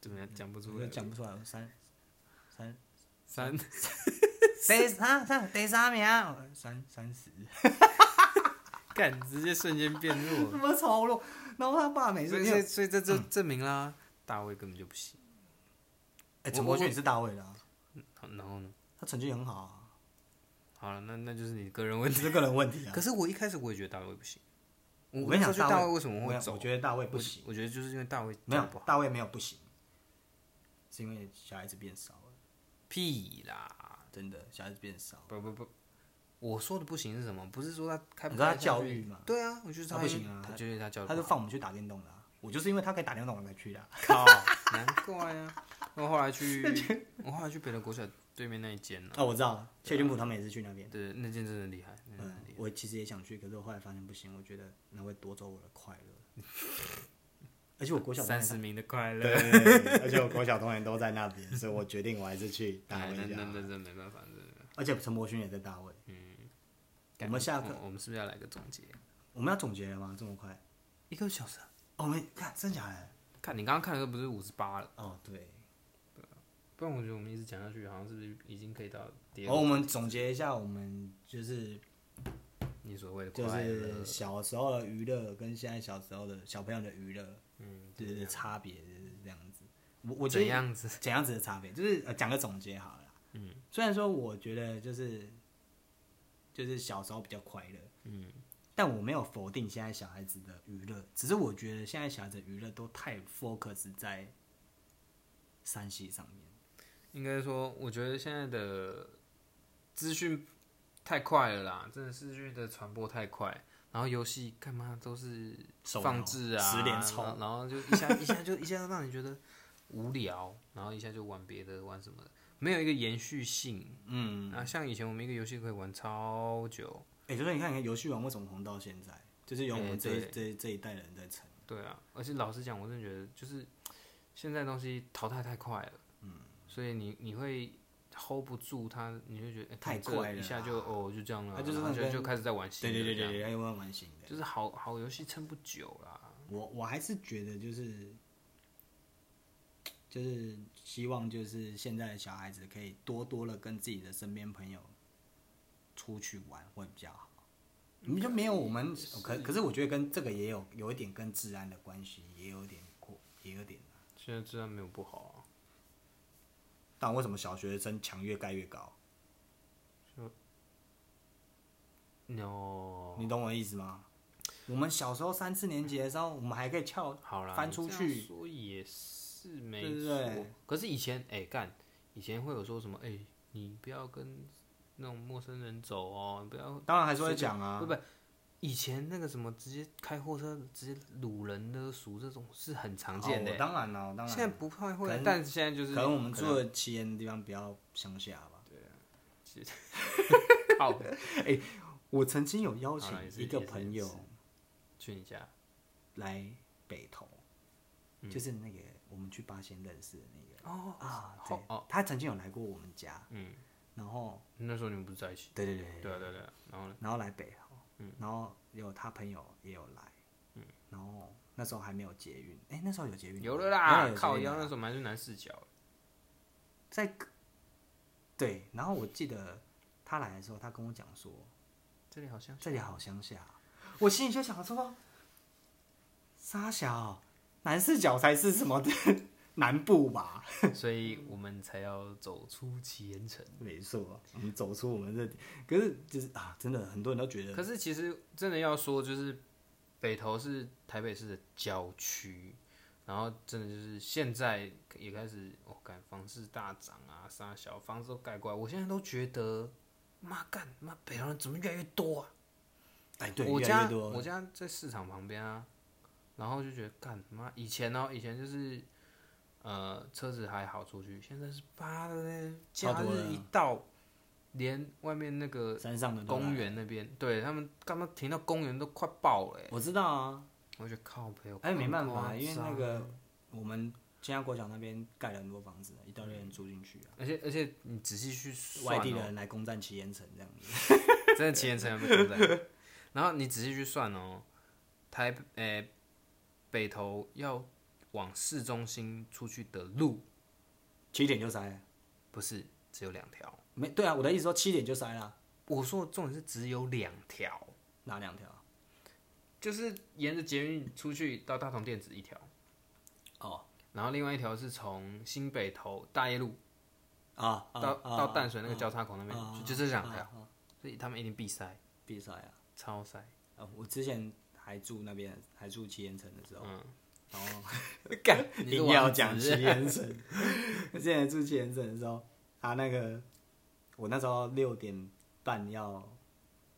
Speaker 1: 怎么样讲不出
Speaker 2: 我就
Speaker 1: 来？
Speaker 2: 讲不出来，我三三
Speaker 1: 三，
Speaker 2: 第三 三第三名，三三十。
Speaker 1: 干直接瞬间变弱
Speaker 2: 他，妈超弱。然后他爸每
Speaker 1: 所
Speaker 2: 次
Speaker 1: 以
Speaker 2: 因
Speaker 1: 所以
Speaker 2: 为
Speaker 1: 所以这就证明啦，大卫根本就不行。
Speaker 2: 哎，陈柏迅也是大卫的啊、
Speaker 1: 好然后呢？
Speaker 2: 他成绩很好、啊，
Speaker 1: 好了，那那就是你个人问
Speaker 2: 这
Speaker 1: 题。
Speaker 2: 是个人问题啊
Speaker 1: 可。是我一开始我也觉得大卫不行。
Speaker 2: 我
Speaker 1: 那
Speaker 2: 跟你
Speaker 1: 时候，去
Speaker 2: 讲
Speaker 1: 大
Speaker 2: 卫
Speaker 1: 卫为什么会
Speaker 2: 我
Speaker 1: 走？
Speaker 2: 我觉得大卫不
Speaker 1: 我
Speaker 2: 行，
Speaker 1: 我觉得就是因为大卫
Speaker 2: 没有
Speaker 1: 长得不好。
Speaker 2: 大卫没有不行，是因为小孩子变少了。
Speaker 1: 屁啦！
Speaker 2: 真的小孩子变少。
Speaker 1: 不不不，我说的不行是什么？不是说他开
Speaker 2: 你
Speaker 1: 不
Speaker 2: 说
Speaker 1: 开
Speaker 2: 他
Speaker 1: 下去
Speaker 2: 教育嘛
Speaker 1: 对啊，我就是他
Speaker 2: 他不行啊
Speaker 1: 他
Speaker 2: 他
Speaker 1: 就是他教育不
Speaker 2: 他
Speaker 1: 好，
Speaker 2: 就放我们去打电动了啊、我就是因为他可以打电动我才去的啊、
Speaker 1: 靠，难怪啊！我后来去，我后来去北德国小对面那一间了、
Speaker 2: 哦，我知道了，谢君普他们也是去那边。
Speaker 1: 啊对，那间真的很厉害，那间真的
Speaker 2: 嗯
Speaker 1: 很厉，害。
Speaker 2: 我其实也想去，可是我后来发现不行，我觉得那会夺走我的快乐。 而且我国小
Speaker 1: 三
Speaker 2: 同学
Speaker 1: 十名的快乐，
Speaker 2: 对， 对对而且我国小同学都在那边，所以我决定我还是去大
Speaker 1: 哎，
Speaker 2: 卫
Speaker 1: 那
Speaker 2: 家
Speaker 1: 那。嗯那这没办法，真的。
Speaker 2: 而且陈柏勋也在大卫。我
Speaker 1: 干
Speaker 2: 们下课
Speaker 1: 我我们是不是要来个总结？
Speaker 2: 我们要总结了吗？这么快？
Speaker 1: 一个小时啊，
Speaker 2: 哦，我们看真假的？
Speaker 1: 看你刚刚看的时候不是五十八了，
Speaker 2: 哦，对。
Speaker 1: 不然我觉得我们一直讲下去，好像是不是已经可以到第二
Speaker 2: 哦，
Speaker 1: 个
Speaker 2: 我们总结一下，我们就是
Speaker 1: 你所谓的
Speaker 2: 就
Speaker 1: 快乐？
Speaker 2: 是小时候的娱乐跟现在小时候的小朋友的娱乐，
Speaker 1: 嗯，
Speaker 2: 对对差别就是这样子。我我
Speaker 1: 我
Speaker 2: 觉得
Speaker 1: 怎样子？
Speaker 2: 怎样子的差别，就是呃讲、个总结好了啦。嗯，虽然说我觉得就是就是小时候比较快乐，嗯，但我没有否定现在小孩子的娱乐，只是我觉得现在小孩子的娱乐都太 focus 在山西上面。
Speaker 1: 应该说，我觉得现在的资讯太快了啦，真的资讯的传播太快。然后游戏干嘛都是
Speaker 2: 手游
Speaker 1: 放置啊，
Speaker 2: 十连抽
Speaker 1: 然后然后就一下 一下就一下让你觉得无聊，然后一下就玩别的玩什么的，没有一个延续性。
Speaker 2: 嗯，
Speaker 1: 啊，像以前我们一个游戏可以玩超久，
Speaker 2: 哎、就是你看，你看游戏王为什么红到现在，就是有我
Speaker 1: 哎
Speaker 2: 们这一、
Speaker 1: 对
Speaker 2: 这这一代人在撑。
Speaker 1: 对啊。而且老实讲，我真的觉得就是现在东西淘汰太快了，嗯，所以你你会 hold 不住它，你会觉得、哎
Speaker 2: 太
Speaker 1: 这
Speaker 2: 快了啊
Speaker 1: 一下就哦就这样了，
Speaker 2: 它就是
Speaker 1: 然后
Speaker 2: 那
Speaker 1: 就
Speaker 2: 跟
Speaker 1: 就开始在玩新
Speaker 2: 对
Speaker 1: 的
Speaker 2: 对对
Speaker 1: 这样
Speaker 2: 对对，要用玩玩新的。
Speaker 1: 就是好好游戏撑不久啦。
Speaker 2: 我我还是觉得就是就是希望就是现在的小孩子可以多多的跟自己的身边朋友出去玩会比较好。你们就没有我们可可是我觉得跟这个也有有一点跟治安的关系，也有点过，也有点。
Speaker 1: 现在治安没有不好啊，
Speaker 2: 但为什么小学生墙越盖越高？
Speaker 1: no，
Speaker 2: 你懂我的意思吗？我们小时候三四年级的时候，我们还可以翘
Speaker 1: 好啦，
Speaker 2: 哦翻出
Speaker 1: 你这样
Speaker 2: 去，
Speaker 1: 说也是没
Speaker 2: 对不
Speaker 1: 错。
Speaker 2: 对
Speaker 1: 可是以前哎干、以前会有说什么哎、你不要跟那种陌生人走哦，你不要。
Speaker 2: 当然还是会讲啊。
Speaker 1: 不不，以前那个什么直接开货车直接掳人勒赎这种是很常见的、
Speaker 2: 哦当然了，当然。
Speaker 1: 现在不太
Speaker 2: 可
Speaker 1: 会
Speaker 2: 能，
Speaker 1: 但是现在就是
Speaker 2: 可能我们住的起源的地方比较乡下吧。
Speaker 1: 靠
Speaker 2: 我曾经有邀请
Speaker 1: 好啦也是
Speaker 2: 一个
Speaker 1: 也是
Speaker 2: 朋友
Speaker 1: 也是去你家，
Speaker 2: 来北投，
Speaker 1: 嗯
Speaker 2: 就是那个我们去八仙认识的那个
Speaker 1: 哦
Speaker 2: 啊，
Speaker 1: 好
Speaker 2: 对，他曾经有来过我们家，
Speaker 1: 嗯，
Speaker 2: 然后
Speaker 1: 那时候你们不是在一起？
Speaker 2: 对对对
Speaker 1: 对啊对啊对啊，然后呢？
Speaker 2: 然后来北投，
Speaker 1: 嗯
Speaker 2: 然后有他朋友也有来，然后那时候还没有捷运，哎，那时候有捷运吗，
Speaker 1: 有了
Speaker 2: 那时候
Speaker 1: 啦
Speaker 2: 有，捷啊
Speaker 1: 靠
Speaker 2: 运
Speaker 1: 腰
Speaker 2: 吗
Speaker 1: 那时候我们还是男视角，
Speaker 2: 在对，然后我记得他来的时候，他跟我讲说，
Speaker 1: 这里好像
Speaker 2: 这里好乡下啊，我心里就想说，沙小南视角才是什么 的南部吧？
Speaker 1: 所以我们才要走出盐城。
Speaker 2: 没错，我们走出我们这，可是就是啊，真的很多人都觉
Speaker 1: 可
Speaker 2: 得，
Speaker 1: 是其实真的要说，就是北投是台北市的郊区，然后真的就是现在也开始，我、哦、感房市大涨啊，啥小房子都盖过来，我现在都觉得，妈干妈北投人怎么越来越多啊？
Speaker 2: 哎，对，
Speaker 1: 我
Speaker 2: 越来
Speaker 1: 家
Speaker 2: 越多
Speaker 1: 我家在市场旁边啊，然后就觉得干妈以前呢、以前就是呃车子还好出去，现在是八的嘞，
Speaker 2: 超
Speaker 1: 假
Speaker 2: 多
Speaker 1: 日
Speaker 2: 的
Speaker 1: 一到，连外面那个
Speaker 2: 山上的都
Speaker 1: 公
Speaker 2: 来，
Speaker 1: 园那边，对他们干嘛停到公园都快爆了欸、
Speaker 2: 我知道啊，
Speaker 1: 我觉得靠北，我
Speaker 2: 哎，没办
Speaker 1: 更夸
Speaker 2: 法，
Speaker 1: 张
Speaker 2: 因为那个我们新加国小那边盖了很多房子，一大堆人住进去啊。
Speaker 1: 而且而且你仔细去算、哦，
Speaker 2: 外地人来攻占旗岩城这样子，
Speaker 1: 真的七年城被攻占。然后你仔细去算哦，台诶、北投要往市中心出去的路
Speaker 2: 七点就塞了，
Speaker 1: 不是只有两条，
Speaker 2: 没对啊，我的意思说七点就塞了，
Speaker 1: 我说的重点是只有两条，
Speaker 2: 哪两条？
Speaker 1: 就是沿着捷运出去到大同电子一条，
Speaker 2: 哦
Speaker 1: 然后另外一条是从新北投大业路
Speaker 2: 啊，啊
Speaker 1: 到、
Speaker 2: 啊
Speaker 1: 到淡水那个交叉口那边，
Speaker 2: 啊
Speaker 1: 就就这两
Speaker 2: 啊
Speaker 1: 条，
Speaker 2: 啊啊
Speaker 1: 所以他们一定必塞，
Speaker 2: 比赛啊！
Speaker 1: 超塞。
Speaker 2: 啊，我之前还住那边，还住七岩城的时候，
Speaker 1: 嗯，
Speaker 2: 然后 干
Speaker 1: 你是
Speaker 2: 硬要
Speaker 1: 王子
Speaker 2: 讲七岩城。我之前住七岩城的时候，他那个我那时候六点半要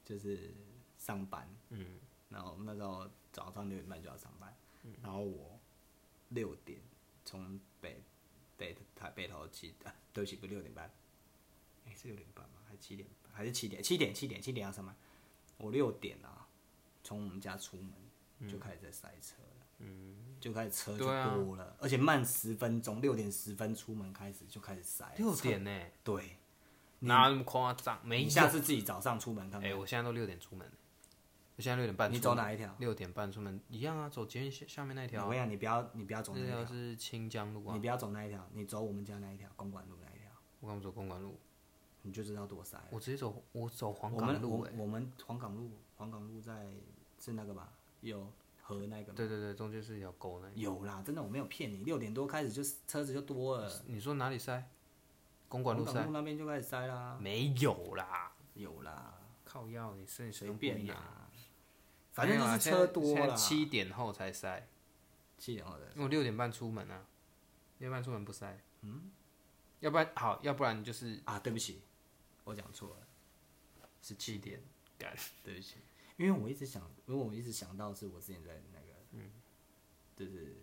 Speaker 2: 就是上班，
Speaker 1: 嗯，
Speaker 2: 然后那时候早上六点半就要上班，然后我六点从北北台北头骑，啊，对不起，不 是六点半，哎、是六点半吗？还是七点半？还是七点？七点七点七点要上班，我六点啊，从我们家出门就开始在塞车了，嗯，就开始车就
Speaker 1: 嗯对啊
Speaker 2: 多了，而且慢十分钟，六点十分出门开始就开始塞了，
Speaker 1: 六
Speaker 2: 车
Speaker 1: 点呢、
Speaker 2: 对，
Speaker 1: 哪有那么夸张？没
Speaker 2: 你
Speaker 1: 有。
Speaker 2: 下次自己早上出门看
Speaker 1: 哎、
Speaker 2: 看，
Speaker 1: 我现在都六点出门了，我现在六点半出门。
Speaker 2: 你走哪一条？
Speaker 1: 六点半出门一样啊，走捷运下下面那条啊，
Speaker 2: 我跟你讲，你不要你不要走那
Speaker 1: 那
Speaker 2: 一条
Speaker 1: 条。是清江路
Speaker 2: 你
Speaker 1: 啊。
Speaker 2: 不要走那一条，你走我们家那一条公馆路那一条，
Speaker 1: 我刚走公馆路，
Speaker 2: 你就知道多塞了。
Speaker 1: 我直接走我走黄
Speaker 2: 我们
Speaker 1: 冈路
Speaker 2: 我
Speaker 1: 哎、
Speaker 2: 我们黄港路，黄港路在是那个吧？有河那个吗？
Speaker 1: 对对对，中间是一条沟那里。
Speaker 2: 有啦，真的我没有骗你，六点多开始就是车子就多了，
Speaker 1: 你说哪里塞？公馆
Speaker 2: 黄
Speaker 1: 路
Speaker 2: 港
Speaker 1: 塞？
Speaker 2: 路那边就开始塞啦，
Speaker 1: 没有啦，
Speaker 2: 有啦，
Speaker 1: 靠腰，你身
Speaker 2: 随
Speaker 1: 随
Speaker 2: 便
Speaker 1: 呀。
Speaker 2: 啦，反正就是
Speaker 1: 没有
Speaker 2: 车
Speaker 1: 啦
Speaker 2: 多
Speaker 1: 现在现在
Speaker 2: 啦。
Speaker 1: 七点后才塞，
Speaker 2: 七点后的，
Speaker 1: 因为我六点半出门啊，六点半出门不塞。嗯，要不然好，要不然就是
Speaker 2: 啊，对不起，我讲错了，
Speaker 1: 十七点。干，
Speaker 2: 对不起，因为我一直想，因为我一直想到是我之前在那个，嗯，就是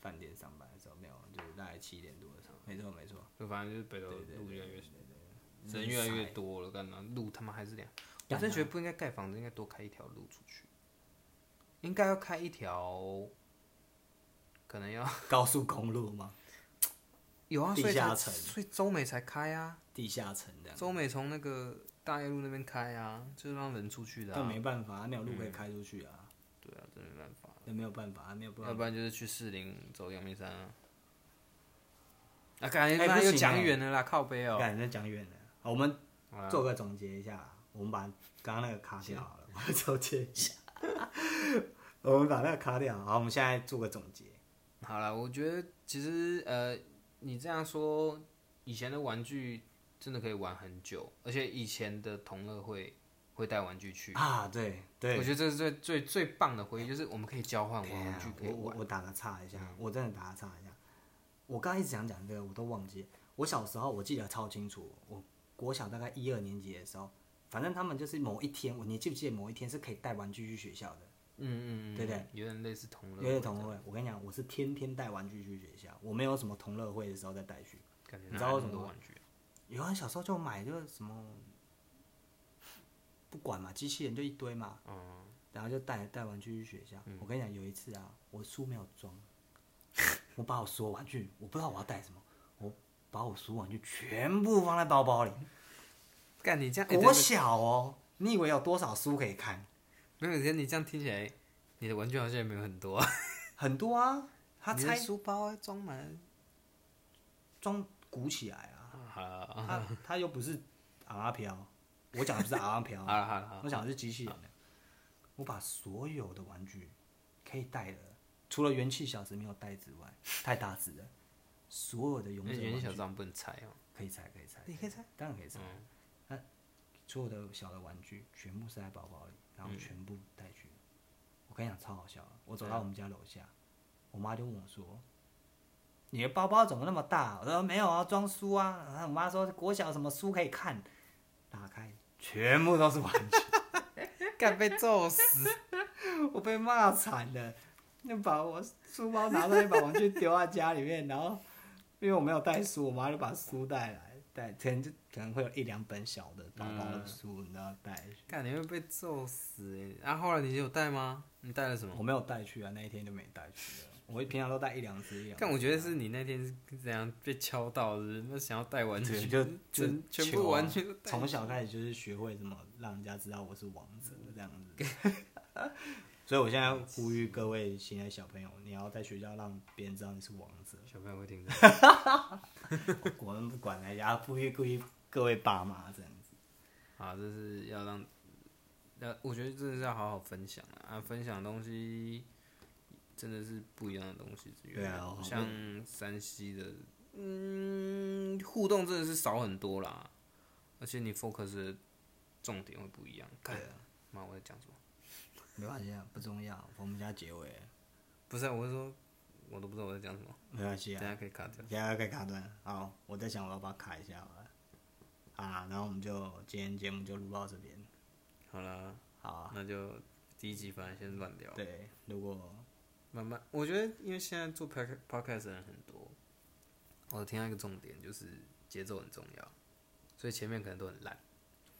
Speaker 2: 饭店上班的时候，没有，就是大概七点多的时候，没错没错，
Speaker 1: 就反正就是北头
Speaker 2: 对对
Speaker 1: 路
Speaker 2: 对
Speaker 1: 越来越
Speaker 2: 对嗯
Speaker 1: 人越来越多了，干嘛路他妈还是这样？我真的觉得不应该盖房子，应该多开一条路出去，应该要开一条，可能 要
Speaker 2: 高速公路嘛，
Speaker 1: 有啊，
Speaker 2: 地
Speaker 1: 所以才
Speaker 2: 下层
Speaker 1: 所以中美才开啊，
Speaker 2: 地下城这样，
Speaker 1: 中美从那个大业路那边开啊，就是让人出去的、
Speaker 2: 但
Speaker 1: 啊，
Speaker 2: 没办法，没有路可以开出去啊，
Speaker 1: 对啊，真没办法，
Speaker 2: 那没有办法，没有办
Speaker 1: 要
Speaker 2: 法。
Speaker 1: 不然就是去士林走阳明山啊，啊，感
Speaker 2: 哎
Speaker 1: 觉
Speaker 2: 不
Speaker 1: 那又
Speaker 2: 行
Speaker 1: 讲
Speaker 2: 哎
Speaker 1: 远了啦，靠背哦、
Speaker 2: 感觉讲远了，好我们
Speaker 1: 好啦啊
Speaker 2: 做个总结一下啦，我们把刚刚那个卡掉好了，我们总结一下，我们把那个卡掉，好，我们现在做个总结，
Speaker 1: 好了，我觉得其实呃，你这样说，以前的玩具真的可以玩很久，而且以前的同乐会会带玩具去。
Speaker 2: 啊，对对
Speaker 1: 我，觉得这是最最最棒的回忆，就是我们可以交换
Speaker 2: 等
Speaker 1: 玩
Speaker 2: 一下
Speaker 1: 玩具，可以
Speaker 2: 我我
Speaker 1: 玩。
Speaker 2: 我打个岔一下，
Speaker 1: 嗯
Speaker 2: 我真的打个岔一下。我刚刚一直想讲这个，我都忘记了。我小时候我记得超清楚，我国小大概一二年级的时候，反正他们就是某一天，我你记不记得某一天是可以带玩具去学校的？
Speaker 1: 嗯嗯嗯，
Speaker 2: 对不对，
Speaker 1: 有点类似同乐，
Speaker 2: 有点同乐，会。我跟你讲，我是天天带玩具去学校，我没有什么同乐会的时候再带去。
Speaker 1: 感觉
Speaker 2: 你知道为
Speaker 1: 哪
Speaker 2: 什
Speaker 1: 有那么
Speaker 2: 么
Speaker 1: 多
Speaker 2: 吗
Speaker 1: 玩具啊？
Speaker 2: 有啊，小时候就买就是什么，不管嘛，机器人就一堆嘛，
Speaker 1: 嗯，
Speaker 2: 然后就带带玩具去学校。我跟你讲，有一次啊，我书没有 装，我把我所有玩具，我不知道我要带什么，我把我所有玩具全部放在包包里。
Speaker 1: 干你这样，哎
Speaker 2: 国
Speaker 1: 对对
Speaker 2: 小哦，你以为有多少书可以看？
Speaker 1: 没有，你这样听起来，你的玩具好像也没有很多啊。
Speaker 2: 很多啊，他
Speaker 1: 你的
Speaker 2: 拆
Speaker 1: 书包啊装满，
Speaker 2: 装鼓起来啊，
Speaker 1: 好了好
Speaker 2: 他他又不是阿飘，我讲的不是 阿飘，
Speaker 1: 了好了好了，
Speaker 2: 我讲的是机器人的。我把所有的玩具可以带的，除了元气小子没有带之外，太大只了，所有的勇
Speaker 1: 那
Speaker 2: 者
Speaker 1: 元气
Speaker 2: 玩
Speaker 1: 小
Speaker 2: 具
Speaker 1: 子好像不能拆哦。
Speaker 2: 可以拆，可以拆，
Speaker 1: 你可以拆，
Speaker 2: 当然可以拆。那、所有的小的玩具全部塞在包包里，然后全部带去。我跟你讲超好笑的，我走到我们家楼下，我妈就问我说：“你的包包怎么那么大？”我说：“没有啊，装书啊。”然后我妈说：“国小什么书可以看？”打开，全部都是玩具。
Speaker 1: 干被揍死！
Speaker 2: 我被骂惨了，就把我书包拿出来，把玩具丢在家里面，然后因为我没有带书，我妈就把书带来，带可能就可能会有一两本小的薄薄
Speaker 1: 嗯
Speaker 2: 的书，你知道带去。
Speaker 1: 干你会被揍死欸！然、后后来你有带吗？你带了什么
Speaker 2: 我？没有带去啊，那一天就没带去了。我平常都带一两只，一两只。啊
Speaker 1: 但我觉得是你那天是怎样被敲到的，那想要带玩具，
Speaker 2: 就就
Speaker 1: 全全
Speaker 2: 求
Speaker 1: 部
Speaker 2: 啊
Speaker 1: 玩具都带。
Speaker 2: 从小开始就是学会怎么让人家知道我是王者这样子。所以我现在呼 吁各位新的小朋友，你要在学校让别人知道你是王者。
Speaker 1: 小朋友会听的。
Speaker 2: 我们不管人家，呼吁呼吁各位爸妈这样子。
Speaker 1: 啊，这是要让，那我觉得真的是要好好分享啊！啊分享的东西真的是不一样的东西，
Speaker 2: 对啊
Speaker 1: 像山西的，嗯，互动真的是少很多啦，而且你 focus 的重点会不一样。干
Speaker 2: 对啊，
Speaker 1: 妈我在讲什么？
Speaker 2: 没关系啊，不重要，我们家结尾
Speaker 1: 不是、啊，我是说，我都不知道我在讲什么，
Speaker 2: 没关系
Speaker 1: 等
Speaker 2: 啊
Speaker 1: 一，下可以卡掉。
Speaker 2: 等一下可以卡断。好，我在想我要不要卡一下好了。好啦，然后我们就今天节目就录到这边。
Speaker 1: 好啦，
Speaker 2: 好啊，
Speaker 1: 那就第一集反正先乱聊，
Speaker 2: 对，如果
Speaker 1: 慢慢，我觉得因为现在做 pod- podcast 的人很多，我听到一个重点就是节奏很重要，所以前面可能都很烂。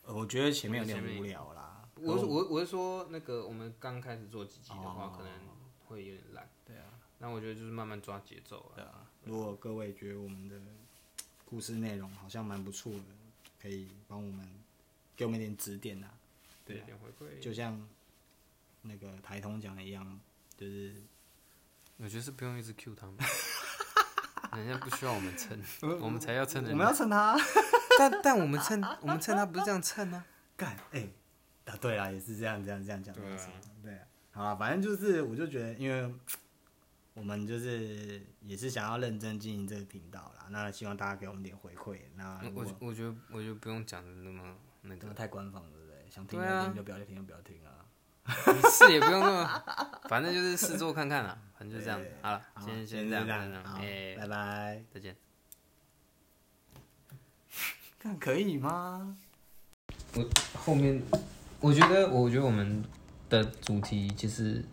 Speaker 2: 呃我觉得前面有
Speaker 1: 前面
Speaker 2: 点无聊啦。
Speaker 1: 我
Speaker 2: 可
Speaker 1: 是
Speaker 2: 能
Speaker 1: 我我是说那个我们刚开始做几集的话
Speaker 2: 哦，
Speaker 1: 可能会有点烂。
Speaker 2: 对啊，
Speaker 1: 那我觉得就是慢慢抓节奏啊。
Speaker 2: 对啊，如果各位觉得我们的故事内容好像蛮不错的，可以帮我们给我们一点指点啊。
Speaker 1: 对，一点回馈。
Speaker 2: 就像那个台通讲的一样，就是
Speaker 1: 我觉得是不用一直 Q 他们，人家不需要我们 蹭，我们才要蹭
Speaker 2: 我
Speaker 1: 人
Speaker 2: 们要
Speaker 1: 家。
Speaker 2: 蹭他
Speaker 1: 但但我们蹭，我们蹭他不是这样蹭 啊。
Speaker 2: 干哎、啊对啦，也是这样这样这样讲
Speaker 1: 对啊
Speaker 2: 没错对啊，好啦，反正就是我就觉得，因为我们就是也是想要认真经营这个频道啦，那希望大家给我们点回馈。那如
Speaker 1: 嗯我
Speaker 2: 果
Speaker 1: 觉我觉得我觉得不用讲的那么那
Speaker 2: 真
Speaker 1: 个
Speaker 2: 的，太官方了，对不对？想听
Speaker 1: 对
Speaker 2: 就
Speaker 1: 啊
Speaker 2: 听，就不要就听就不要听啊。
Speaker 1: 你 是也不用那么，反正就是试做看看啦，反正就这样
Speaker 2: 对。
Speaker 1: 好了，
Speaker 2: 好
Speaker 1: 今天
Speaker 2: 先
Speaker 1: 先这样，
Speaker 2: 就
Speaker 1: 先这样
Speaker 2: 好，
Speaker 1: 哎，
Speaker 2: 拜拜。
Speaker 1: 再见。
Speaker 2: 看可以吗？
Speaker 1: 后面，我觉得，我觉得我们的主题其实